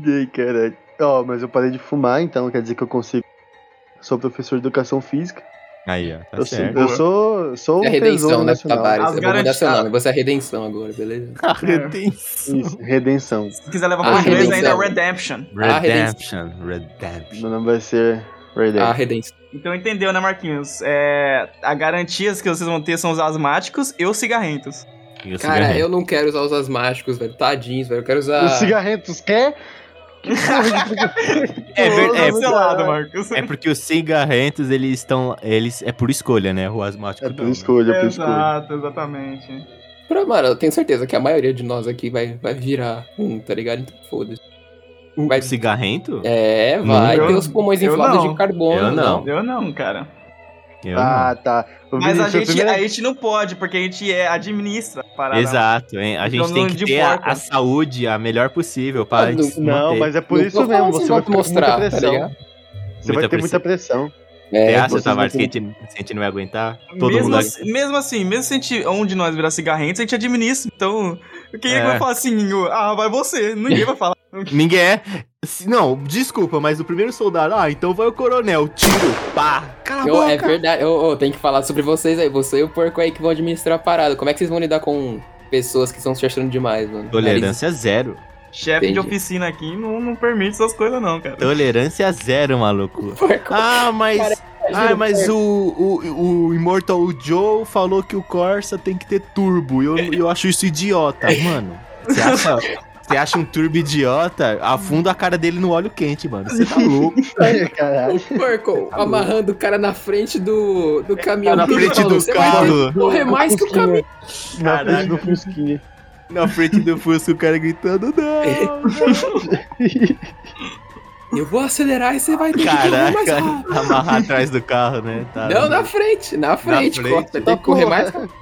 Speaker 2: Ei, caralho. Ó, mas eu parei de fumar, então quer dizer que eu consigo. Sou professor de educação física.
Speaker 1: Aí, ó, tá
Speaker 2: eu, sou-
Speaker 1: certo.
Speaker 2: eu sou, sou
Speaker 3: É
Speaker 2: o
Speaker 3: a redenção,
Speaker 2: tesouro
Speaker 3: né,
Speaker 2: nacional.
Speaker 3: Tavares?
Speaker 4: As
Speaker 3: Eu vou mudar seu
Speaker 4: garantias.
Speaker 3: nome. Você é a redenção agora, beleza?
Speaker 1: Redenção.
Speaker 2: Isso, redenção.
Speaker 4: Se quiser levar
Speaker 3: Ah,
Speaker 4: pra inglês, ainda é
Speaker 3: redenção.
Speaker 4: Redemption.
Speaker 3: A
Speaker 1: Redemption, Redemption.
Speaker 2: Meu nome vai ser Raiden.
Speaker 3: A redenção.
Speaker 4: Então entendeu, né, Marquinhos? É, a garantias que vocês vão ter são os asmáticos e os cigarrentos.
Speaker 1: E o
Speaker 3: Cara,
Speaker 1: cigarrinho?
Speaker 3: eu não quero usar os asmáticos, velho. Tadinhos, velho. Eu quero usar.
Speaker 2: Os cigarrentos quer? Que porra de
Speaker 1: É ver-
Speaker 4: Tô
Speaker 1: é-
Speaker 4: cancelado, Marcos.
Speaker 1: É porque os cigarrentos, eles estão. Eles, é por escolha, né? O asmático
Speaker 2: É
Speaker 1: não,
Speaker 2: por
Speaker 1: né?
Speaker 2: escolha, é por escolha.
Speaker 4: Exato, exatamente.
Speaker 3: Pra- Mano, eu tenho certeza que a maioria de nós aqui vai, vai virar um, tá ligado? Então foda-se.
Speaker 1: O
Speaker 3: Vai-
Speaker 1: cigarrento?
Speaker 3: É, vai
Speaker 1: Eu-
Speaker 3: ter os pulmões
Speaker 4: eu
Speaker 3: inflados
Speaker 4: não.
Speaker 3: de carbono.
Speaker 1: Eu não.
Speaker 4: Eu não, cara.
Speaker 1: Eu não.
Speaker 2: Ah, tá. O
Speaker 4: Mas a
Speaker 2: Vinícius,
Speaker 4: gente, é
Speaker 2: primeira-
Speaker 4: a gente não pode, porque a gente é, administra a parada.
Speaker 1: Exato, hein? A gente
Speaker 4: Então,
Speaker 1: tem
Speaker 4: não
Speaker 1: que
Speaker 4: de
Speaker 1: ter a,
Speaker 4: porta.
Speaker 1: a saúde a melhor possível para
Speaker 3: Não,
Speaker 2: Não, mas é por
Speaker 3: Não tô
Speaker 2: isso mesmo.
Speaker 3: falando
Speaker 2: Você
Speaker 3: sem
Speaker 2: vai
Speaker 3: voto
Speaker 2: ficar com muita
Speaker 3: mostrar, tá
Speaker 2: pressão.
Speaker 3: ligado?
Speaker 2: você vai ter muita pressão.
Speaker 1: Você
Speaker 3: É, um
Speaker 1: acha,
Speaker 2: vocês
Speaker 1: Tavares, que
Speaker 2: não
Speaker 1: a gente, se a gente não vai aguentar? Todo
Speaker 4: mesmo,
Speaker 1: mundo
Speaker 4: assim, mesmo assim, mesmo se a gente, um de nós virar cigarrentos, a gente administra. Então, quem é,
Speaker 1: É.
Speaker 4: que vai falar assim? Ah, vai você. Ninguém vai falar.
Speaker 1: Ninguém é. Se- Não, desculpa, mas o primeiro soldado. Ah, então vai o coronel. Tiro, pá. Cala a
Speaker 3: Eu-
Speaker 1: boca.
Speaker 3: é verdade, eu, tenho que falar sobre vocês aí. Você e o porco aí que vão administrar a parada. Como é que vocês vão lidar com pessoas que estão se achando demais, mano?
Speaker 1: Tolerância zero.
Speaker 4: Chefe de
Speaker 3: Entendi.
Speaker 4: oficina aqui não, não permite essas coisas, não, cara.
Speaker 1: Tolerância zero, maluco.
Speaker 3: Porco,
Speaker 1: Ah, mas.
Speaker 3: imagina
Speaker 1: Ah, mas o, o, o Immortal Joe falou que o Corsa tem que ter turbo. E eu, eu acho isso idiota, mano. Você acha, você acha um turbo idiota? Afunda a cara dele no óleo quente, mano. Você tá louco.
Speaker 2: É, Caralho.
Speaker 3: O porco amarrando o cara na frente do, do caminhão.
Speaker 1: Tá na
Speaker 3: Ele
Speaker 1: frente
Speaker 3: falou,
Speaker 1: do
Speaker 3: "Você
Speaker 1: carro."
Speaker 3: vai Correr mais que o
Speaker 2: Fusquinha.
Speaker 3: caminho.
Speaker 2: Na frente
Speaker 1: Caraca.
Speaker 2: do Fusquinha.
Speaker 1: Na frente do Fusca, o cara gritando, não!
Speaker 3: Eu vou acelerar e você vai ter que correr mais
Speaker 1: Caraca,
Speaker 3: rápido.
Speaker 1: amarrar atrás do carro, né? Tá-
Speaker 3: Não, na frente, na frente. tipo, é.
Speaker 1: frente.
Speaker 3: corta. Tem que correr mais rápido.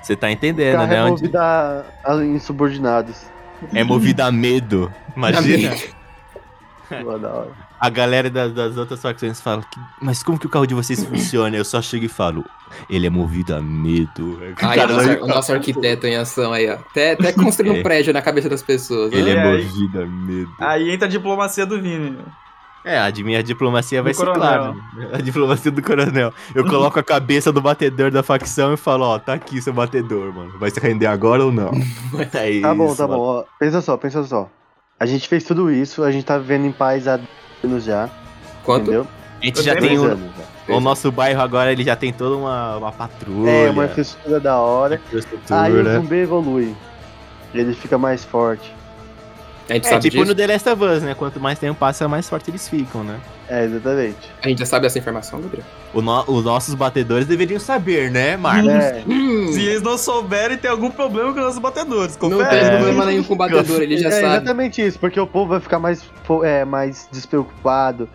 Speaker 1: Você tá entendendo,
Speaker 2: Carro
Speaker 1: né?
Speaker 2: é
Speaker 1: Onde-
Speaker 2: movido a, a insubordinados.
Speaker 1: É movido a medo. Imagina.
Speaker 2: Pô, da hora.
Speaker 1: A galera da- das outras facções fala, "Que- mas como que o carro de vocês funciona? Eu só chego e falo, ele é movido a medo. O
Speaker 3: Aí,
Speaker 1: cara
Speaker 3: o
Speaker 1: lá-
Speaker 3: nosso, o nosso arquiteto em ação aí, ó. Até, até construindo
Speaker 1: É.
Speaker 3: um prédio na cabeça das pessoas. né?
Speaker 1: Ele é
Speaker 4: Olha aí.
Speaker 1: movido a medo.
Speaker 4: Aí entra a diplomacia do Vini.
Speaker 1: É, a de minha diplomacia vai
Speaker 4: Do
Speaker 1: ser
Speaker 4: coronel.
Speaker 1: clara. né? A diplomacia do coronel. Eu coloco a cabeça do batedor da facção e falo, ó, tá aqui seu batedor, mano. Vai se render agora ou não? É
Speaker 2: Tá bom,
Speaker 1: isso,
Speaker 2: tá bom.
Speaker 1: mano.
Speaker 2: ó. pensa só, pensa só. A gente fez tudo isso, a gente tá vivendo em paz há 10 anos já.
Speaker 3: Quanto?
Speaker 2: Entendeu?
Speaker 1: A gente já
Speaker 4: Dois
Speaker 1: tem
Speaker 2: Três
Speaker 1: um,
Speaker 2: anos já.
Speaker 1: o nosso bairro agora, ele já tem toda uma, uma patrulha.
Speaker 2: É, uma infraestrutura da hora. Aí o
Speaker 1: infraestrutura.
Speaker 2: zumbi evolui. Ele fica mais forte.
Speaker 3: A gente
Speaker 1: É
Speaker 3: sabe
Speaker 1: tipo
Speaker 3: disso?
Speaker 1: no The Last of Us, né? Quanto mais tempo passa, mais forte eles ficam, né?
Speaker 2: É, exatamente.
Speaker 3: A gente já sabe essa informação, Gabriel.
Speaker 1: O no- os nossos batedores deveriam saber, né, Marcos?
Speaker 2: É,
Speaker 3: Hum,
Speaker 4: Se eles não souberem, tem algum problema com os nossos batedores.
Speaker 3: não
Speaker 4: Confere.
Speaker 3: tem
Speaker 1: É.
Speaker 3: problema nenhum com o batedor, ele já
Speaker 2: é
Speaker 3: sabe.
Speaker 2: exatamente isso, porque o povo vai ficar mais, fo- é, mais despreocupado,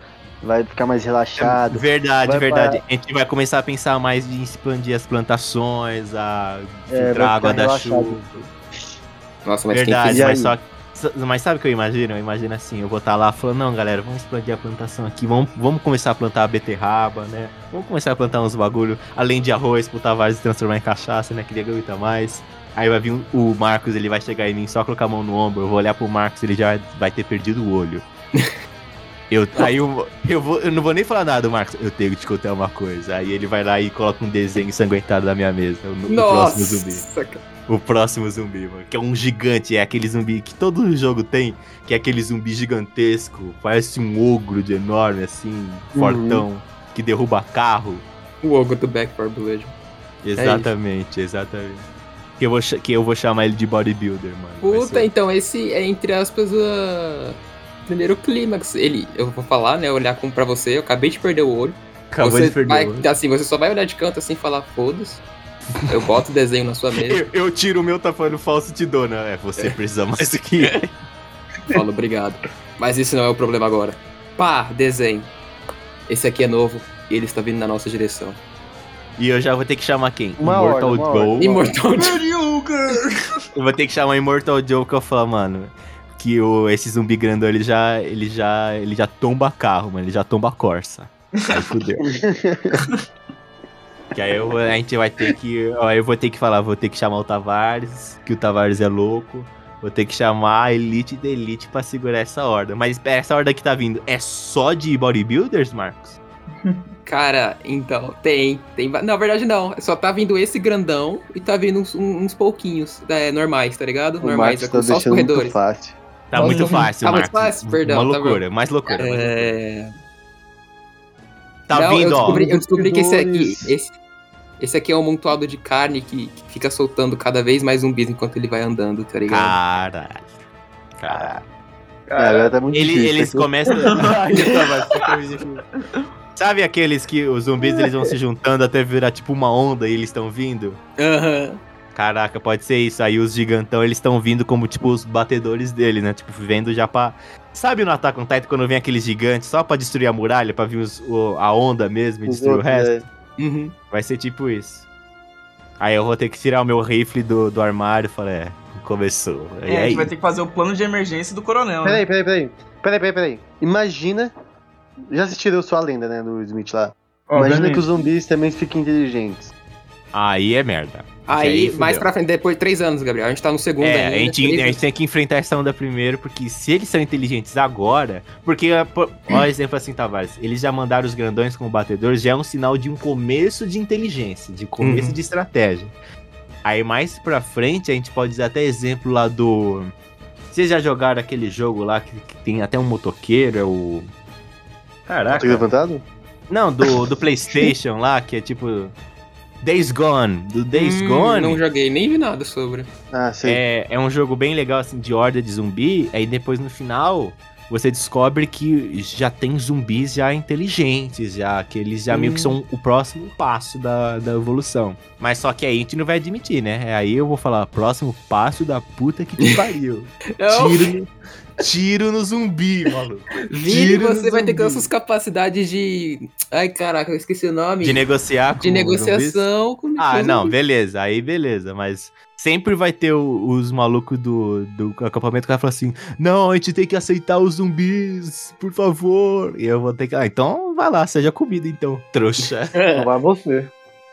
Speaker 2: vai ficar mais relaxado.
Speaker 1: Verdade,
Speaker 2: Vai
Speaker 1: verdade. A gente vai começar a pensar mais em expandir as plantações, a filtrar
Speaker 2: é, vai
Speaker 1: água
Speaker 2: ficar
Speaker 1: da
Speaker 2: relaxado.
Speaker 1: chuva.
Speaker 3: Nossa, mas quem
Speaker 1: Verdade,
Speaker 2: E
Speaker 3: fizer
Speaker 1: mas
Speaker 2: aí?
Speaker 1: só, S- Mas sabe o que eu imagino? Eu imagino assim, eu vou estar lá falando, não, galera, vamos expandir a plantação aqui, vamos, vamos começar a plantar beterraba, né? Vamos começar a plantar uns bagulho, além de arroz, pro Tavares se transformar em cachaça, né? Que ele aguenta mais. Aí vai vir um- o Marcos, ele vai chegar em mim, só colocar a mão no ombro, eu vou olhar pro Marcos, ele já vai ter perdido o olho. Eu, aí eu, eu, vou, eu não vou nem falar nada, Marcos. Eu tenho que te contar uma coisa. Aí ele vai lá e coloca um desenho ensanguentado na minha mesa. O, o próximo zumbi.
Speaker 3: Nossa, cara.
Speaker 1: O próximo zumbi, mano. Que é um gigante. É aquele zumbi que todo jogo tem. Que é aquele zumbi gigantesco. Parece um ogro de enorme, assim.
Speaker 2: Uhum.
Speaker 1: Fortão. Que derruba carro.
Speaker 3: o Ogo do Back for Blood.
Speaker 2: É
Speaker 1: Exatamente, exatamente. Que eu, vou, cha- que eu vou chamar ele de bodybuilder, mano. Vai
Speaker 3: Puta,
Speaker 1: ser-
Speaker 3: então esse é, entre aspas, a... primeiro clímax. Ele, eu vou falar, né, olhar como pra você, eu acabei de perder o olho.
Speaker 1: Acabou
Speaker 3: você
Speaker 1: de perder.
Speaker 3: vai,
Speaker 1: o olho.
Speaker 3: Assim, você só vai olhar de canto assim e falar, foda-se. Eu boto o desenho na sua mesa
Speaker 1: Eu, eu tiro o meu tapando falso e te dou, né? É, você precisa mais do que eu.
Speaker 3: e falo obrigado. Mas esse não é o problema agora. Pá, desenho. Esse aqui é novo e ele está vindo na nossa direção.
Speaker 1: E eu já vou ter que chamar quem?
Speaker 2: Uma
Speaker 1: Immortal
Speaker 2: hora, uma
Speaker 1: Joe.
Speaker 2: hora.
Speaker 3: Imortal de...
Speaker 1: Eu vou ter que chamar Immortal Joe que eu falo, mano. Que o, esse zumbi grandão, ele já, ele já. ele já tomba carro, mano. Ele já tomba Corsa. Aí fudeu. que aí eu- a gente vai ter que. Ó, eu vou ter que falar, vou ter que chamar o Tavares, que o Tavares é louco. Vou ter que chamar a Elite da Elite pra segurar essa horda. Mas essa horda que tá vindo é só de bodybuilders, Marcos?
Speaker 3: Cara, então, tem, tem. va- Na verdade, não. Só tá vindo esse grandão e tá vindo uns, um- uns pouquinhos é, normais, tá ligado?
Speaker 2: O
Speaker 3: normais,
Speaker 2: Marcos tá
Speaker 3: é, só os
Speaker 2: deixando muito
Speaker 3: corredores.
Speaker 2: fácil.
Speaker 1: Tá
Speaker 3: Nossa,
Speaker 1: muito fácil,
Speaker 3: tá muito
Speaker 1: Marcos.
Speaker 3: fácil, perdão,
Speaker 1: Uma
Speaker 3: tá bom.
Speaker 1: loucura, mais loucura. mais loucura.
Speaker 3: É...
Speaker 1: Tá
Speaker 3: não,
Speaker 1: vindo,
Speaker 3: eu descobri,
Speaker 1: ó.
Speaker 3: eu descobri que esse aqui,
Speaker 2: Corredores.
Speaker 3: esse, esse aqui é um amontoado de carne que, que fica soltando cada vez mais zumbis enquanto ele vai andando, tá ligado?
Speaker 1: Caralho. Caralho.
Speaker 2: Cara, agora tá muito
Speaker 1: Ele-
Speaker 2: difícil.
Speaker 1: eles
Speaker 2: aqui.
Speaker 1: começam. assim, Sabe aqueles que os zumbis eles vão se juntando até virar tipo uma onda e eles estão vindo?
Speaker 3: Aham.
Speaker 1: Caraca, pode ser isso. Aí os gigantão eles estão vindo como tipo os batedores dele, né? Tipo, vendo já pra. Sabe no Attack on Titan quando vem aqueles gigantes só pra destruir a muralha, pra vir os- o- a onda mesmo e
Speaker 2: Os
Speaker 1: destruir o
Speaker 2: outros,
Speaker 1: resto?
Speaker 2: né?
Speaker 3: Uhum.
Speaker 1: Vai ser tipo isso. Aí eu vou ter que tirar o meu rifle do, do armário e falar, é, começou.
Speaker 4: É,
Speaker 1: E
Speaker 4: a
Speaker 1: aí?
Speaker 4: gente vai ter que fazer o plano de emergência do coronel. né?
Speaker 2: Peraí, peraí, peraí. Peraí, peraí, peraí. Imagina. Já assistiram Eu Sou a Lenda, né? Do Smith lá. Imagina que os zumbis também fiquem inteligentes.
Speaker 1: Aí é merda.
Speaker 3: Aí,
Speaker 1: Aí,
Speaker 3: mais
Speaker 1: fudeu.
Speaker 3: pra frente, depois de três anos, Gabriel. A gente tá no segundo
Speaker 1: É,
Speaker 3: ainda.
Speaker 1: a gente,
Speaker 3: três
Speaker 1: a gente tem que enfrentar essa onda primeiro, porque se eles são inteligentes agora, porque, ó, por-
Speaker 3: Hum.
Speaker 1: ó, exemplo assim, Tavares, eles já mandaram os grandões como batedores, já é um sinal de um começo de inteligência, de começo
Speaker 3: Uhum.
Speaker 1: de estratégia. Aí mais pra frente, a gente pode usar até exemplo lá do... Vocês já jogaram aquele jogo lá que, que tem até um motoqueiro, é o...
Speaker 2: Tô
Speaker 1: Caraca.
Speaker 2: Tá levantado?
Speaker 1: Não, do, do Playstation lá, que é tipo... Days Gone, do Days
Speaker 3: Hum,
Speaker 1: Gone.
Speaker 3: Não joguei, nem vi nada sobre.
Speaker 2: Ah, sei.
Speaker 1: É, é um jogo bem legal, assim, de horda de zumbi. Aí depois no final você descobre que já tem zumbis já inteligentes, já que eles já
Speaker 3: Hum.
Speaker 1: meio que são o próximo passo da, da evolução. Mas só que aí a gente não vai admitir, né? Aí eu vou falar, próximo passo da puta que te pariu.
Speaker 3: Não,
Speaker 1: Tiro, no- tiro no zumbi, maluco.
Speaker 3: Vini,
Speaker 1: tiro no
Speaker 3: você vai ter que usar
Speaker 1: zumbi.
Speaker 3: suas capacidades de. Ai, caraca, eu esqueci o nome.
Speaker 1: De negociar com
Speaker 3: de
Speaker 1: os zumbis.
Speaker 3: negociação com
Speaker 1: Ah,
Speaker 3: com-
Speaker 1: não, beleza, aí beleza, mas sempre vai ter o- os malucos do, do acampamento que vai falar assim: não, a gente tem que aceitar os zumbis, por favor. E eu vou ter que. Ah, então vai lá, seja comida então. Trouxa,
Speaker 2: Não vai você.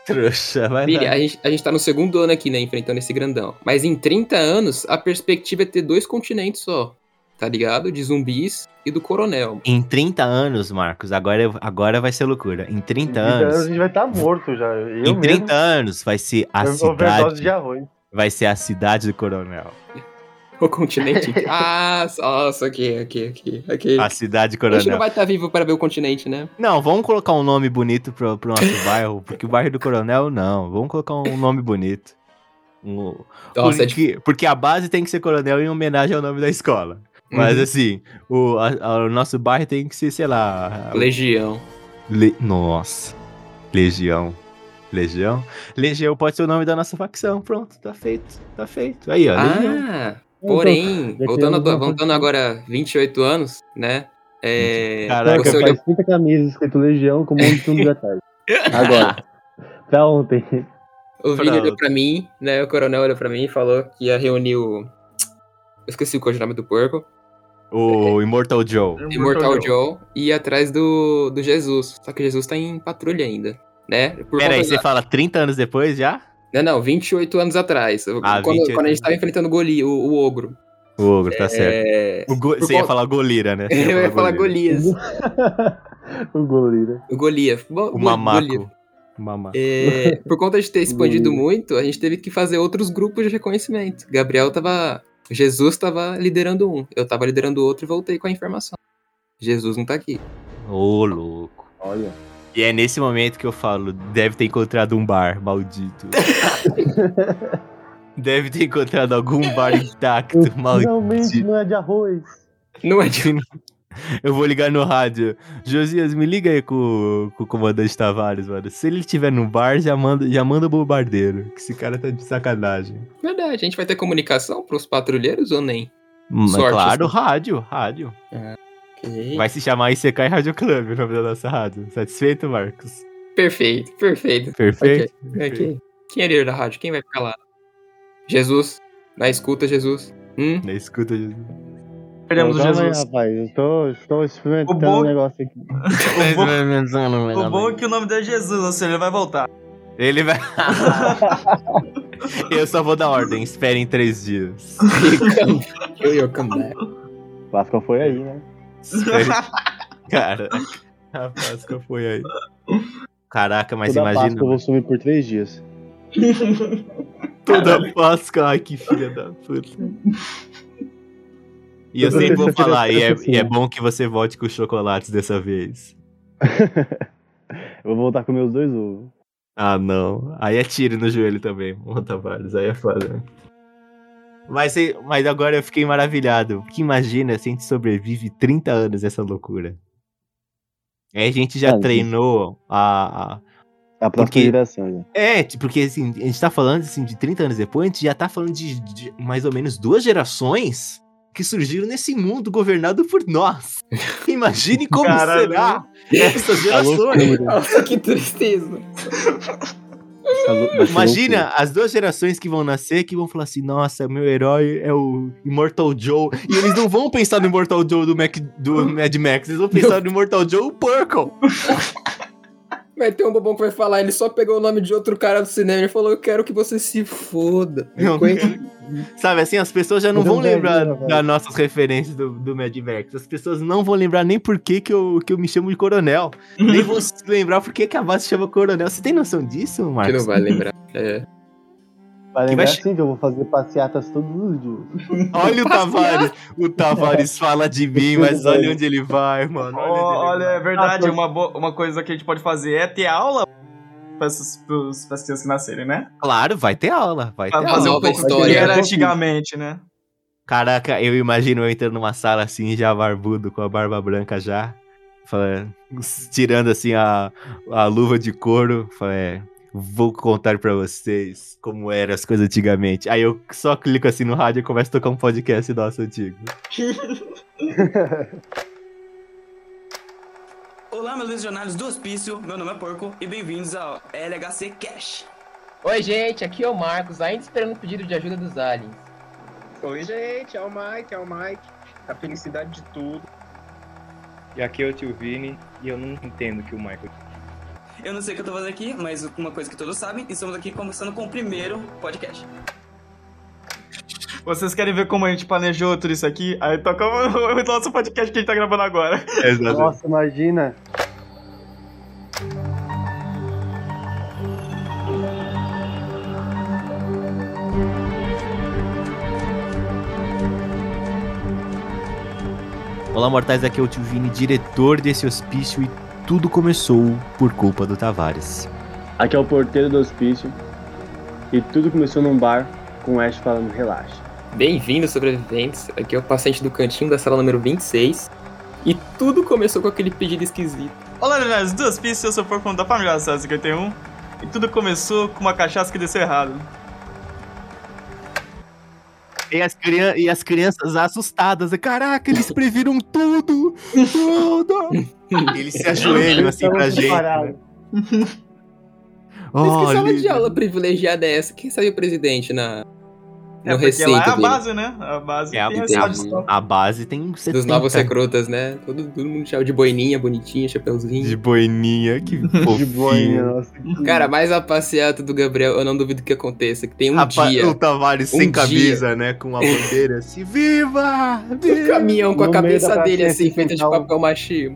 Speaker 1: trouxa, vai
Speaker 3: Billy,
Speaker 1: lá.
Speaker 3: a gente, a gente tá no segundo ano aqui, né? Enfrentando esse grandão. Mas em 30 anos, a perspectiva é ter dois continentes só. Tá ligado? De zumbis e do coronel.
Speaker 1: Em 30 anos, Marcos, agora, agora vai ser loucura. Em 30,
Speaker 2: a
Speaker 1: anos.
Speaker 2: gente vai estar morto já. Eu
Speaker 1: Em 30
Speaker 2: mesmo.
Speaker 1: anos vai ser a
Speaker 2: Overdose
Speaker 1: cidade.
Speaker 2: de arroz.
Speaker 1: Vai ser a cidade do coronel.
Speaker 3: O continente. ah, nossa, aqui, aqui, aqui. aqui.
Speaker 1: A cidade do
Speaker 3: a gente
Speaker 1: Ah,
Speaker 3: não
Speaker 1: coronel.
Speaker 3: vai estar vivo para ver o continente, né?
Speaker 1: Não, vamos colocar um nome bonito pro, pro nosso bairro, porque o bairro do Coronel não. Vamos colocar um nome bonito. Um-
Speaker 3: Nossa, é difícil.
Speaker 1: porque, porque a base tem que ser Coronel em homenagem ao nome da escola. Mas
Speaker 3: Uhum.
Speaker 1: assim, o, a- a- o nosso bairro tem que ser, sei lá.
Speaker 3: Legião.
Speaker 1: Le- Nossa. Legião. Legião? Legião pode ser o nome da nossa facção. Pronto, tá feito. Tá feito. Aí, ó. Legião.
Speaker 3: Ah, porém,
Speaker 2: já
Speaker 3: voltando,
Speaker 2: criamos
Speaker 3: a-
Speaker 2: uma
Speaker 3: voltando agora 28 anos, né? É,
Speaker 1: Caraca,
Speaker 3: você olhou,
Speaker 2: 30 camisas escrito Legião com um monte de tudo atrás. Agora. Pra ontem.
Speaker 3: o Vini
Speaker 1: Pronto.
Speaker 3: olhou pra mim, né? O coronel olhou pra mim e falou que ia reunir o, Eu esqueci o codinome do porco.
Speaker 1: O Immortal Joe.
Speaker 3: Immortal Joe e atrás do, do Jesus. Só que Jesus tá em patrulha ainda, né? Por
Speaker 1: Pera aí,
Speaker 3: volta
Speaker 1: você
Speaker 3: da-
Speaker 1: fala 30 anos depois já?
Speaker 3: Não, não, 28 anos atrás.
Speaker 1: Ah,
Speaker 3: quando,
Speaker 1: 28
Speaker 3: quando a gente tava enfrentando o Goli, o, o ogro.
Speaker 1: O ogro, tá certo.
Speaker 3: É,
Speaker 1: O go-
Speaker 3: por
Speaker 1: Você ia
Speaker 3: conta-
Speaker 1: falar Golira, né? Você
Speaker 3: Eu ia falar Golias.
Speaker 2: o né? Golira.
Speaker 3: O Golias. Bo-
Speaker 1: O
Speaker 3: Go- Golias.
Speaker 1: mamaco. O mamaco.
Speaker 3: É, por conta de ter expandido muito, a gente teve que fazer outros grupos de reconhecimento. Gabriel tava. Jesus tava liderando um, eu tava liderando outro e voltei com a informação. Jesus não tá aqui.
Speaker 1: Ô, louco.
Speaker 2: Olha.
Speaker 1: E é nesse momento que eu falo, deve ter encontrado um bar, maldito. deve ter encontrado algum bar intacto, maldito.
Speaker 2: Finalmente não é de arroz.
Speaker 3: Não é de...
Speaker 1: Eu vou ligar no rádio. Josias, me liga aí com, com o comandante Tavares, mano. Se ele estiver no bar, já manda, já manda o bombardeiro. Que esse cara tá de sacanagem.
Speaker 3: Verdade, a gente vai ter comunicação pros patrulheiros ou nem?
Speaker 1: Mas,
Speaker 3: Sorte,
Speaker 1: claro,
Speaker 3: assim.
Speaker 1: rádio, rádio.
Speaker 3: Ok.
Speaker 1: Vai se chamar ICK Rádio Club, o nome da nossa rádio. Satisfeito, Marcos?
Speaker 3: Perfeito, perfeito.
Speaker 1: Perfeito?
Speaker 3: Ok, ok. Quem é líder da rádio? Quem vai ficar lá? Jesus. Na escuta, Jesus. Hum?
Speaker 1: Na escuta, Jesus.
Speaker 4: Perdemos o
Speaker 2: Não, calma aí,
Speaker 4: Jesus.
Speaker 2: rapaz, eu tô, estou experimentando
Speaker 4: O bom-
Speaker 2: um negócio aqui. um
Speaker 4: O bom, o bom é que o nome dele é Jesus, ou seja, ele vai voltar.
Speaker 1: Ele vai. eu só vou dar ordem, esperem três dias.
Speaker 3: Então, Eu e eu come
Speaker 2: O Páscoa foi aí, né?
Speaker 1: Espere... Caraca, a Páscoa foi aí. Caraca, mas
Speaker 2: Toda
Speaker 1: imagina.
Speaker 2: Páscoa eu vou sumir por três dias.
Speaker 1: Toda Páscoa, ai que filha da puta. E eu
Speaker 2: Toda
Speaker 1: sempre vou
Speaker 2: terça-feira
Speaker 1: falar, e é,
Speaker 2: parece assim,
Speaker 1: e é
Speaker 2: né?
Speaker 1: bom que você volte com os chocolates dessa vez.
Speaker 2: Eu vou voltar com meus dois ovos.
Speaker 1: Ah, não. Aí é tiro no joelho também, ô Tavares. Aí é foda. né? Mas, se- mas agora eu fiquei maravilhado. Porque imagina se a gente sobrevive 30 anos essa loucura. Aí a gente já
Speaker 2: Ah,
Speaker 1: treinou a, a-
Speaker 2: A próxima
Speaker 1: Porque-
Speaker 2: geração né? já.
Speaker 1: É, tipo, porque assim, a gente tá falando assim, de 30 anos depois, a gente já tá falando de, de mais ou menos duas gerações que surgiram nesse mundo governado por nós. Imagine como
Speaker 4: Caralho.
Speaker 1: será essas
Speaker 2: né? A
Speaker 1: gerações.
Speaker 2: loucura.
Speaker 3: Nossa, que tristeza.
Speaker 2: A lou- vai ser
Speaker 1: Imagina as duas gerações que vão nascer que vão falar assim: nossa, meu herói é o Immortal Joe. E eles não vão pensar no Immortal Joe do, Mac, do Mad Max, eles vão pensar no Immortal Joe Purple.
Speaker 3: Vai ter um bobão que vai falar, ele só pegou o nome de outro cara do cinema e falou, eu quero que você se foda.
Speaker 1: Não,
Speaker 3: Aguenta-
Speaker 1: Sabe assim, as pessoas já não
Speaker 2: Então
Speaker 1: vão
Speaker 2: vai,
Speaker 1: lembrar
Speaker 2: vai, vai.
Speaker 1: das nossas referências do, do Mad Max. As pessoas não vão lembrar nem por que, que, eu, que eu me chamo de coronel. Nem vão se lembrar por que, que a base chama coronel. Você tem noção disso,
Speaker 3: Que não
Speaker 1: Marcos?
Speaker 3: vai lembrar. É.
Speaker 2: loucura. Vai
Speaker 1: que
Speaker 2: lembrar
Speaker 1: vai che-
Speaker 2: assim que eu vou fazer passeatas todos os dias.
Speaker 1: Olha o Tavares. O Tavares fala de mim, mas olha onde ele vai, mano.
Speaker 4: Ó,
Speaker 1: Olha, onde ele
Speaker 4: olha,
Speaker 1: vai.
Speaker 4: é verdade,
Speaker 2: Ah,
Speaker 4: uma, boa- uma coisa que a gente pode fazer é ter aula para essas pros- pras crianças que nascerem, né?
Speaker 1: Claro, vai ter aula. Vai ter
Speaker 4: Pra
Speaker 3: uma
Speaker 1: aula.
Speaker 4: fazer um
Speaker 3: nova
Speaker 4: pouco do que
Speaker 3: história.
Speaker 4: era antigamente, né?
Speaker 1: Caraca, eu imagino eu entrando numa sala assim, já barbudo, com a barba branca já, falando, tirando assim a, a luva de couro, falando, é, vou contar pra vocês como eram as coisas antigamente. Aí eu só clico assim no rádio e começo a tocar um podcast nosso antigo.
Speaker 5: Olá, meus legionários do hospício, meu nome é Porco e bem-vindos ao LHC Cash.
Speaker 3: Oi, gente, aqui é o Marcos, ainda esperando o pedido de ajuda dos aliens.
Speaker 6: Oi, gente, é o Mike, é o Mike. A felicidade de tudo.
Speaker 7: E aqui é o tio Vini e eu não entendo que o Michael.
Speaker 5: Eu não sei o que eu tô fazendo aqui, mas uma coisa que todos sabem, estamos aqui começando com o primeiro podcast.
Speaker 4: Vocês querem ver como a gente planejou tudo isso aqui? Aí toca o o nosso podcast que a gente tá gravando agora.
Speaker 1: Exato.
Speaker 2: Nossa, imagina.
Speaker 1: Olá, mortais, aqui é o Tio Vini, diretor desse hospício, e tudo começou por culpa do Tavares.
Speaker 2: Aqui é o porteiro do hospício. E tudo começou num bar com o Ash falando relaxa.
Speaker 3: Bem-vindos, sobreviventes. Aqui é o paciente do cantinho da sala número 26. E tudo começou com aquele pedido esquisito.
Speaker 4: Olá, legionários do hospício, eu sou o Porco da família 51. E tudo começou com uma cachaça que desceu errado.
Speaker 1: E as, crian- e as crianças assustadas, caraca, eles previram tudo! Tudo! Eles se ajoelham assim pra gente. né?
Speaker 3: Mas que sala
Speaker 1: Olha, né?
Speaker 3: de aula privilegiada é essa? Quem saiu presidente na, no
Speaker 4: É, porque
Speaker 3: recinto
Speaker 4: lá é a
Speaker 3: dele.
Speaker 4: base, né? A base
Speaker 1: É a-
Speaker 4: tem
Speaker 1: tem
Speaker 4: essa
Speaker 3: a-
Speaker 4: audição.
Speaker 1: A base tem 70
Speaker 3: Dos novos recrutas, né? Todo, todo mundo chama de boininha, bonitinha, chapeuzinho.
Speaker 1: de boininha, que
Speaker 2: De boinha,
Speaker 1: fofinho.
Speaker 2: nossa. que-
Speaker 3: Cara, mas a passeata do Gabriel, eu não duvido que aconteça. Que tem um
Speaker 1: Rapaz,
Speaker 3: dia.
Speaker 1: o Tavares
Speaker 3: Um
Speaker 1: sem
Speaker 3: dia.
Speaker 1: camisa, né? Com a bandeira assim, viva!
Speaker 3: Um caminhão com a
Speaker 2: No meio da
Speaker 3: cabeça dele,
Speaker 2: pracinha,
Speaker 3: assim,
Speaker 2: assim,
Speaker 3: feita de
Speaker 2: então-
Speaker 3: papel machê.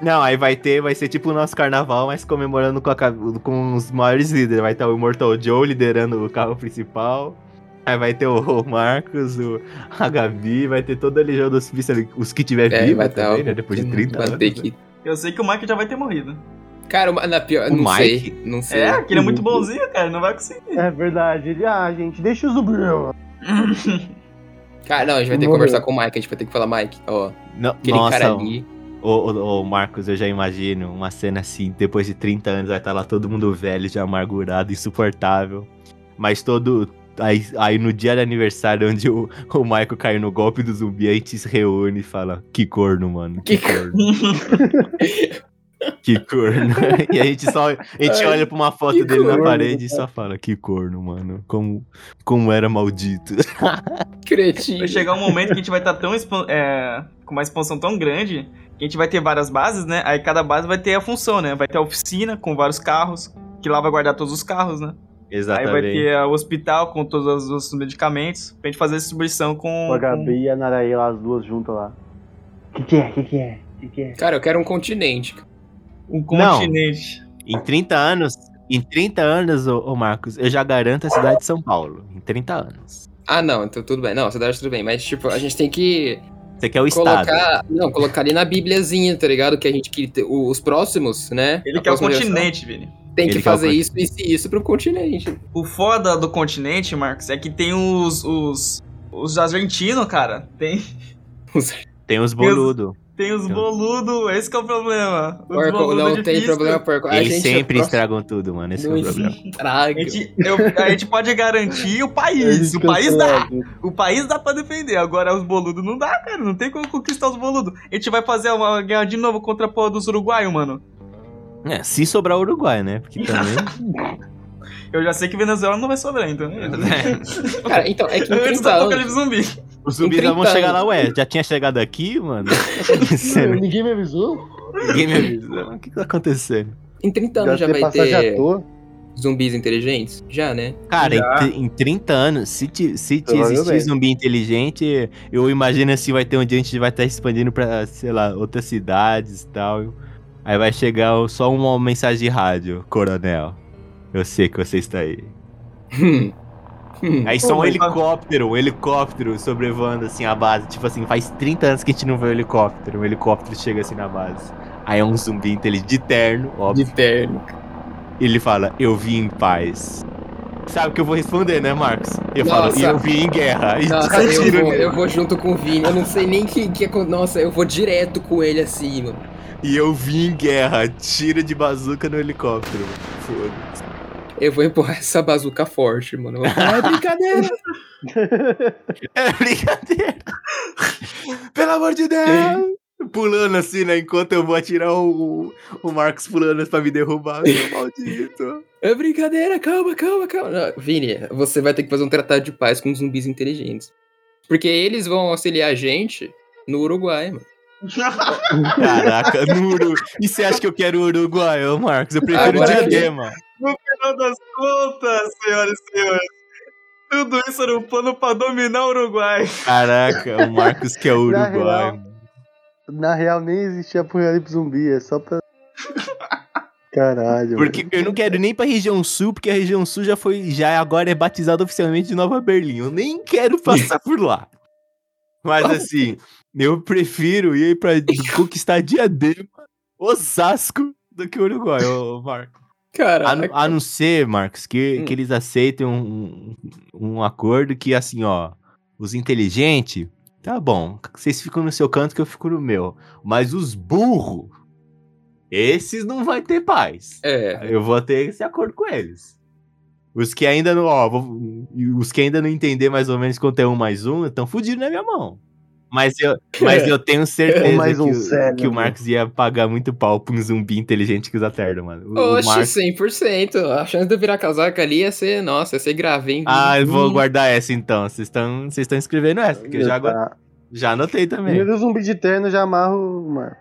Speaker 1: Não, aí vai ter, vai ser tipo o nosso carnaval, mas comemorando com, a ca- com os maiores líderes. Vai estar o Immortal Joe liderando o carro principal. Aí vai ter o, o Marcos, o, a Gabi, vai ter toda a legião dos pistas, os que tiver
Speaker 3: É,
Speaker 1: vivo
Speaker 3: vai estar.
Speaker 1: também, né? Depois de 30 anos. né?
Speaker 3: ter que.
Speaker 4: Eu sei que o Mike já vai ter morrido.
Speaker 3: Cara, uma- na pior.
Speaker 1: O
Speaker 3: não
Speaker 1: Mike?
Speaker 3: sei. Não sei.
Speaker 4: É, aquele é muito bonzinho, cara. Não vai conseguir.
Speaker 2: É verdade. Ele, ah, gente, deixa os Gabriel.
Speaker 3: Cara, não, a gente vai ter que
Speaker 2: Morreu.
Speaker 3: conversar com o Mike. A gente vai ter que falar, Mike, ó,
Speaker 1: No-
Speaker 3: aquele cara é
Speaker 1: nossa, o,
Speaker 3: ali.
Speaker 1: o- o Marcos, eu já imagino uma cena assim, depois de 30 anos vai estar lá todo mundo velho, já amargurado, insuportável. Mas todo... Aí, aí no dia do aniversário, onde o, o Michael caiu no golpe do zumbi, a gente se reúne e fala, que corno, mano, que
Speaker 3: Que
Speaker 1: corno. Que corno. e a gente só. A gente olha pra uma foto
Speaker 3: que
Speaker 1: dele na
Speaker 2: corno,
Speaker 1: parede e só fala, que corno, mano. Como, como era maldito.
Speaker 3: Cretinho.
Speaker 4: Vai chegar um momento que a gente vai estar tão expan- é, com uma expansão tão grande que a gente vai ter várias bases, né? Aí cada base vai ter a função, né? Vai ter a oficina com vários carros, que lá vai guardar todos os carros, né? Aí vai ter a- o hospital com todos os medicamentos, pra gente fazer a distribuição com.
Speaker 2: O HB e a Naraela, as duas juntas lá. O que, que é? O que, que é? O que, que é?
Speaker 3: Cara, eu quero um continente.
Speaker 4: com um
Speaker 1: Não.
Speaker 4: continente.
Speaker 1: Em 30 anos. Em 30 anos, ô, ô Marcos, eu já garanto a cidade de São Paulo. Em 30 anos.
Speaker 3: Ah, não, então tudo bem. Não, cidade tudo bem. Mas, tipo, a gente tem que
Speaker 1: Você quer o Estado.
Speaker 3: colocar. Não, colocar ali na bibliazinha, tá ligado? Que a gente que. o- Os próximos, né?
Speaker 4: Ele
Speaker 3: A
Speaker 4: quer o
Speaker 3: próxima geração
Speaker 4: continente, Vini.
Speaker 3: Tem
Speaker 1: Ele
Speaker 3: que
Speaker 1: quer o
Speaker 3: fazer
Speaker 1: continente.
Speaker 3: isso, isso e isso pro continente.
Speaker 4: O foda do continente, Marcos, é que tem os. os. os argentinos, cara. Tem,
Speaker 1: Tem os boludo.
Speaker 4: tem os
Speaker 1: Então.
Speaker 4: boludo, esse que é o problema. Os
Speaker 3: Porco,
Speaker 4: boludo
Speaker 3: não
Speaker 4: de
Speaker 3: tem
Speaker 4: pista.
Speaker 3: problema, porco. A
Speaker 1: Eles
Speaker 3: gente
Speaker 1: sempre
Speaker 3: é próximo-
Speaker 1: estragam tudo, mano. Esse é
Speaker 3: Não
Speaker 1: o problema.
Speaker 4: A
Speaker 3: estraga.
Speaker 4: gente, eu- a gente pode garantir o país. O país dá. O país dá pra defender. Agora os boludos não dá, cara. Não tem como conquistar os boludos. A gente vai fazer uma guerra de novo contra a porra dos uruguaios, mano.
Speaker 1: É, se sobrar o Uruguai, né? Porque também.
Speaker 4: Eu já sei que Venezuela não vai sobrar, então.
Speaker 3: Cara, então, é que em
Speaker 4: Antes
Speaker 3: 30
Speaker 4: da
Speaker 3: anos.
Speaker 4: apocalipse zumbi.
Speaker 1: Os zumbis
Speaker 3: 30
Speaker 1: vão chegar
Speaker 3: anos.
Speaker 1: lá, ué. Já tinha chegado aqui, mano? O que tá acontecendo?
Speaker 2: Ninguém me avisou?
Speaker 1: Ninguém me avisou. O que tá acontecendo?
Speaker 3: Em 30
Speaker 1: Então
Speaker 3: anos já
Speaker 2: Gastei
Speaker 3: vai
Speaker 2: passagem
Speaker 3: ter
Speaker 2: à toa.
Speaker 3: zumbis inteligentes? Já, né?
Speaker 1: Cara, em, tri- em 30 anos, se, ti, se ti
Speaker 2: Provavelmente.
Speaker 1: existir zumbi inteligente, eu imagino assim, vai ter um dia que a gente vai estar expandindo pra, sei lá, outras cidades e tal. Aí vai chegar o- só uma mensagem de rádio, coronel. Eu sei que você está aí.
Speaker 3: Hum. Hum.
Speaker 1: Aí só
Speaker 4: Pô,
Speaker 1: um
Speaker 4: mas-
Speaker 1: helicóptero, um helicóptero sobrevoando assim a base. Tipo assim, faz 30 anos que a gente não vê um helicóptero. Um helicóptero chega assim na base. Aí é um zumbi inteligente de terno, óbvio.
Speaker 3: De terno.
Speaker 1: Ele fala, eu vim em paz. Sabe o que eu vou responder, né, Marcos? Eu falo,
Speaker 3: Nossa.
Speaker 1: e eu vim em guerra. E
Speaker 3: Nossa,
Speaker 1: sai
Speaker 3: eu
Speaker 1: tiro
Speaker 3: vou,
Speaker 4: né?
Speaker 1: nele.
Speaker 3: eu vou junto com o Vini. Eu não sei nem que, que. acon- Nossa, eu vou direto com ele assim, mano.
Speaker 1: E eu vim em guerra. Tiro de bazuca no helicóptero. Foda-se.
Speaker 3: Eu vou empurrar essa bazuca forte, mano. Eu vou falar, é brincadeira.
Speaker 1: É brincadeira. Pelo amor de Deus. Pulando assim, né? Enquanto eu vou atirar o, o Marcos pulando pra me derrubar. Meu maldito.
Speaker 3: É brincadeira, calma, calma, calma. Não, Vini, você vai ter que fazer um tratado de paz com os zumbis inteligentes. Porque eles vão auxiliar a gente no Uruguai, mano.
Speaker 1: Caraca, no Uru... E você acha que eu quero o Uruguai, ô Marcos? Eu prefiro o
Speaker 3: Agora-
Speaker 1: diadema.
Speaker 4: final das contas, senhoras e senhores. Tudo isso era um plano pra dominar o Uruguai.
Speaker 1: Caraca, o Marcos que é o
Speaker 2: Na
Speaker 1: Uruguai.
Speaker 2: real- Na real, nem existia apocalipse zumbi, é só pra. Caralho.
Speaker 1: Porque eu não quero nem pra região sul, porque a região sul já foi, já agora é batizada oficialmente de Nova Berlim. Eu nem quero passar por lá. Mas assim, eu prefiro ir pra conquistar Diadema, Osasco, do que o Uruguai, ô Marco. A,
Speaker 3: Caraca.
Speaker 1: Ah, não- a não ser, Marcos, que,
Speaker 3: Hum.
Speaker 1: que eles aceitem um, um um acordo que assim, ó, os inteligentes, tá bom, vocês ficam no seu canto que eu fico no meu. Mas os burros, esses não vai ter paz.
Speaker 3: É.
Speaker 1: Eu vou ter esse acordo com eles. Os que ainda não, ó, vou- os que ainda não entender mais ou menos quanto é um mais um, estão fudidos na minha mão. Mas eu, mas
Speaker 3: É.
Speaker 1: eu tenho certeza
Speaker 2: Mais um
Speaker 1: que, o-
Speaker 2: cérebro.
Speaker 1: que o Marcos ia pagar muito pau pra um zumbi inteligente que usa terno, mano. O- o
Speaker 3: Oxe,
Speaker 1: Marcos...
Speaker 3: 100%. A chance de eu virar casaca ali ia ser, nossa, ia ser gravinho.
Speaker 1: Ah, eu vou guardar essa então. Vocês estão vocês estão escrevendo essa, porque eu já, gua-
Speaker 2: Tá.
Speaker 1: já anotei também.
Speaker 2: Primeiro zumbi de terno já amarro o Marcos.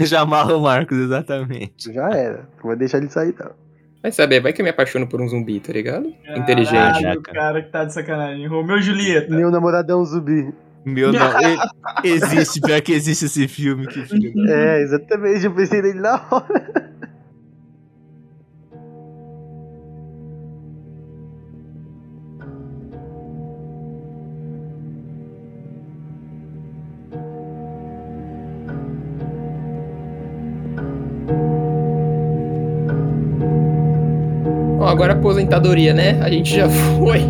Speaker 1: Já amarra o Marcos, exatamente.
Speaker 2: Já era. Não vai deixar ele sair, tá? não.
Speaker 3: Vai saber, vai que eu me apaixono por um zumbi, tá ligado? Inteligente.
Speaker 1: Caraca.
Speaker 4: o cara que tá de sacanagem. Romeu e Julieta.
Speaker 2: Meu namoradão zumbi.
Speaker 1: Meu não. e- Existe, pior que existe esse filme que filho da-
Speaker 2: É, exatamente. Eu pensei nele na hora.
Speaker 3: Bom, agora aposentadoria, né? A gente já foi.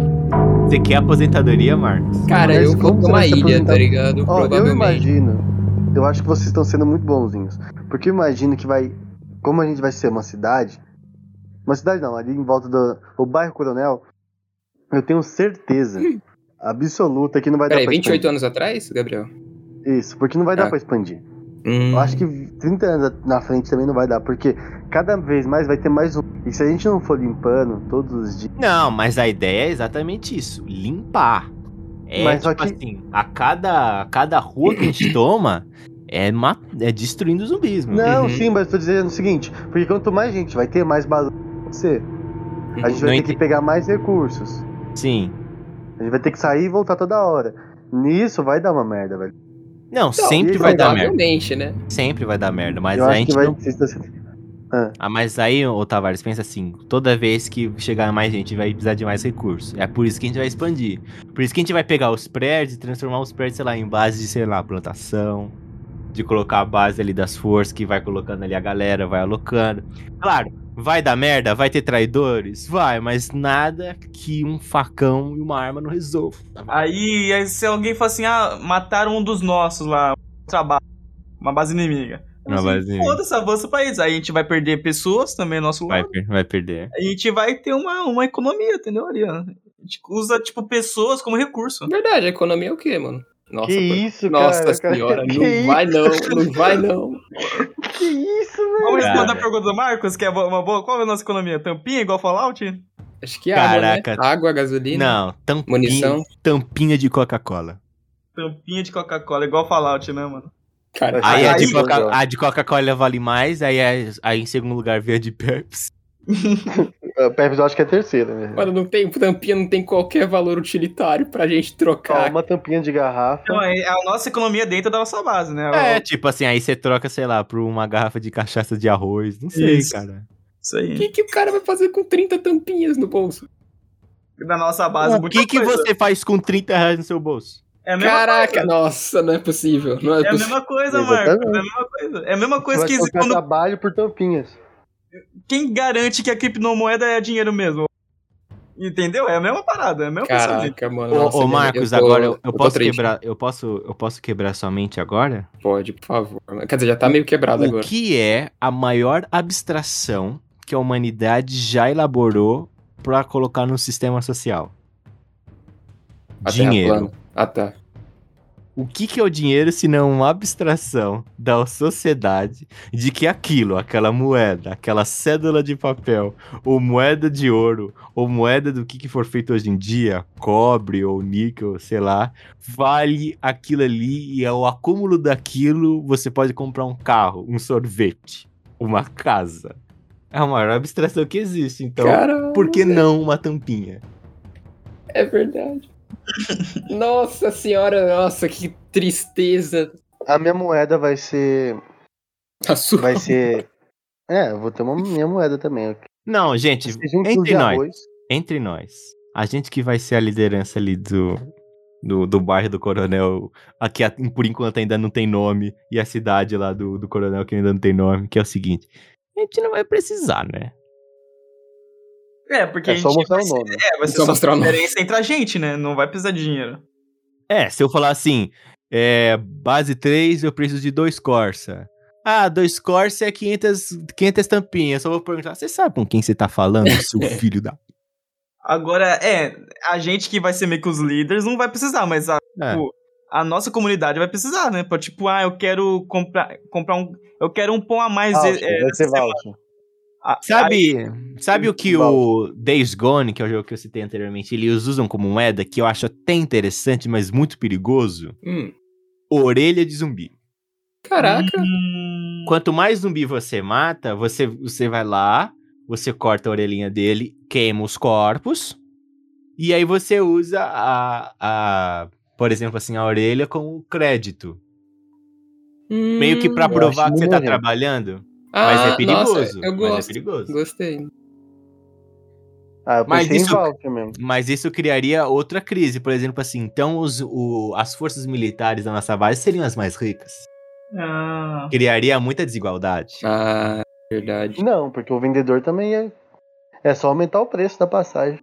Speaker 1: Você quer aposentadoria, Marcos?
Speaker 3: Cara,
Speaker 2: Mas
Speaker 3: eu vou
Speaker 2: como
Speaker 3: pra
Speaker 2: você
Speaker 3: uma
Speaker 2: vai se
Speaker 3: ilha,
Speaker 2: aposentar?
Speaker 3: tá ligado?
Speaker 2: Ó, eu
Speaker 3: Provavelmente.
Speaker 2: imagino. Eu acho que vocês estão sendo muito bonzinhos. Porque eu imagino que vai. Como a gente vai ser uma cidade. Uma cidade não, ali em volta do o bairro Coronel. Eu tenho certeza absoluta que não vai dar
Speaker 3: Peraí,
Speaker 2: pra
Speaker 3: 28
Speaker 2: expandir.
Speaker 3: anos atrás, Gabriel?
Speaker 2: Isso, porque não vai dar
Speaker 3: Ah.
Speaker 2: pra expandir.
Speaker 3: Hum,
Speaker 2: Eu acho que 30 anos na frente também não vai dar, porque cada vez mais vai ter mais um. E se a gente não for limpando todos os dias.
Speaker 1: Não, mas a ideia é exatamente isso: limpar. É
Speaker 2: Mas só
Speaker 1: tipo
Speaker 2: que-
Speaker 1: assim, a cada, a cada rua que a gente toma é, ma- é destruindo os zumbis, mano.
Speaker 2: Não,
Speaker 3: Uhum.
Speaker 2: sim, mas tô dizendo o seguinte, porque quanto mais gente vai ter, mais balanço vai acontecer. A gente
Speaker 1: Não
Speaker 2: vai ter
Speaker 1: entendi.
Speaker 2: que pegar mais recursos.
Speaker 1: Sim.
Speaker 2: A gente vai ter que sair e voltar toda hora. Nisso vai dar uma merda, velho.
Speaker 1: Não, sempre
Speaker 3: Hum,
Speaker 2: isso
Speaker 1: vai
Speaker 2: é
Speaker 1: dar merda.
Speaker 3: provavelmente, né?
Speaker 1: Sempre vai dar merda. Mas
Speaker 2: Eu
Speaker 1: a
Speaker 2: acho que
Speaker 1: gente
Speaker 2: vai.
Speaker 1: não.
Speaker 2: vocês estão sendo-
Speaker 1: Ah, mas aí, ô Tavares, pensa assim: toda vez que chegar mais gente, vai precisar de mais recursos. É por isso que a gente vai expandir. Por isso que a gente vai pegar os prédios e transformar os prédios, sei lá, em base de, sei lá, plantação. De colocar a base ali das forças que vai colocando ali a galera, vai alocando. Claro, vai dar merda, vai ter traidores, vai, mas nada que um facão e uma arma não resolva.
Speaker 4: Aí, aí se alguém fala assim, ah, mataram um dos nossos lá, um trabalho, uma base inimiga.
Speaker 1: Uma
Speaker 4: Assim,
Speaker 1: base inimiga.
Speaker 4: Foda-se, avança pra eles. Aí a gente vai perder pessoas também, nosso
Speaker 1: Vai,
Speaker 4: lado.
Speaker 1: per- vai perder.
Speaker 4: A gente vai ter uma, uma economia, entendeu, Ariana? A gente usa, tipo, pessoas como recurso.
Speaker 3: Verdade, a economia é o quê, mano? Nossa,
Speaker 2: que
Speaker 3: pô-
Speaker 2: isso,
Speaker 3: Nossa
Speaker 2: cara? cara?
Speaker 3: senhora,
Speaker 2: que
Speaker 3: não
Speaker 2: isso?
Speaker 3: vai não, não vai não.
Speaker 2: Que isso, velho?
Speaker 4: Vamos
Speaker 1: Cara.
Speaker 4: responder a pergunta do Marcos, que é uma boa. Qual é a nossa economia? Tampinha igual Fallout?
Speaker 3: Acho que é água,
Speaker 1: Caraca.
Speaker 3: né? Água, gasolina,
Speaker 1: Não, tampinha,
Speaker 3: munição.
Speaker 1: tampinha de Coca-Cola.
Speaker 4: Tampinha de Coca-Cola, igual Fallout, né, mano?
Speaker 3: Cara,
Speaker 1: Aí é tipo- a de,
Speaker 2: Aí,
Speaker 1: Coca-
Speaker 2: João.
Speaker 1: a de Coca-Cola vale mais, aí, a- aí em segundo lugar veio a de Pepsi.
Speaker 2: O Pervis eu acho que é a terceira, né?
Speaker 3: Mano, não tem tampinha, não tem qualquer valor utilitário pra gente
Speaker 2: Ó,
Speaker 3: trocar.
Speaker 2: uma tampinha de garrafa.
Speaker 4: Então, é a nossa economia dentro da nossa base, né?
Speaker 1: É, tipo assim, aí você troca, sei lá, por uma garrafa de cachaça de arroz, não sei,
Speaker 4: Isso.
Speaker 1: cara.
Speaker 4: Isso
Speaker 3: O
Speaker 4: aí.
Speaker 3: que, que o cara vai fazer com 30 tampinhas no
Speaker 2: É
Speaker 3: bolso?
Speaker 4: Da nossa base.
Speaker 1: o
Speaker 4: muita
Speaker 1: que, que
Speaker 4: coisa.
Speaker 1: você faz com 30 reais no seu bolso?
Speaker 4: É a mesma
Speaker 3: Caraca, nossa, não é possível. Não é,
Speaker 4: É a
Speaker 3: possível.
Speaker 4: mesma coisa,
Speaker 2: Exatamente.
Speaker 4: Marcos. É a mesma coisa. É a mesma coisa
Speaker 2: vai
Speaker 4: que
Speaker 2: trocar
Speaker 4: quando...
Speaker 2: trabalho por tampinhas.
Speaker 4: quem garante que a criptomoeda é dinheiro mesmo. Entendeu? É a mesma parada, é a mesma pensamento.
Speaker 3: Caraca, mano.
Speaker 1: Ô,
Speaker 3: nossa,
Speaker 1: ô,
Speaker 3: é eu-
Speaker 1: Marcos,
Speaker 3: tô-
Speaker 1: agora eu, eu
Speaker 3: tô
Speaker 1: posso
Speaker 3: triste.
Speaker 1: quebrar, eu posso, eu posso quebrar sua mente agora?
Speaker 3: Pode, por favor. Quer dizer, já tá meio quebrado
Speaker 1: o
Speaker 3: agora.
Speaker 1: que é a maior abstração que a humanidade já elaborou pra colocar no sistema social?
Speaker 3: A Terra
Speaker 1: Dinheiro.
Speaker 3: plana. Ah, tá.
Speaker 1: O que, que é o dinheiro se não uma abstração da sociedade de que aquilo, aquela moeda, aquela cédula de papel, ou moeda de ouro, ou moeda do que, que for feito hoje em dia, cobre ou níquel, sei lá, vale aquilo ali e ao acúmulo daquilo você pode comprar um carro, um sorvete, uma casa. É a maior abstração que existe, então.
Speaker 3: Cara,
Speaker 1: por que não uma tampinha?
Speaker 3: é verdade. nossa senhora, nossa, que tristeza.
Speaker 2: A minha moeda vai ser.
Speaker 3: A sua.
Speaker 2: Vai ser. É, eu vou ter uma minha moeda também. ok?
Speaker 1: Não, gente,
Speaker 2: Seja um quilo
Speaker 1: entre
Speaker 2: de
Speaker 1: nós.
Speaker 2: arroz.
Speaker 1: entre nós, a gente que vai ser a liderança ali do, do, do bairro do Coronel, aqui por enquanto ainda não tem nome, e a cidade lá do, do Coronel que ainda não tem nome, que é o seguinte: a gente não vai precisar, né?
Speaker 4: É, porque
Speaker 2: É só mostrar o nome.
Speaker 4: É, vai ser
Speaker 3: Só
Speaker 4: só
Speaker 3: mostrar o nome.
Speaker 4: diferença entre a gente, né? Não vai precisar de dinheiro.
Speaker 1: É, se eu falar assim, é, base 3, eu preciso de dois Corsa. Ah, dois Corsa é 500, 500 tampinhas. Só vou perguntar, você sabe com quem você tá falando, seu filho da...
Speaker 4: Agora, é, a gente que vai ser meio que os líderes não vai precisar, mas a,
Speaker 1: É.
Speaker 4: o, a nossa comunidade vai precisar, né? Pra, tipo, ah, eu quero comprar, comprar um. Eu quero um pão a
Speaker 2: Ah,
Speaker 4: mais.
Speaker 8: Voucher,
Speaker 4: é,
Speaker 8: vai ser
Speaker 4: sei lá.
Speaker 8: voucher.
Speaker 4: Ah,
Speaker 1: Sabe, sabe o que o Days Gone, que é o jogo que eu citei anteriormente, eles usam como moeda, que eu acho até interessante, mas muito perigoso?
Speaker 3: Hum,
Speaker 1: Orelha de zumbi.
Speaker 3: caraca.
Speaker 4: Hum,
Speaker 1: Quanto mais zumbi você mata, você, você vai lá, você corta a orelhinha dele, queima os corpos, e aí você usa a, a por exemplo, assim, a orelha como crédito. Meio que pra
Speaker 3: Hum.
Speaker 1: provar
Speaker 8: acho
Speaker 1: que você tá
Speaker 8: maneiro.
Speaker 1: trabalhando, mas
Speaker 3: Ah,
Speaker 1: é perigoso.
Speaker 3: Nossa, eu
Speaker 1: Mas
Speaker 3: gosto.
Speaker 1: é perigoso.
Speaker 3: Gostei.
Speaker 8: Ah, eu
Speaker 1: Mas
Speaker 8: pensei
Speaker 1: isso-
Speaker 8: em voucher mesmo.
Speaker 1: Mas isso criaria outra crise, por exemplo, assim, então os- o- as forças militares da nossa base seriam as mais ricas.
Speaker 4: Ah,
Speaker 1: Criaria muita desigualdade.
Speaker 3: Ah, verdade.
Speaker 8: Não, porque o vendedor também é. É só aumentar o preço da passagem.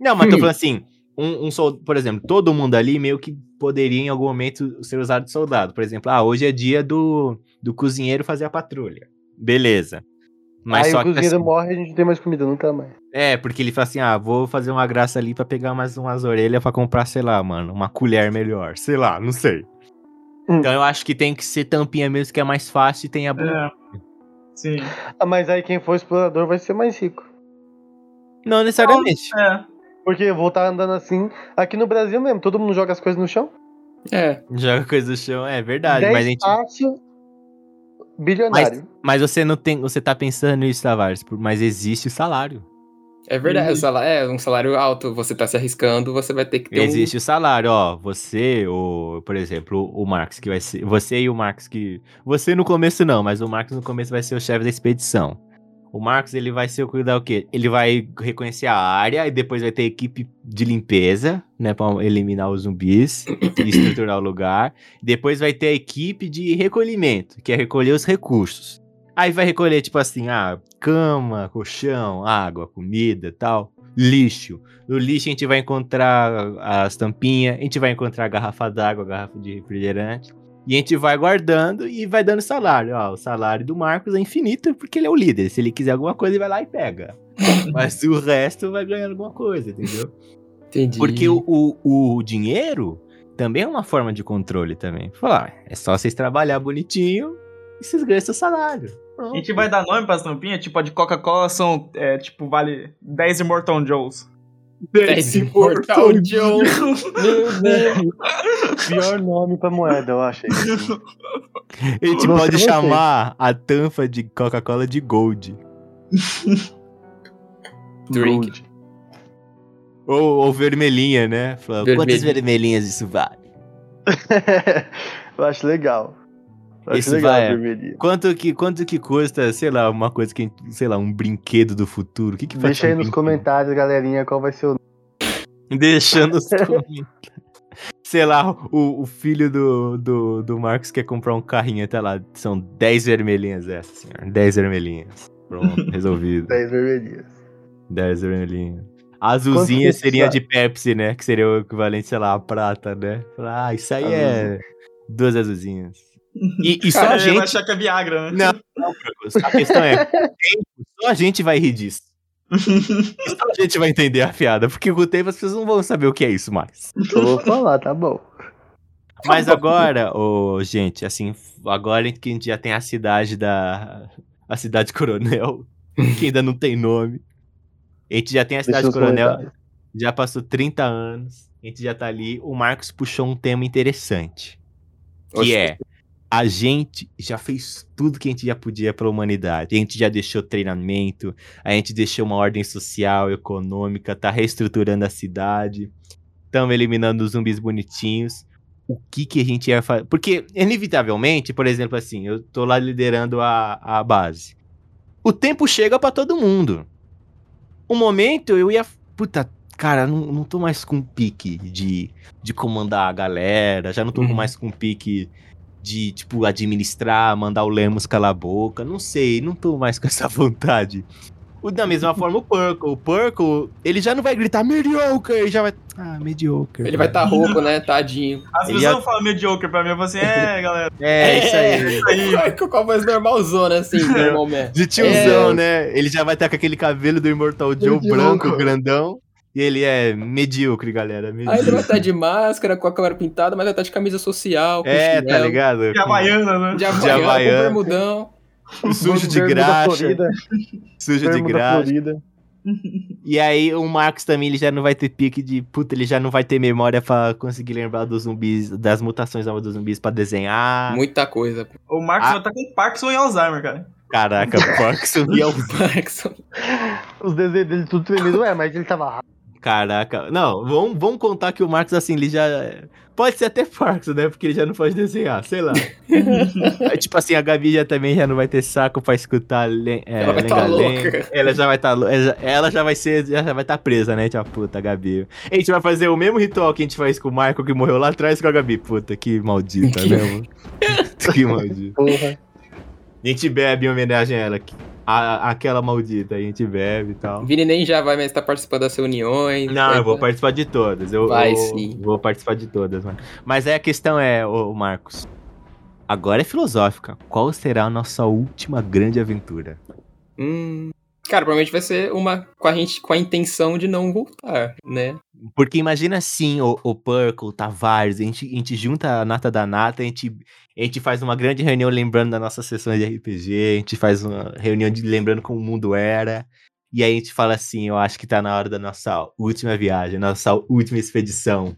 Speaker 1: Não, mas tô
Speaker 3: Hum.
Speaker 1: falando assim, um, um sol- por exemplo, todo mundo ali meio que poderia em algum momento ser usado de soldado. Por exemplo, ah, hoje é dia do, do cozinheiro fazer a patrulha. Beleza. Mas
Speaker 8: Aí
Speaker 1: só
Speaker 8: o
Speaker 1: que,
Speaker 8: cozinheiro
Speaker 1: assim,
Speaker 8: morre e a gente não tem mais comida nunca mais.
Speaker 1: É, porque ele fala assim, ah, vou fazer uma graça ali pra pegar mais umas orelhas pra comprar, sei lá, mano, uma colher melhor, sei lá, não sei.
Speaker 8: Hum.
Speaker 1: Então eu acho que tem que ser tampinha mesmo, que é mais fácil e tem a...
Speaker 4: é. Sim.
Speaker 8: Ah, mas aí quem for explorador vai ser mais rico.
Speaker 1: Não necessariamente.
Speaker 4: É.
Speaker 8: Porque eu vou estar andando assim. Aqui no Brasil mesmo, todo mundo joga as coisas no chão.
Speaker 3: É,
Speaker 1: Joga coisa do chão, é verdade,
Speaker 8: Dez
Speaker 1: mas a gente...
Speaker 8: fácil, bilionário.
Speaker 1: Mas você não tem, você tá pensando nisso, Tavares, por- mas existe o salário.
Speaker 3: é verdade. o salário- é um salário alto, você tá se arriscando, você vai ter que ter um.
Speaker 1: Existe o salário, ó. Você, o, por exemplo, o o Marx, que vai ser. Você e o Marx, que. Você no começo não, mas o Marx no começo vai ser o chefe da expedição. O Marx, ele vai ser o cuidar o quê? Ele vai reconhecer a área e depois vai ter equipe de limpeza, né? Pra eliminar os zumbis e estruturar o lugar. Depois vai ter a equipe de recolhimento, que é recolher os recursos. Aí vai recolher, tipo assim, ah, cama, colchão, água, comida tal. Lixo. No lixo a gente vai encontrar as tampinhas, a gente vai encontrar a garrafa d'água, a garrafa de refrigerante. E a gente vai guardando e vai dando salário. Ó, o salário do Marcos é infinito porque ele é o líder. Se ele quiser alguma coisa, ele vai lá e pega. Mas o resto vai ganhando alguma coisa, entendeu?
Speaker 3: Entendi.
Speaker 1: Porque o, o, o dinheiro também é uma forma de controle também. Falar, "Ah, é só vocês trabalhar bonitinho e vocês ganham seu salário.
Speaker 4: A
Speaker 1: Pronto.
Speaker 4: gente vai dar nome pras tampinhas? Tipo, a de Coca-Cola são, é, tipo, vale 10 Immortal Joes.
Speaker 1: É
Speaker 3: Esse Mortal Jones. Meu Deus.
Speaker 8: Pior nome pra moeda, eu achei.
Speaker 1: A gente
Speaker 8: Não sei
Speaker 1: pode
Speaker 8: vocês.
Speaker 1: chamar a tampa de Coca-Cola de Gold.
Speaker 3: Drink.
Speaker 1: Ou, ou vermelhinha, né? Fala, Quantas
Speaker 3: Vermelhinha.
Speaker 1: vermelhinhas isso vale?
Speaker 8: eu acho legal. Eu acho
Speaker 1: Esse
Speaker 8: legal
Speaker 1: vai- é.
Speaker 8: a vermelhinha.
Speaker 1: Quanto que, quanto que custa, sei lá, uma coisa que, a gente- sei lá, um brinquedo do futuro? O que que vai
Speaker 8: Deixa
Speaker 1: ser
Speaker 8: aí
Speaker 1: um
Speaker 8: nos
Speaker 1: brinquedo?
Speaker 8: comentários, galerinha, qual vai ser o
Speaker 1: Deixa nos comentários. Sei lá, o, o filho do, do, do Marcos quer comprar um carrinho até lá. São 10 vermelhinhas essa, senhor. 10 vermelhinhas. Pronto, resolvido.
Speaker 8: 10 vermelhinhas.
Speaker 1: 10 vermelhinhas. A Azulzinha
Speaker 8: Quanto que
Speaker 1: seria
Speaker 8: custa?
Speaker 1: de Pepsi, né? Que seria o equivalente, sei lá, a prata, né? Ah, isso aí é duas azulzinhas. E, e só a
Speaker 4: Cara, ele vai
Speaker 1: gente
Speaker 4: achar que é Viagra, né?
Speaker 1: Não, não, Marcos. A questão é: tempo, só a gente vai rir disso. só a gente vai entender a piada, porque com o tempo as pessoas não vão saber o que é isso mais.
Speaker 8: Eu vou falar, tá bom.
Speaker 1: Mas agora, ô, gente, assim, agora que a gente já tem a cidade da. A cidade coronel, que ainda não tem nome. A gente já tem a
Speaker 8: Deixa
Speaker 1: cidade
Speaker 8: nos
Speaker 1: coronel,
Speaker 8: comentários.
Speaker 1: já passou 30 anos, a gente já tá ali. O Marcos puxou um tema interessante. Que
Speaker 3: Oxe.
Speaker 1: é. A gente já fez tudo que a gente já podia pela humanidade. A gente já deixou treinamento, a gente deixou uma ordem social, econômica, tá reestruturando a cidade, estamos eliminando os zumbis bonitinhos. O que que a gente ia fazer? Porque, inevitavelmente, por exemplo, assim, eu tô lá liderando a, a base. O tempo chega pra todo mundo um momento eu ia. Puta, cara, não, não tô mais com pique de, de comandar a galera, já não tô
Speaker 3: Uhum.
Speaker 1: mais com pique de, tipo, administrar, mandar o Lemos calar a boca, não sei, não tô mais com essa vontade. O- Da mesma forma, o Purple. O Purple, ele já não vai gritar mediocre, ele já vai. Ah, mediocre.
Speaker 3: Ele vai estar tá rouco, né? Tadinho.
Speaker 4: As
Speaker 1: Ele
Speaker 4: pessoas
Speaker 1: ia-
Speaker 4: falam mediocre pra mim, eu falo assim, é, galera.
Speaker 1: É, isso aí.
Speaker 3: Com a voz normalzona, assim, normalmente.
Speaker 1: De tiozão, né? Ele já vai estar com aquele cabelo do Immortal Joe branco, grandão. E ele é medíocre, galera.
Speaker 3: Aí ele vai
Speaker 1: Medíocre.
Speaker 3: estar de máscara, com a câmera pintada, mas vai estar de camisa social, com
Speaker 1: É,
Speaker 3: chinelo,
Speaker 1: tá ligado?
Speaker 4: De Havaiana, né?
Speaker 3: De
Speaker 1: De
Speaker 3: havaiana, com
Speaker 1: havaiana.
Speaker 3: bermudão.
Speaker 1: Sujo de
Speaker 8: Bermuda
Speaker 1: graxa.
Speaker 8: Florida,
Speaker 1: Sujo de
Speaker 8: bermuda
Speaker 1: graxa.
Speaker 8: Florida.
Speaker 1: E aí o Marcos também ele já não vai ter pique de puta, ele já não vai ter memória pra conseguir lembrar dos zumbis, das mutações novas dos zumbis pra desenhar.
Speaker 3: Muita coisa.
Speaker 4: O Marcos
Speaker 1: Ah.
Speaker 4: vai estar com Parkinson e Alzheimer, cara.
Speaker 1: Caraca, Parkinson e é um-
Speaker 3: Parkinson.
Speaker 8: Os desenhos dele tudo tremido. Ué, mas ele tava
Speaker 1: Caraca. Não, vamos, vamos contar que o Marcos assim, ele já pode ser até Parkinson, né? Porque ele já não pode desenhar, sei lá. É, tipo assim, a Gabi já também já não vai ter saco pra escutar len- é,
Speaker 3: Ela vai tá
Speaker 1: lenga-lenga.
Speaker 3: louca.
Speaker 1: Ela já vai estar ela já vai ser, já vai estar presa, né? Tipo, puta, Gabi. A gente vai fazer o mesmo ritual que a gente faz com o Marco que morreu lá atrás com a Gabi. Puta, que maldita,
Speaker 3: Que-
Speaker 1: né? mano? que maldita.
Speaker 8: porra.
Speaker 1: A gente bebe em homenagem a ela. que- A, aquela maldita, a gente bebe e tal.
Speaker 3: Vini nem já vai mais estar participando das reuniões. né?
Speaker 1: Não,
Speaker 3: vai-
Speaker 1: eu vou participar de todas. Eu,
Speaker 3: Vai,
Speaker 1: eu
Speaker 3: sim.
Speaker 1: vou participar de todas, mano. Mas aí a questão é, ô Marcos. Agora é filosófica. Qual será a nossa última grande aventura?
Speaker 3: Hum. Cara, provavelmente vai ser uma com a gente com a intenção de não voltar, né?
Speaker 1: Porque imagina assim, o, o Purple, o Tavares, a gente, a gente junta a nata da nata, a gente, a gente faz uma grande reunião lembrando das nossas sessões de RPG, a gente faz uma reunião de lembrando como o mundo era. E aí a gente fala assim, eu acho que tá na hora da nossa última viagem, nossa última expedição.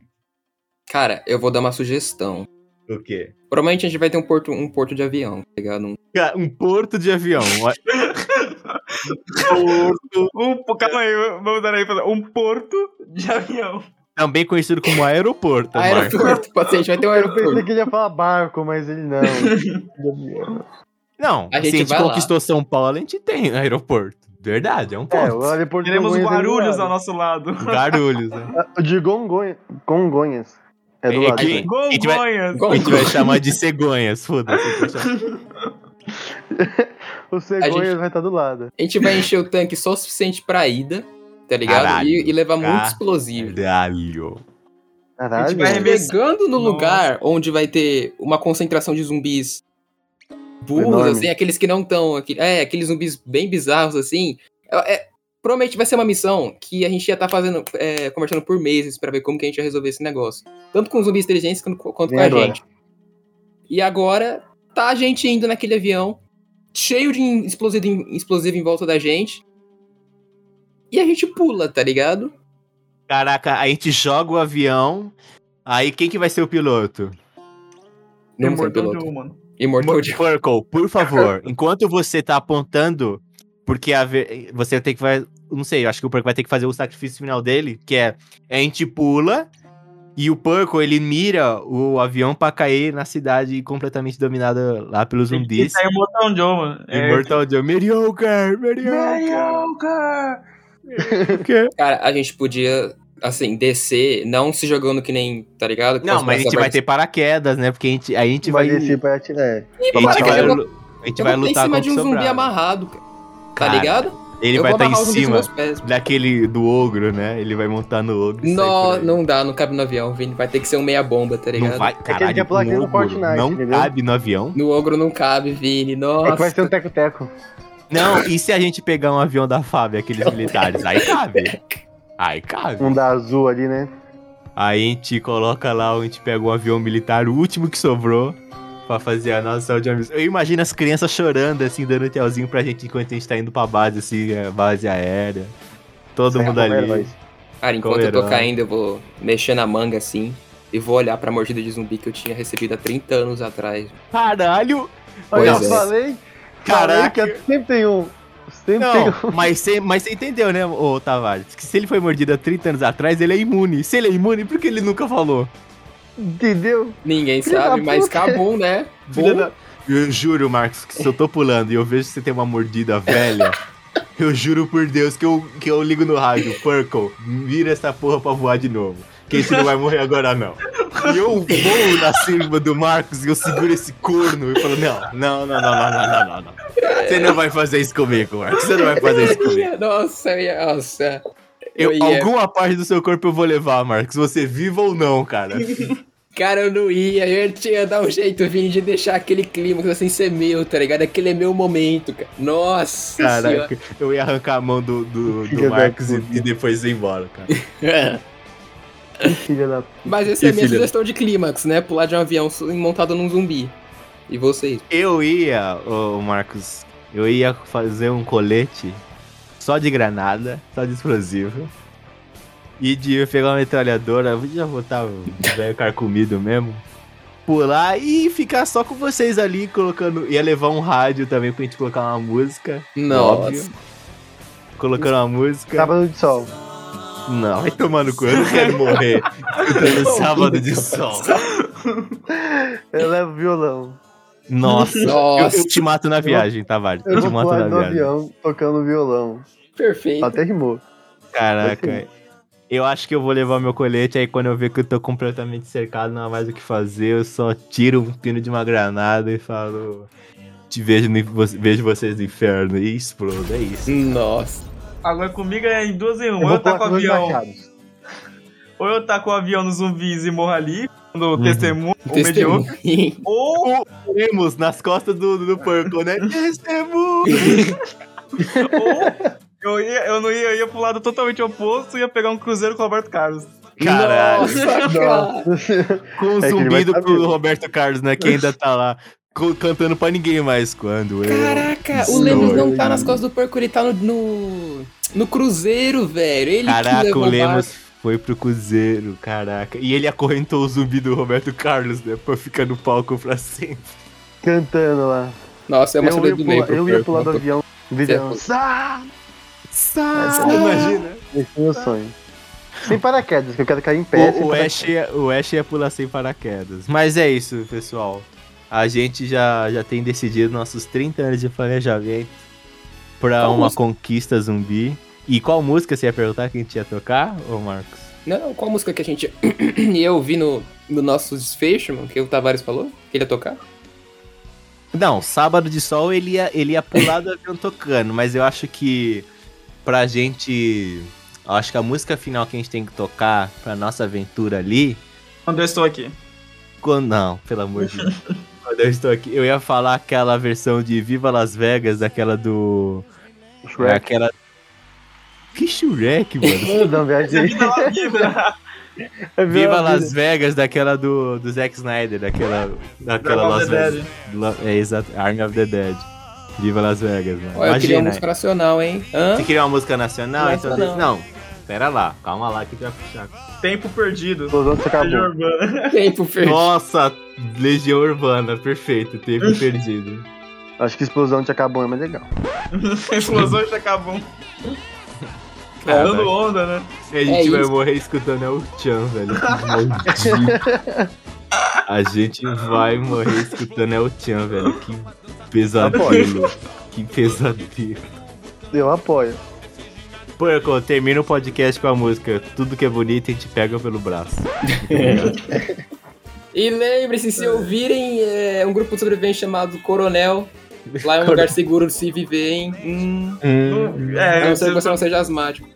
Speaker 3: Cara, eu vou dar uma sugestão.
Speaker 1: O quê?
Speaker 3: Provavelmente a gente vai ter um porto, um porto de avião, tá ligado? Um-
Speaker 1: Cara, um porto de avião. um Porto,
Speaker 4: Um, po- calma aí, vamos dar aí pra Um porto de avião.
Speaker 1: também conhecido como aeroporto. Marco.
Speaker 3: aeroporto, pode ser, a gente vai ter um
Speaker 8: Eu pensei
Speaker 3: aeroporto.
Speaker 8: que ele ia falar barco, mas ele não. De avião.
Speaker 1: Não,
Speaker 3: A
Speaker 1: se
Speaker 3: gente
Speaker 1: a gente
Speaker 3: vai lá.
Speaker 1: conquistou São Paulo, a gente tem aeroporto. Verdade, é um
Speaker 8: É, o
Speaker 1: ponto.
Speaker 8: aeroporto de
Speaker 4: Teremos
Speaker 8: Congonhas é do
Speaker 4: Guarulhos
Speaker 8: lado.
Speaker 4: ao nosso lado.
Speaker 1: Garulhos, né?
Speaker 8: De Gongonha- Congonhas. É do
Speaker 1: É
Speaker 8: lado.
Speaker 1: que-
Speaker 8: né?
Speaker 1: gente vai-
Speaker 4: Gongonhas.
Speaker 1: A gente vai chamar de cegonhas, foda-se. a gente vai chamar-
Speaker 8: O Cegonhas
Speaker 3: A gente-
Speaker 8: vai estar do lado.
Speaker 3: A gente vai encher o tanque só o suficiente pra ida, tá ligado?
Speaker 1: Caralho. Ah,
Speaker 3: E, e levar muito
Speaker 1: Caralho.
Speaker 3: explosivo.
Speaker 1: Caralho.
Speaker 8: Caralho.
Speaker 4: A gente vai arrebentar.
Speaker 3: Chegando no
Speaker 4: Nossa.
Speaker 3: lugar onde vai ter uma concentração de zumbis burros,
Speaker 8: Enorme.
Speaker 3: assim, aqueles que não estão. É, aqueles zumbis bem bizarros, assim. É, é, provavelmente vai ser uma missão que a gente ia estar fazendo, é, conversando por meses pra ver como que a gente ia resolver esse negócio. Tanto com os zumbis inteligentes quanto, quanto
Speaker 8: Vem
Speaker 3: com a
Speaker 8: agora.
Speaker 3: gente. E agora tá a gente indo naquele avião, cheio de explosivo em, explosivo em volta da gente. E a gente pula, tá ligado?
Speaker 1: Caraca, a gente joga o avião. Aí quem que vai ser o piloto?
Speaker 3: Não foi
Speaker 4: Demordou
Speaker 3: piloto.
Speaker 4: de um, mano.
Speaker 3: Imortal de
Speaker 1: Purple, por favor. Enquanto você tá apontando, porque a ve- você tem que vai, não sei, eu acho que o Purple vai ter que fazer o sacrifício final dele, que é a gente pula e o Purple ele mira o avião pra cair na cidade completamente dominada lá pelos
Speaker 4: Tem que
Speaker 1: zumbis.
Speaker 4: sair o botão de um, mano. É,
Speaker 1: Immortal Joe, mediocre, mediocre.
Speaker 4: Carioca!
Speaker 3: Cara, a gente podia, assim, descer, não se jogando que nem, tá ligado? Com
Speaker 1: Não,
Speaker 3: as
Speaker 1: mas a gente
Speaker 3: braças
Speaker 1: vai
Speaker 3: abertas.
Speaker 1: ter paraquedas, né? Porque a gente, a gente vai,
Speaker 8: vai descer pra atirar. é.
Speaker 1: a gente
Speaker 8: matar
Speaker 1: vai,
Speaker 3: alguém.
Speaker 1: lu- a gente
Speaker 3: Eu
Speaker 1: vai
Speaker 3: vou ter em
Speaker 1: lutar
Speaker 3: cima de
Speaker 1: contra
Speaker 3: um
Speaker 1: o
Speaker 3: zumbi
Speaker 1: sobrado.
Speaker 3: amarrado, cara, tá
Speaker 1: Cara,
Speaker 3: ligado?
Speaker 1: Ele
Speaker 3: Eu
Speaker 1: vai
Speaker 3: vou
Speaker 1: estar em
Speaker 3: amarrar o zumbi com
Speaker 1: cima
Speaker 3: meus pés.
Speaker 1: daquele do ogro, né? Ele vai montar no ogro. e sair por
Speaker 3: Não,
Speaker 1: aí.
Speaker 3: não dá, não cabe no avião, Vini. Vai ter que ser um meia-bomba, tá ligado?
Speaker 1: Não vai, caralho,
Speaker 8: que é plaquinha
Speaker 1: um
Speaker 8: do
Speaker 1: ogro
Speaker 8: Fortnite,
Speaker 1: não
Speaker 8: entendeu?
Speaker 1: cabe no avião.
Speaker 3: No ogro não cabe, Vini. Nossa.
Speaker 8: É que vai ser um teco-teco.
Speaker 1: Não, e se a gente pegar um avião da Fábio, aqueles militares? Aí cabe. Aí cabe.
Speaker 8: Um da azul ali, né?
Speaker 1: Aí a gente coloca lá, a gente pega um avião militar, o último que sobrou, pra fazer a nossa audiência. Eu imagino as crianças chorando, assim, dando tchauzinho pra gente enquanto a gente tá indo pra base, assim, a base aérea. Todo mundo ali.
Speaker 8: um
Speaker 3: Cara, enquanto eu tô
Speaker 1: Coerão.
Speaker 3: caindo, eu vou mexer na manga assim. E vou olhar pra mordida de zumbi que eu tinha recebido há 30 anos atrás.
Speaker 1: Caralho!
Speaker 8: Olha,
Speaker 3: Pois é.
Speaker 8: eu falei. Falei
Speaker 1: Caraca!
Speaker 8: que sempre tem um. Sempre tem um.
Speaker 1: Não, mas você mas você entendeu, né, ô Tavares? Que se ele foi mordido há 30 anos atrás, ele é imune. Se ele é imune, por que ele nunca falou?
Speaker 8: Entendeu?
Speaker 3: Ninguém
Speaker 8: Filha
Speaker 3: sabe,
Speaker 8: da
Speaker 3: mas
Speaker 8: puta.
Speaker 3: acabou, né?
Speaker 1: Filha
Speaker 3: Bom,
Speaker 1: da- Eu juro, Marcos, que se eu tô pulando e eu vejo que você tem uma mordida velha, eu juro por Deus que eu, que eu ligo no rádio, Purple, vira essa porra pra voar de novo. Que a gente não vai morrer agora, não. E eu vou na cima do Marcos e eu seguro esse corno e falo, não, não, não, não, não, não, não, não, não. Você não vai fazer isso comigo, Marcos. Você não vai fazer isso comigo.
Speaker 3: Nossa, eu ia- nossa.
Speaker 1: Eu,
Speaker 3: ia-
Speaker 1: alguma parte do seu corpo eu vou levar, Marcos. Você viva ou não, cara.
Speaker 3: Cara, eu não ia, eu tinha dar um jeito, Vini, de deixar aquele clima que assim ser meu, tá ligado? Aquele é meu momento, cara. Nossa
Speaker 1: Caraca, eu ia arrancar a mão do, do, do
Speaker 8: Filha da
Speaker 1: Marcos e, e depois ir embora, cara.
Speaker 3: senhora.
Speaker 8: Filha da
Speaker 3: Mas essa é a
Speaker 1: E
Speaker 3: minha
Speaker 1: filha?
Speaker 3: sugestão de clímax, né? Pular de um avião montado num zumbi. E vocês?
Speaker 1: Eu ia, ô Marcos, eu ia fazer um colete só de granada, só de explosivo. E de pegar uma metralhadora, eu já botar o velho carcomido mesmo. Pular e ficar só com vocês ali colocando. Ia levar um rádio também pra gente colocar uma música.
Speaker 3: Nossa.
Speaker 1: óbvio. Colocando uma música.
Speaker 8: Sábado de sol.
Speaker 1: Não, vai tomando cu, eu não quero morrer. Escutando sábado de sol.
Speaker 8: Eu levo violão.
Speaker 1: Nossa, eu,
Speaker 3: Nossa.
Speaker 1: eu te mato na viagem, Tavares.
Speaker 8: Eu
Speaker 1: Eu te
Speaker 8: vou
Speaker 1: mato
Speaker 8: pular
Speaker 1: na
Speaker 8: no
Speaker 1: viagem.
Speaker 8: avião tocando violão.
Speaker 3: Perfeito.
Speaker 8: Até rimou.
Speaker 1: Caraca. Eu acho que eu vou levar meu colete, aí quando eu ver que eu tô completamente cercado, não há mais o que fazer, eu só tiro um pino de uma granada e falo. Te vejo, no, vo- vejo vocês no inferno. E explodo, é isso.
Speaker 3: Nossa.
Speaker 4: Agora comigo é em duas em uma.
Speaker 8: Eu
Speaker 4: Ou
Speaker 8: vou
Speaker 4: eu
Speaker 8: pular
Speaker 4: taco o
Speaker 8: com dois
Speaker 4: avião.
Speaker 8: machados.
Speaker 4: Ou eu taco o avião nos zumbis e morro ali, no testemunho, ou
Speaker 3: Uhum. Um Testemunho.
Speaker 4: mediocre. Ou,
Speaker 1: Temos nas costas do, do porco, né? Testemunho!
Speaker 4: ou eu, ia, eu não ia, eu ia pro lado totalmente oposto e ia pegar um cruzeiro com o Roberto Carlos.
Speaker 1: Caralho. É
Speaker 3: Nossa, cara.
Speaker 8: Nossa.
Speaker 1: Com o
Speaker 8: É que ele vai
Speaker 1: zumbido
Speaker 8: saber,
Speaker 1: pro
Speaker 8: né?
Speaker 1: Roberto Carlos, né? Que ainda tá lá co- cantando pra ninguém mais. Quando eu.
Speaker 3: Caraca, o
Speaker 1: Senhor.
Speaker 3: Lemos não tá nas costas do porco, ele tá no. no... no cruzeiro, velho. Ele que
Speaker 1: Caraca,
Speaker 3: levou
Speaker 1: o
Speaker 3: a
Speaker 1: Lemos foi pro Cruzeiro, caraca. E ele acorrentou o zumbi do Roberto Carlos, né? Pra ficar no palco pra sempre.
Speaker 8: Cantando lá.
Speaker 3: barca. Nossa, é uma
Speaker 8: eu,
Speaker 3: saída
Speaker 8: ia
Speaker 3: do meio.
Speaker 8: pular,
Speaker 3: pro
Speaker 8: eu ia
Speaker 3: porco,
Speaker 8: pular do
Speaker 3: não tô-
Speaker 8: avião. Virando.
Speaker 3: Você-
Speaker 8: Sá!
Speaker 1: Nossa,
Speaker 8: Ah.
Speaker 1: imagina.
Speaker 8: Esse é o meu sonho. Sem paraquedas, que eu quero cair em pé. sem
Speaker 1: O, o,
Speaker 8: paraquedas.
Speaker 1: Ash ia, o Ash ia pular sem paraquedas. Mas é isso, pessoal. A gente já, já tem decidido nossos 30 anos de planejamento pra
Speaker 3: Qual
Speaker 1: uma
Speaker 3: música?
Speaker 1: conquista zumbi. E qual música você ia perguntar que a gente ia tocar, ô Marcos?
Speaker 3: Não, qual música que a gente ia ouvir no, no nosso desfecho, mano, que o Tavares falou? Que ele ia tocar?
Speaker 1: Não, sábado de sol ele ia, ele ia pular do avião tocando, mas eu acho que pra gente. eu acho que a música final que a gente tem que tocar pra nossa aventura ali.
Speaker 4: Quando eu estou aqui.
Speaker 1: Quando, não, pelo amor de Deus. Quando eu estou aqui, eu ia falar aquela versão de Viva Las Vegas, daquela do.
Speaker 8: Shrek.
Speaker 1: Aquela. Que Shrek, mano?
Speaker 8: Não, viajei.
Speaker 4: Vida lá, vida.
Speaker 8: É
Speaker 1: é. Viva
Speaker 8: minha
Speaker 1: Las
Speaker 8: vida.
Speaker 1: Vegas, daquela do, do Zack Snyder, daquela. Daquela
Speaker 4: Dragon
Speaker 1: Las
Speaker 4: the Dead.
Speaker 1: Vegas. La- É exato, Army of the Dead. Viva Las Vegas, mano.
Speaker 3: Ó, eu queria um
Speaker 1: Imagina,
Speaker 3: uma música nacional, hein? Hã?
Speaker 1: Você queria uma música nacional? Então
Speaker 3: Nacional.
Speaker 1: diz, não. Pera lá, calma lá que já puxar.
Speaker 4: Tempo perdido.
Speaker 8: Explosão de
Speaker 4: Legião
Speaker 8: acabou.
Speaker 4: Urbana.
Speaker 3: Tempo perdido.
Speaker 1: Nossa, Legião Urbana, perfeito, tempo perdido.
Speaker 8: Acho que explosão de acabou é mais legal.
Speaker 4: Explosão de acabou.
Speaker 1: Cara,
Speaker 4: Dando onda, né?
Speaker 1: a gente
Speaker 3: É
Speaker 1: vai
Speaker 3: isso.
Speaker 1: morrer escutando El Chan, velho. que maldito. A gente vai morrer escutando El Chan, velho. Que pesadelo. Que pesadelo.
Speaker 8: Eu apoio.
Speaker 1: Porco, termina o podcast com a música Tudo que é bonito a gente pega pelo braço. Muito obrigado.
Speaker 3: E lembre-se, se ouvirem é, um grupo de sobreviventes chamado Coronel, lá é um lugar seguro de se viver, hein? Hum, a
Speaker 4: É,
Speaker 3: não ser que
Speaker 4: você,
Speaker 3: você não seja asmático.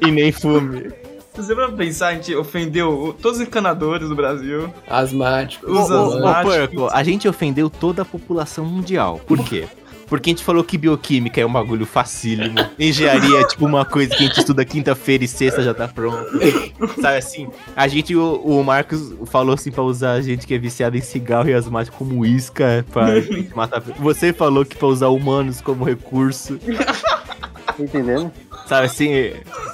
Speaker 1: E nem fume.
Speaker 4: você pra pensar, a gente ofendeu o- todos os encanadores do Brasil.
Speaker 3: Asmático.
Speaker 1: Ô,
Speaker 4: Os
Speaker 1: ô, ô,
Speaker 4: asmáticos.
Speaker 1: Porco, a gente ofendeu toda a população mundial. Por quê? Porque a gente falou que bioquímica é um bagulho facílimo. Engenharia é tipo uma coisa que a gente estuda quinta-feira e sexta já tá pronto. Sabe assim? A gente, o, o Marcos falou assim pra usar a gente que é viciado em cigarro e asmático como isca é, pra matar. Você falou que pra usar humanos como recurso.
Speaker 8: Tá Entendendo?
Speaker 1: Sabe assim?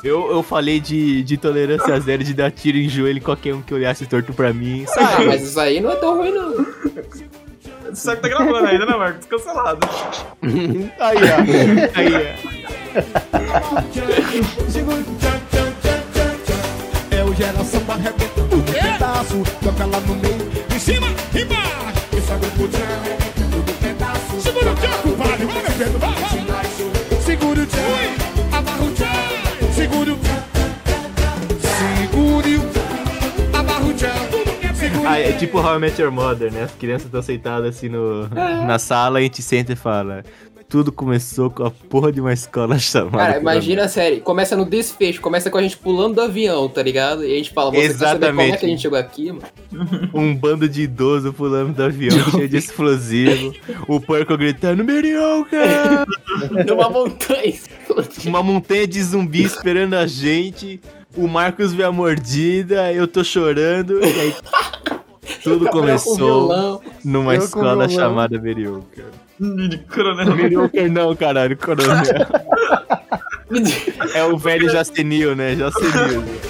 Speaker 1: Eu, eu falei de, de tolerância zero, de dar tiro em joelho em qualquer um que olhasse torto pra mim.
Speaker 3: Ah,
Speaker 1: Sabe?
Speaker 3: mas isso aí não é tão ruim, não.
Speaker 4: Só que tá gravando ainda, né, Marcos? Cancelado.
Speaker 1: Aí, ó. Aí, ó.
Speaker 9: É o geração barrebenta tudo em pedaço Toca lá no meio, em cima, embaixo Isso é grupo jam, tudo em pedaço Segura o jam, compadre, vai meu Pedro, vai, vai Segura o jam, amarra o jam Segura o jam, segure o Amarra o jam, segure
Speaker 1: Ah, é
Speaker 8: É.
Speaker 1: tipo How I Met Your Mother, né? As crianças estão sentadas assim no, na sala, a gente senta e fala: Tudo começou com a porra de uma escola chamada.
Speaker 3: Cara, imagina a série. Começa no desfecho, começa com a gente pulando do avião, tá ligado? E a gente fala, você precisa saber como é
Speaker 1: Exatamente.
Speaker 3: que a gente chegou aqui, mano.
Speaker 1: Um bando de idoso pulando do avião cheio de explosivo. o porco gritando: Merioca!
Speaker 3: Numa montanha.
Speaker 1: Uma montanha de zumbi esperando a gente. O Marcos vê a mordida. Eu tô chorando. E aí, tudo começou
Speaker 3: Com
Speaker 1: numa
Speaker 8: Eu com
Speaker 1: escola
Speaker 8: violão.
Speaker 1: chamada Merioca.
Speaker 4: Coronel.
Speaker 1: Merioca não, caralho, coronel.
Speaker 3: violão.
Speaker 1: É o velho Jacenil, né? Jacenil.